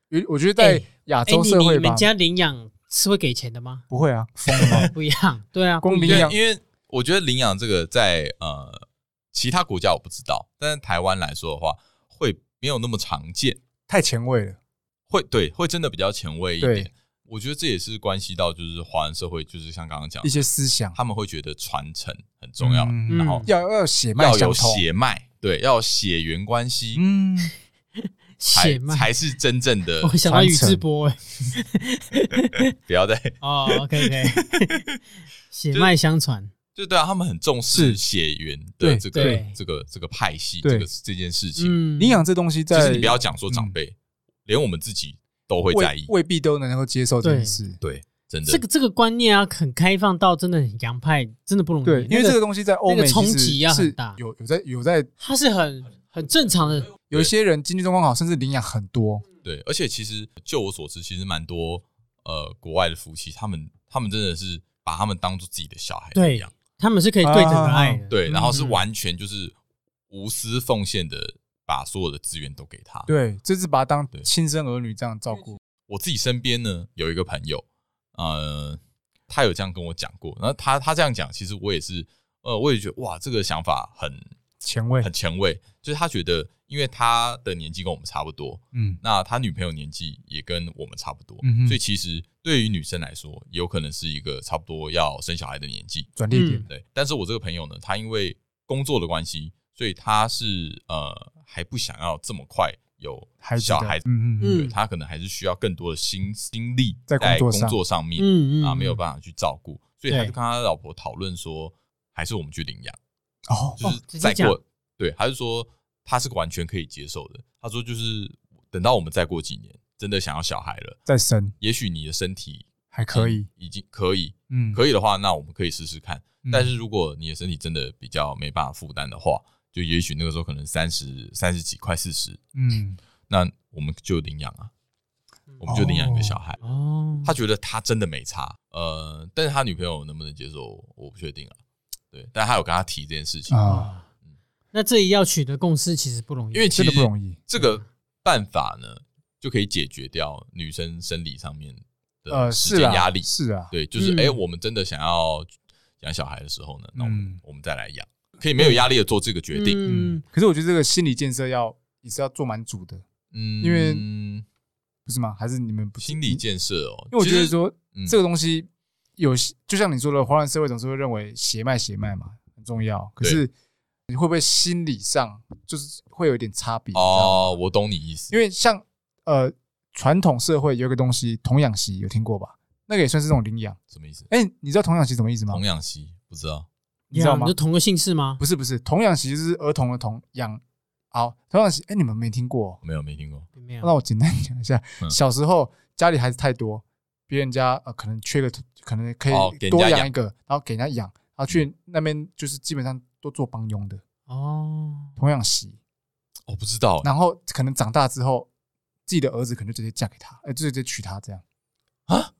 Speaker 1: 有我觉得在
Speaker 2: 哎
Speaker 1: 亚
Speaker 2: Andy，
Speaker 1: 洲啊社会
Speaker 2: 你
Speaker 1: 吧
Speaker 2: 们，家领养是会给钱的吗？哦
Speaker 1: 不会啊，疯了吗？
Speaker 2: 不一样，对啊，
Speaker 1: 光
Speaker 2: 不一
Speaker 1: 领
Speaker 2: 样
Speaker 1: 养
Speaker 3: 因为我觉得领养这个在呃其他国家我不知道，但是台湾来说的话，会没有那么常见，
Speaker 1: 太前卫
Speaker 3: 啊
Speaker 1: 了。
Speaker 3: 会对会真的比较前卫一点
Speaker 1: 对。
Speaker 3: 我觉得这也是关系到就是华人社会，就是像刚刚讲
Speaker 1: 一，些思想
Speaker 3: 他们会觉得传承很重要，
Speaker 1: 嗯
Speaker 3: 然后
Speaker 2: 嗯
Speaker 1: 要要有血脉
Speaker 3: 要
Speaker 1: 相
Speaker 3: 有
Speaker 1: 通。
Speaker 3: 血脉，对，要有血缘关系。
Speaker 1: 嗯，
Speaker 3: 才
Speaker 2: 血脉
Speaker 3: 才是真
Speaker 1: <laughs>
Speaker 3: 正的，
Speaker 2: 我想到宇智波哎、
Speaker 3: 不要再
Speaker 2: 哦
Speaker 1: <laughs>
Speaker 2: ，OK OK，血脉相传，
Speaker 3: 就对啊，他们很重
Speaker 1: 是
Speaker 3: 视血缘的
Speaker 1: 对
Speaker 3: 这个
Speaker 2: 对
Speaker 3: 这个这个派系，
Speaker 1: 对
Speaker 3: 这个这件事情。
Speaker 2: 嗯，
Speaker 1: 领养这东西
Speaker 3: 其
Speaker 1: 在嗯
Speaker 3: 实你不要讲说长辈，连我们自己都会在
Speaker 1: 未
Speaker 3: 意。
Speaker 1: 未必都能够接受这件事。
Speaker 3: 对，真的
Speaker 2: 这个这个观念啊，很开放到真的很洋派，真的不容易。
Speaker 1: 对，因为这
Speaker 2: 那
Speaker 1: 个
Speaker 2: 个
Speaker 1: 东西在欧美
Speaker 2: 那个冲
Speaker 1: 其实
Speaker 2: 击要很
Speaker 1: 是
Speaker 2: 大
Speaker 1: 有有在有在
Speaker 2: 它是很很正常的，
Speaker 1: 有一些人经济状况好，甚至领养很多。
Speaker 3: 对，而且其实就我所知，其实蛮多呃国外的夫妻，他们他们真的是把他们当做自己的小孩一
Speaker 2: 对
Speaker 3: 样，
Speaker 2: 他们是可以对等的爱的，
Speaker 3: 对，然后是
Speaker 2: 嗯，
Speaker 3: 完全就是无私奉献的，把所有的资源都给他。
Speaker 1: 对，这是把他当
Speaker 3: 对
Speaker 1: 亲生儿女这样照顾。
Speaker 3: 我自己身边呢有一个朋友，呃，他有这样跟我讲过，然后他他这样讲，其实我也是，呃，我也觉得哇，这个想法很
Speaker 1: 前卫
Speaker 3: 很，前卫，就是他觉得，因为他的年纪跟我们差不多，
Speaker 1: 嗯，
Speaker 3: 那他女朋友年纪也跟我们差不多，
Speaker 1: 嗯哼
Speaker 3: 所以其实对于女生来说，有可能是一个差不多要生小孩的年纪，
Speaker 1: 转捩点。
Speaker 2: 嗯
Speaker 3: 对。但是我这个朋友呢，他因为工作的关系，所以他是呃还不想要这么快有
Speaker 1: 孩子
Speaker 3: 小
Speaker 1: 的
Speaker 3: 孩子，
Speaker 1: 嗯嗯嗯，
Speaker 3: 对
Speaker 2: 嗯
Speaker 3: 他可能还是需要更多的心心力
Speaker 1: 在工
Speaker 3: 在
Speaker 1: 作
Speaker 3: 工
Speaker 1: 上
Speaker 3: 作上面
Speaker 2: 嗯嗯
Speaker 3: 啊，没有
Speaker 2: 法，
Speaker 3: 办法去照顾，所以他
Speaker 2: 对
Speaker 3: 就跟他老婆讨论说，还是我们去领养，
Speaker 1: 哦，
Speaker 3: 就
Speaker 2: 哦直
Speaker 3: 是
Speaker 2: 接
Speaker 3: 再
Speaker 2: 讲
Speaker 3: 过，对，他就说他是完全可以接受的。他说就是等到我们再过几年，真的想要小孩了，
Speaker 1: 再生
Speaker 3: 也许你的身体
Speaker 1: 还可以，
Speaker 3: 已经可以，
Speaker 1: 嗯，
Speaker 3: 可
Speaker 1: 以，
Speaker 3: 以的话，那我们可以试试看。
Speaker 1: 嗯
Speaker 3: 但是如果你的身体真的比较没办法负担的话，就也许那个时候可能三十三十几快四十，
Speaker 1: 嗯，
Speaker 3: 那我们就领养啊，我们就领养一个小孩。
Speaker 2: 哦，
Speaker 3: 他觉得他真的没差，呃，但是他女朋友能不能接受，我不确定啊。对，但他有跟他提这件事情，
Speaker 1: 啊，
Speaker 2: 啊，那这里要取得共识其实不容易，
Speaker 3: 因为其
Speaker 1: 真
Speaker 3: 实
Speaker 1: 的不容易。
Speaker 3: 这个办法呢，就可以解决掉女生生理上面
Speaker 1: 呃，
Speaker 3: 的时
Speaker 1: 是
Speaker 3: 间
Speaker 1: 啊，
Speaker 3: 压力。
Speaker 1: 是啊，
Speaker 3: 对，就是
Speaker 2: 嗯
Speaker 3: 哎、诶我们真的想要养小孩的时候呢，那我们、
Speaker 1: 嗯
Speaker 3: 我们再来养，可以没有压力的做这个决定。
Speaker 1: 嗯
Speaker 2: 嗯，。
Speaker 1: 可是我觉得这个心理建设要也是要做蛮足的，
Speaker 3: 嗯，
Speaker 1: 因为不是吗？还是你们不
Speaker 3: 心理？建设哦，
Speaker 1: 因为我觉得
Speaker 3: 其实
Speaker 1: 说
Speaker 3: 嗯
Speaker 1: 这个东西有些，就像你说的，华人社会总是会认为血脉血脉嘛很重要，可是你会不会心理上就是会有一点差别？
Speaker 3: 哦，我懂你意思，
Speaker 1: 因为像呃传统社会有一个东西童养媳，有听过吧？那个也算是这种领养。
Speaker 3: 什么意思？
Speaker 1: 哎、你知道童养媳什么意思吗
Speaker 3: 童？养媳不知道，
Speaker 1: 你知道
Speaker 2: 呀
Speaker 1: 吗
Speaker 2: 就？同个姓氏吗？
Speaker 1: 不是不是，童养媳就是儿童的童养。好，童养媳，哎、你们没听过哦、
Speaker 3: 没有没听过。
Speaker 1: 那
Speaker 2: 没有，
Speaker 1: 我简单讲一下，
Speaker 3: 嗯
Speaker 1: 小时候家里孩子太多，别人家呃可能缺个，可能可
Speaker 3: 哦给
Speaker 1: 以
Speaker 3: 人家
Speaker 1: 多
Speaker 3: 养嗯
Speaker 1: 一个，然后给人家养，他去那边就是基本上都做帮佣的，
Speaker 2: 哦，
Speaker 1: 童养媳，
Speaker 3: 我哦不知道
Speaker 1: 然后可能长大之后，自己的儿子可能就直接嫁给他，哎、就直接娶她这样
Speaker 3: 啊？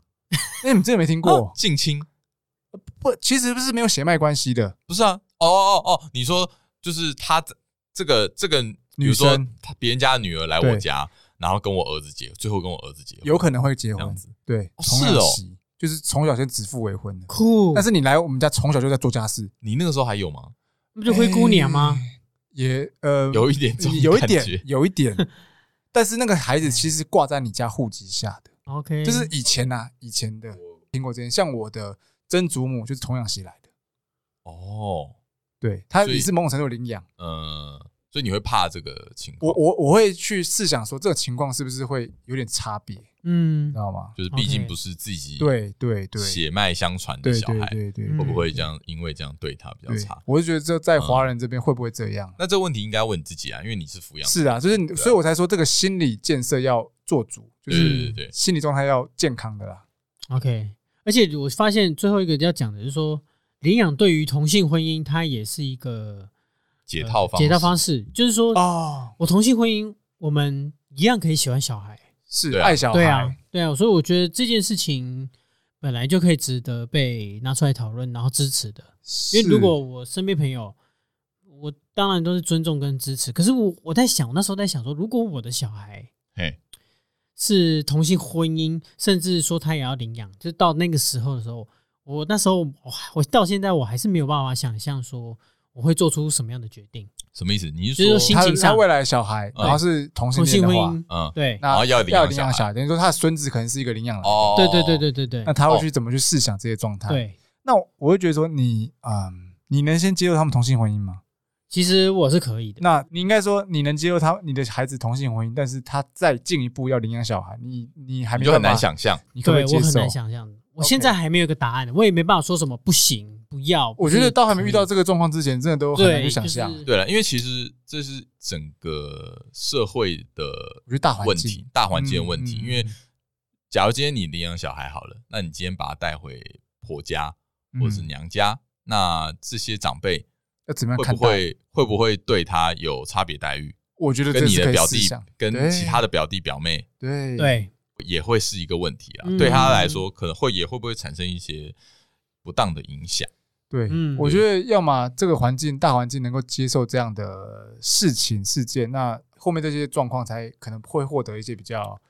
Speaker 1: 那、你们真的没听
Speaker 3: 过
Speaker 1: 过？
Speaker 3: 啊近亲
Speaker 1: 不，其实不是没有血脉关系的，
Speaker 3: 不是啊？哦哦哦哦，你说就是他这个这个，比如
Speaker 1: 女
Speaker 3: 说
Speaker 1: 生
Speaker 3: 他别人家的女儿来
Speaker 1: 对
Speaker 3: 我家，然后跟我儿子结，最后跟我儿子结婚，
Speaker 1: 有可能会结
Speaker 3: 这样
Speaker 1: 婚
Speaker 3: 子。
Speaker 1: 对，
Speaker 3: 哦
Speaker 1: 童
Speaker 3: 是
Speaker 1: 养
Speaker 3: 哦
Speaker 1: 媳就是从小先指腹为婚的。
Speaker 2: 酷，
Speaker 1: 但是你来我们家从小就在做家事，
Speaker 3: 你那个时候还有
Speaker 1: 嗯
Speaker 3: 吗？
Speaker 2: 那不就灰姑娘吗？
Speaker 1: 哎？也呃，
Speaker 3: 有一点这种
Speaker 1: 有一
Speaker 3: 感
Speaker 1: 点
Speaker 3: 觉，嗯
Speaker 1: 有一
Speaker 3: <laughs>
Speaker 1: 点。但是那个孩子其实挂在你家户籍下的，
Speaker 2: OK，
Speaker 1: 就是以前啊，以前的听过这件，像我的曾祖母就是童养媳来的，
Speaker 3: 哦，
Speaker 1: 对她
Speaker 3: 所以
Speaker 1: 也是某种程度领养。
Speaker 3: 嗯，所以你会怕这个情
Speaker 1: 我
Speaker 3: 况，
Speaker 1: 我我会去试想说，这个情况是不是会有点差别，你
Speaker 2: 嗯
Speaker 1: 知，道吗？
Speaker 3: 就是毕竟
Speaker 2: OK
Speaker 3: 不是自己
Speaker 1: 对对对，
Speaker 3: 血脉相传的
Speaker 1: 对
Speaker 3: 小
Speaker 1: 对
Speaker 3: 孩，
Speaker 1: 对对，
Speaker 2: 嗯
Speaker 3: 会不会这样因为这样对他比较
Speaker 1: 对
Speaker 3: 差？
Speaker 1: 我就觉得这在华人这边会不会这样？
Speaker 3: 那这个问题应该问你自己啊，因为你是抚养，
Speaker 1: 是啊，就是你
Speaker 3: 对啊
Speaker 1: 所以我才说这个心理建设要做足，就
Speaker 3: 对对
Speaker 1: 是
Speaker 3: 对
Speaker 1: 心理状态要健康的啦。
Speaker 2: OK，而且我发现最后一个要讲的是说，领养对于同性婚姻，它也是一个
Speaker 3: 解套方
Speaker 2: 嗯解套方
Speaker 3: 式，
Speaker 2: 式，就是说，
Speaker 1: 哦，
Speaker 2: 我同性婚姻，我们一样可以喜欢小孩，
Speaker 1: 是
Speaker 3: 对啊
Speaker 1: 爱小孩，
Speaker 2: 对啊，对啊，所以我觉得这件事情本来就可以值得被拿出来讨论，然后支持的。因为如果我身边朋友，我当然都是尊重跟支持，可是我我在想，我那时候在想说，如果我的小孩
Speaker 3: 嘿，
Speaker 2: 是同性婚姻，甚至说他也要领养，就是到那个时候的时候，我那时候我我到现在我还是没有办法想象说我会做出什么样的决定。
Speaker 3: 什么意思？你是
Speaker 2: 就是
Speaker 3: 说
Speaker 2: 说心
Speaker 1: 他
Speaker 2: 情
Speaker 1: 他
Speaker 2: 上
Speaker 1: 未来的小孩，
Speaker 3: 对
Speaker 1: 然后是同性
Speaker 2: 同
Speaker 1: 恋
Speaker 2: 性
Speaker 1: 的
Speaker 2: 婚
Speaker 1: 话，
Speaker 2: 姻，
Speaker 3: 嗯，
Speaker 2: 对，
Speaker 1: 那
Speaker 3: 然嗯后要领养
Speaker 1: 领养
Speaker 3: 小孩
Speaker 1: 小孩，等于说他的孙子可能是一个领养来的，
Speaker 3: 哦，
Speaker 2: 对对对对对
Speaker 1: 那
Speaker 2: 对
Speaker 1: 他会去怎么去试想这些状态？，
Speaker 2: 对。
Speaker 1: 那我我会觉得说你，嗯，你能先接受他们同性婚姻吗？
Speaker 2: 其实我是可以的，
Speaker 1: 那你应该说你能接受他你的孩子同性婚姻，但是他再进一步要领养小孩，你你还
Speaker 3: 你
Speaker 1: 没
Speaker 3: 就很
Speaker 1: 办
Speaker 3: 难
Speaker 1: 法，
Speaker 3: 想象，
Speaker 1: 你可不可
Speaker 2: 对
Speaker 1: 以
Speaker 2: 我
Speaker 1: 接
Speaker 2: 很
Speaker 1: 受
Speaker 2: 难？想象的。我
Speaker 1: OK
Speaker 2: 现在还没有一个答案，我也没办法说什么不行、不要。
Speaker 1: 我觉得到还没遇到
Speaker 2: 不
Speaker 1: 这个状况之前，真的都
Speaker 2: 可以
Speaker 1: 很难
Speaker 2: 对，
Speaker 1: 去想象。
Speaker 2: 就是
Speaker 3: 对了，因为其实这是整个社会的
Speaker 1: 我觉得大环
Speaker 3: 问
Speaker 1: 境
Speaker 3: 题，大环境的问题。
Speaker 1: 嗯嗯
Speaker 3: 因为假如今天你领养小孩好了，那你今天把他带回婆家或者是
Speaker 1: 嗯
Speaker 3: 娘家，那这些长辈
Speaker 1: 要怎么样
Speaker 3: 会
Speaker 1: 看
Speaker 3: 不
Speaker 1: 待？
Speaker 3: 会会不会对他有差别待遇？
Speaker 1: 我觉得
Speaker 3: 跟
Speaker 1: 这
Speaker 3: 你
Speaker 1: 是可
Speaker 3: 的
Speaker 1: 以
Speaker 3: 表
Speaker 1: 试
Speaker 3: 弟
Speaker 1: 想
Speaker 3: 跟
Speaker 1: 对
Speaker 3: 其他的表弟表妹
Speaker 1: 对
Speaker 2: 对
Speaker 3: 也会是一个问题啊。
Speaker 2: 嗯
Speaker 3: 对他来说，可能会也会不会产生一些不当的影响？
Speaker 1: 对，
Speaker 2: 嗯
Speaker 1: 我觉得要么这个环境大环境能够接受这样的事情事件，那后面这些状况才可能会获得一些比较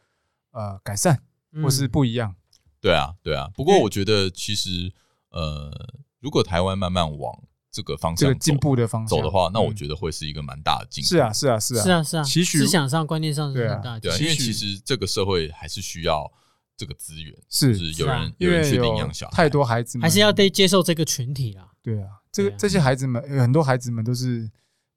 Speaker 1: 呃改善或是
Speaker 2: 嗯
Speaker 1: 不一样。
Speaker 3: 对啊，对啊。不过我觉得其实呃，如果台湾慢慢往这个方
Speaker 1: 这
Speaker 3: 向
Speaker 1: 个
Speaker 3: 走
Speaker 1: 进步的方向
Speaker 3: 走的话，那我
Speaker 1: 得、
Speaker 3: 觉得会是一个蛮大的进
Speaker 1: 嗯
Speaker 3: 步。
Speaker 1: 是啊，，是啊，是啊，
Speaker 2: 是啊是啊，
Speaker 1: 期许
Speaker 2: 思想上、观念上
Speaker 1: 对
Speaker 2: 是
Speaker 1: 啊
Speaker 2: 很大的
Speaker 3: 对啊，
Speaker 2: 区
Speaker 3: 因
Speaker 2: 别。
Speaker 3: 为
Speaker 1: 期许
Speaker 3: 其实这个社会还是需要这个资源，就是是有人、
Speaker 2: 是啊
Speaker 1: 因
Speaker 3: 有
Speaker 1: 为
Speaker 3: 人去领
Speaker 1: 有
Speaker 3: 养小孩，
Speaker 1: 太多孩子们，
Speaker 2: 还是要得接受这个群体啦。
Speaker 1: 对啊，这个
Speaker 2: 对啊
Speaker 1: 这些孩子们有很多孩子们都是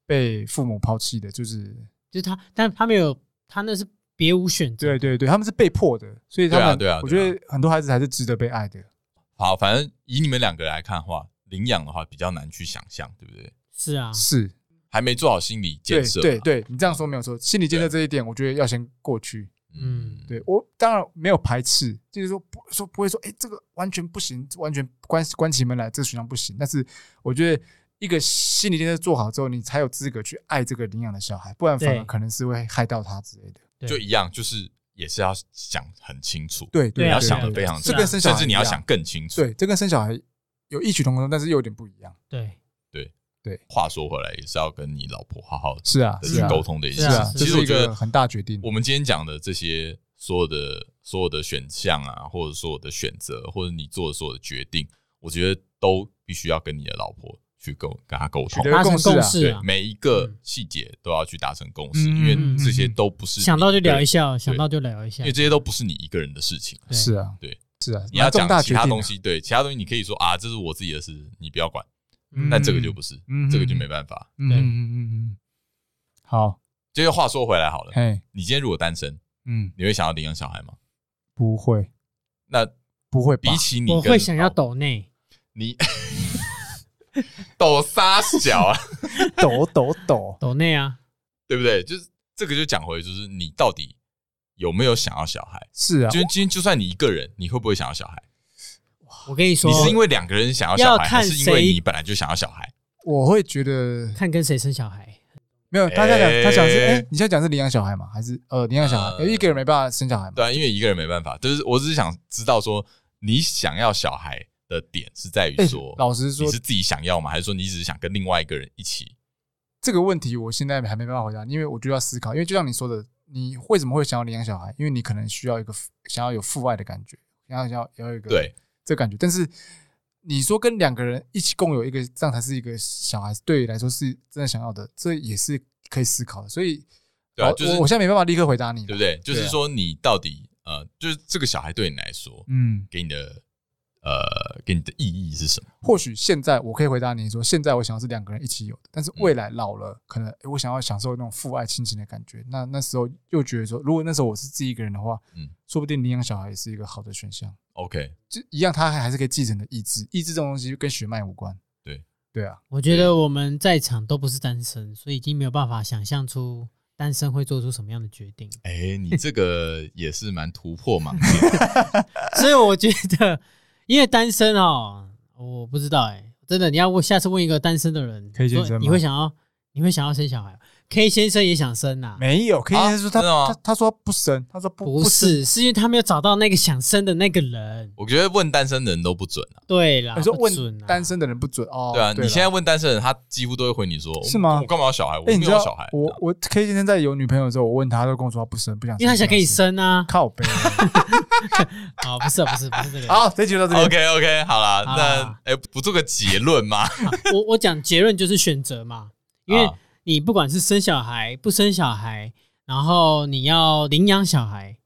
Speaker 1: 被父母抛弃的，就是
Speaker 2: 就是他，但他没有，他那是别无选择。
Speaker 1: 对对对，他们是被迫的，所以他们
Speaker 3: 对啊对啊对啊
Speaker 1: 我觉得很多孩子还是值得被爱的。
Speaker 2: 啊
Speaker 3: 好，反正以你们两个来看的话，领养的话比较难去想象，对不对？
Speaker 2: 是啊，
Speaker 1: 是，
Speaker 3: 还没做好心理建
Speaker 1: 对
Speaker 3: 设，
Speaker 1: 对，对，你这样说没有错，心理建设这一点，我觉得要先过去。
Speaker 2: 嗯
Speaker 1: 对我当然没有排斥，就是说不说不会说，哎、这个完全不行，完全关关起门来这个选项不行。但是我觉得一个心理建设做好之后，你才有资格去爱这个领养的小孩，不然反
Speaker 2: 对
Speaker 1: 而可能是会害到他之类的。
Speaker 2: 对
Speaker 3: 就一样，就是也是要想很清楚，
Speaker 1: 对
Speaker 2: 对
Speaker 3: 你
Speaker 2: 啊
Speaker 3: 要
Speaker 2: 对
Speaker 3: 想
Speaker 2: 啊
Speaker 3: 的非常
Speaker 1: 这
Speaker 2: 是
Speaker 3: 清
Speaker 1: 跟
Speaker 2: 啊
Speaker 3: 楚，
Speaker 1: 生小
Speaker 3: 甚
Speaker 1: 孩
Speaker 3: 至你
Speaker 1: 一
Speaker 3: 要
Speaker 1: 样
Speaker 3: 想更清楚。
Speaker 1: 对，这跟生小孩有异曲同工，但是又有点不一样。
Speaker 2: 对，
Speaker 3: 话说回来，也是要跟你老婆好好的
Speaker 1: 是啊，是
Speaker 3: 去
Speaker 1: 啊，
Speaker 3: 沟通的一
Speaker 2: 是
Speaker 3: 件
Speaker 1: 是
Speaker 3: 事
Speaker 1: 啊，
Speaker 3: 情。
Speaker 1: 这
Speaker 3: 其实
Speaker 1: 是
Speaker 3: 我
Speaker 1: 一
Speaker 3: 觉
Speaker 1: 个
Speaker 3: 得
Speaker 1: 很大决定。
Speaker 3: 我们今天讲的这些所有的所有的选项啊，或者所有的选择，或者你做的所有的决定，我觉得都必须要跟你的老婆去沟跟她沟通
Speaker 1: 取。得
Speaker 2: 达成
Speaker 1: 共识啊
Speaker 2: 共识
Speaker 3: 对
Speaker 2: 啊，，
Speaker 3: 每一个
Speaker 2: 嗯
Speaker 3: 细节都要去达成共识，
Speaker 1: 嗯
Speaker 3: 因为
Speaker 2: 嗯
Speaker 3: 这些
Speaker 1: 嗯
Speaker 3: 都不是
Speaker 2: 想到就聊一
Speaker 3: 下，
Speaker 2: 下，哦想到就聊一下
Speaker 3: 因为。这些都不是你一个人的事情。
Speaker 2: 对
Speaker 1: 是啊，
Speaker 3: 对，
Speaker 1: 是啊，
Speaker 3: 你要
Speaker 1: 蛮重
Speaker 3: 讲
Speaker 1: 大
Speaker 3: 其
Speaker 1: 决
Speaker 3: 他
Speaker 1: 定
Speaker 3: 东
Speaker 1: 啊，
Speaker 3: 西，对其他东西你可以说啊，这是我自己的事，你不要管。
Speaker 1: 嗯
Speaker 3: 但这个就不是
Speaker 1: 嗯，
Speaker 3: 这个就没办法。
Speaker 1: 嗯
Speaker 2: 对
Speaker 1: 嗯嗯嗯嗯，好，
Speaker 3: 这些话说回来好了，
Speaker 1: 嘿，
Speaker 3: 你今天如果单身，
Speaker 1: 嗯，
Speaker 3: 你会想要领养小孩吗？
Speaker 1: 不会，
Speaker 3: 那
Speaker 1: 不会吧
Speaker 3: 比？起你
Speaker 2: 我
Speaker 3: 跟
Speaker 2: 会想要
Speaker 3: 老
Speaker 2: 抖内，
Speaker 3: 你 <laughs> 抖撒小啊，
Speaker 1: 抖抖抖，
Speaker 2: 抖内啊，
Speaker 3: 对不对？就是这个就讲回，就是你到底有没有想要小孩？
Speaker 1: 是啊，
Speaker 3: 今天今天就算你一个人，你会不会想要小孩？
Speaker 2: 我跟你说
Speaker 3: 你，是因为两个人想要小
Speaker 2: 要
Speaker 3: 孩，
Speaker 2: 看
Speaker 3: 还是因为
Speaker 2: 谁
Speaker 3: 你本来就想要小孩？
Speaker 1: 我会觉得
Speaker 2: 看跟谁生小孩，
Speaker 1: 没有，他在
Speaker 3: 哎
Speaker 1: 讲他讲是哎，你现在讲是领养小孩吗？还是呃领养小孩？
Speaker 3: 呃
Speaker 1: 一个人没办法生小孩嘛？
Speaker 3: 对啊，因为一个人没办法，就是我只是想知道说，你想要小孩的点是在于
Speaker 1: 哎
Speaker 3: 说，
Speaker 1: 老实说
Speaker 3: 你是自己想要吗？还是说你只是想跟另外一个人一起？
Speaker 1: 这个问题我现在还没办法回答，因为我就要思考。因为就像你说的，你为什么会想要领养小孩？因为你可能需要一个父想要有父爱的感觉，想要要要有一个
Speaker 3: 对，
Speaker 1: 这感觉。但是你说跟两个人一起共有一个，这样才是一个小孩对你来说是真的想要的，这也是可以思考的。所以，
Speaker 3: 对啊
Speaker 1: 我
Speaker 3: 就是
Speaker 1: 我我现在没办法立刻回答你，
Speaker 3: 对不？对？就是
Speaker 1: 啊
Speaker 3: 说，你到底呃，就是这个小孩对你来说，
Speaker 1: 嗯，
Speaker 3: 给你的呃，给你的意义是什么？
Speaker 1: 或许现在我可以回答你说，现在我想要是两个人一起有的，但
Speaker 3: 嗯
Speaker 1: 是未来老了，可能诶我想要享受那种父爱亲情的感觉。那那时候又觉得说，如果那时候我是自己一个人的话，
Speaker 3: 嗯
Speaker 1: 嗯，说不定领养小孩也是一个好的选项。
Speaker 3: OK，
Speaker 1: 就一样，他还还是可以继承的意志，意志这种东西跟血脉无关。
Speaker 3: 对
Speaker 1: 对啊，
Speaker 2: 我觉得我们在场都不是单身，所以已经没有办法想象出单身会做出什么样的决定。
Speaker 3: 哎、你这个也是蛮突破盲
Speaker 1: <laughs>
Speaker 3: 点的。
Speaker 2: 所以我觉得，因为单身哦，我不知道哎、真的，你要问下次问一个单身的人，
Speaker 1: K 先生
Speaker 2: 说
Speaker 1: 吗
Speaker 2: 你会想要你会想要生小孩？K 先生也想生呐、
Speaker 1: 没有，可以
Speaker 3: 啊
Speaker 1: 先说他、
Speaker 3: 真的吗
Speaker 1: 他他说不生，他说不
Speaker 2: 不
Speaker 1: 生
Speaker 2: 是，是因为他没有找到那个想生的那个人。
Speaker 3: 我觉得问单身的人都不准啊，
Speaker 2: 对啦，
Speaker 1: 你说
Speaker 2: 不准
Speaker 1: 问
Speaker 2: 啊
Speaker 1: 单身的人不准哦。
Speaker 3: 对啊，
Speaker 1: 啦
Speaker 3: 你现在问单身的人，他几乎都会回你说，
Speaker 1: 是吗
Speaker 3: 我干嘛要小孩？我
Speaker 1: 哎、
Speaker 3: 没
Speaker 1: 你
Speaker 3: 有
Speaker 1: 知
Speaker 3: 要
Speaker 1: 道
Speaker 3: 小孩。
Speaker 1: 我我 K 先生在有女朋友的时候，我问他，他都跟我说他不生，不想生，
Speaker 2: 因为他想
Speaker 1: 不
Speaker 2: 给你
Speaker 1: 生，
Speaker 2: 生
Speaker 1: <laughs>
Speaker 2: 啊。
Speaker 1: 靠背。
Speaker 2: 哦，不是不是不是这个。
Speaker 1: 好，这集就到这边。
Speaker 3: OK OK，好啦，
Speaker 1: 啊
Speaker 2: 好
Speaker 3: 那
Speaker 2: 啦
Speaker 3: 哎、不做个结论吗？
Speaker 2: 我我讲结论就是选择嘛，因为
Speaker 3: 啊
Speaker 2: 你不管是生小孩不生小孩，然后你要领养小孩，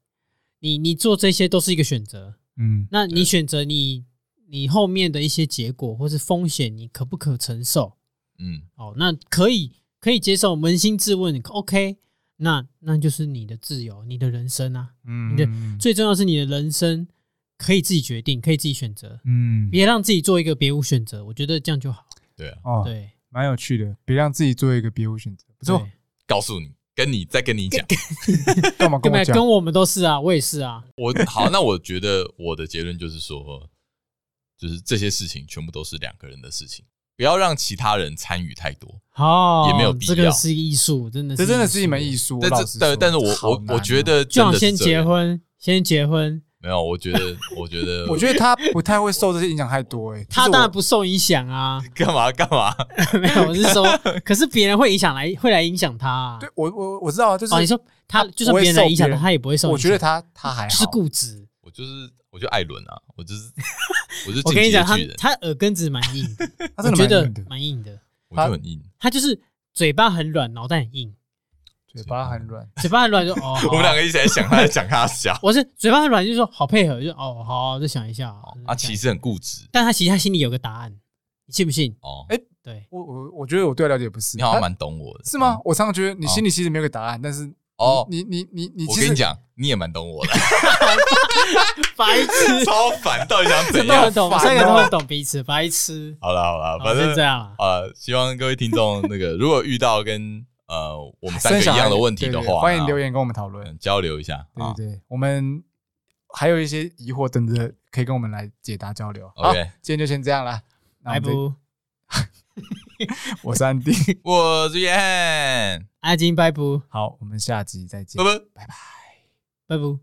Speaker 2: 你你做这些都是一个选择。
Speaker 1: 嗯，
Speaker 2: 那你
Speaker 3: 对
Speaker 2: 选择你你后面的一些结果或是风险，你可不可承受？
Speaker 3: 嗯，
Speaker 2: 哦，那可以可以接受，扪心自问，OK，那那就是你的自由，你的人生啊，
Speaker 1: 嗯
Speaker 2: 你的
Speaker 1: 嗯
Speaker 2: 最重要是你的人生可以自己决定，可以自己选择，
Speaker 1: 嗯，
Speaker 2: 别让自己做一个别无选择，我觉得这样就好。
Speaker 3: 对啊，
Speaker 1: 哦，
Speaker 2: 对，
Speaker 1: 蛮有趣的，别让自己做一个别无选择，不
Speaker 2: 不
Speaker 1: 错。
Speaker 3: 告诉你，跟你再跟你讲，
Speaker 1: 干嘛跟
Speaker 2: 跟
Speaker 1: 我
Speaker 2: 没
Speaker 1: 讲？
Speaker 2: 跟我们都是啊，我也是啊，
Speaker 3: 我好，那我觉得我的结论就是说，就是这些事情全部都是两个人的事情，不要让其他人参与太多。
Speaker 2: 哦，
Speaker 3: 也没有必要
Speaker 2: 这个是艺术，真的，
Speaker 1: 这真的是一门艺。术。
Speaker 3: 但
Speaker 1: 我老
Speaker 3: 这
Speaker 1: 实
Speaker 3: 但
Speaker 1: 说
Speaker 3: 但是我
Speaker 1: 好
Speaker 3: 我
Speaker 1: 难
Speaker 3: 我觉
Speaker 1: 哦
Speaker 3: 得
Speaker 2: 就
Speaker 3: 真
Speaker 2: 想
Speaker 3: 的
Speaker 2: 先
Speaker 3: 是这
Speaker 2: 结
Speaker 3: 样，
Speaker 2: 婚，先结婚，
Speaker 3: 没有，我觉得 <laughs> 我觉得
Speaker 1: 我觉得他不太会受这些影响太多。哎，就
Speaker 2: 他
Speaker 1: 是
Speaker 2: 当
Speaker 1: 我
Speaker 2: 然不受影响啊， <laughs>
Speaker 3: 干嘛干嘛，
Speaker 2: 没有，我是说，可是别人会影响来，会来影响他、啊。
Speaker 1: 对我我我知道啊，就是
Speaker 2: 哦，你说他
Speaker 1: 他
Speaker 2: 就算别人来影响他，
Speaker 1: 不会受别人
Speaker 2: 他也不会受影响。
Speaker 1: 我觉得他他还
Speaker 2: 就是
Speaker 1: 好，
Speaker 2: 固执。
Speaker 3: 我就是我就艾伦啊，我就是我就是
Speaker 2: <laughs> 我
Speaker 3: 进
Speaker 2: 跟你
Speaker 3: 击
Speaker 2: 讲，
Speaker 3: 的
Speaker 2: 他
Speaker 3: 巨人，
Speaker 2: 他耳根子蛮硬的，
Speaker 1: <laughs> 他真
Speaker 2: 我
Speaker 1: 的蛮
Speaker 2: 觉得
Speaker 1: 硬的，
Speaker 2: 蛮硬的。
Speaker 3: 我就很硬，
Speaker 2: 他就是嘴巴很软，脑袋很硬，
Speaker 1: 嘴巴很软。
Speaker 2: <laughs> 嘴巴很软就哦。好啊
Speaker 3: <laughs> 我们两个一起来想 <laughs> 他在讲他小
Speaker 2: 我是嘴巴很软，就说好配合，就哦好啊，再想一下
Speaker 3: 啊，其，
Speaker 2: 就是这样
Speaker 3: 实很固执
Speaker 2: 但他其实他心里有个答案，你信不信？
Speaker 3: 哦
Speaker 1: 哎。
Speaker 2: 对，
Speaker 1: 我我我觉得我对他了解不是，
Speaker 3: 你好像
Speaker 1: 他
Speaker 3: 蛮懂我的，
Speaker 1: 是吗？？我常常觉得你
Speaker 3: 哦
Speaker 1: 心里其实没有个答案，但是
Speaker 3: 哦，
Speaker 1: 你你你你，
Speaker 3: 我
Speaker 1: 其
Speaker 3: 跟你
Speaker 1: 实
Speaker 3: 讲，你也蛮懂我的，
Speaker 2: <laughs> 白 <laughs> 痴，
Speaker 3: <laughs> 超烦，到底想怎
Speaker 2: 真的
Speaker 3: 样
Speaker 2: 很？懂，
Speaker 1: 烦哦
Speaker 2: 三个都很懂彼此，白痴。
Speaker 3: 好了好了，
Speaker 2: 好
Speaker 3: 反
Speaker 2: 就
Speaker 3: 正
Speaker 2: 这样了。
Speaker 3: 啊，希望各位听众那个如果遇到跟呃我们三个
Speaker 1: 生小
Speaker 3: 一
Speaker 1: 孩
Speaker 3: 样的问题的
Speaker 1: 对对
Speaker 3: 话，嗯
Speaker 1: 对欢迎留
Speaker 3: 言
Speaker 1: 言跟我们讨论。
Speaker 3: 交流一下
Speaker 1: 对
Speaker 3: 啊。
Speaker 1: 对对，我们还有一些疑惑等着可以跟我们来解答交流。好，
Speaker 3: OK，
Speaker 1: 今天就先这样啦。那我
Speaker 2: 拜
Speaker 1: 们这
Speaker 2: 不，
Speaker 1: 我是安迪， <laughs>
Speaker 3: 我是约翰，
Speaker 2: 阿金拜不，
Speaker 1: 好，我们下集再见
Speaker 3: 拜。拜。
Speaker 2: 拜不。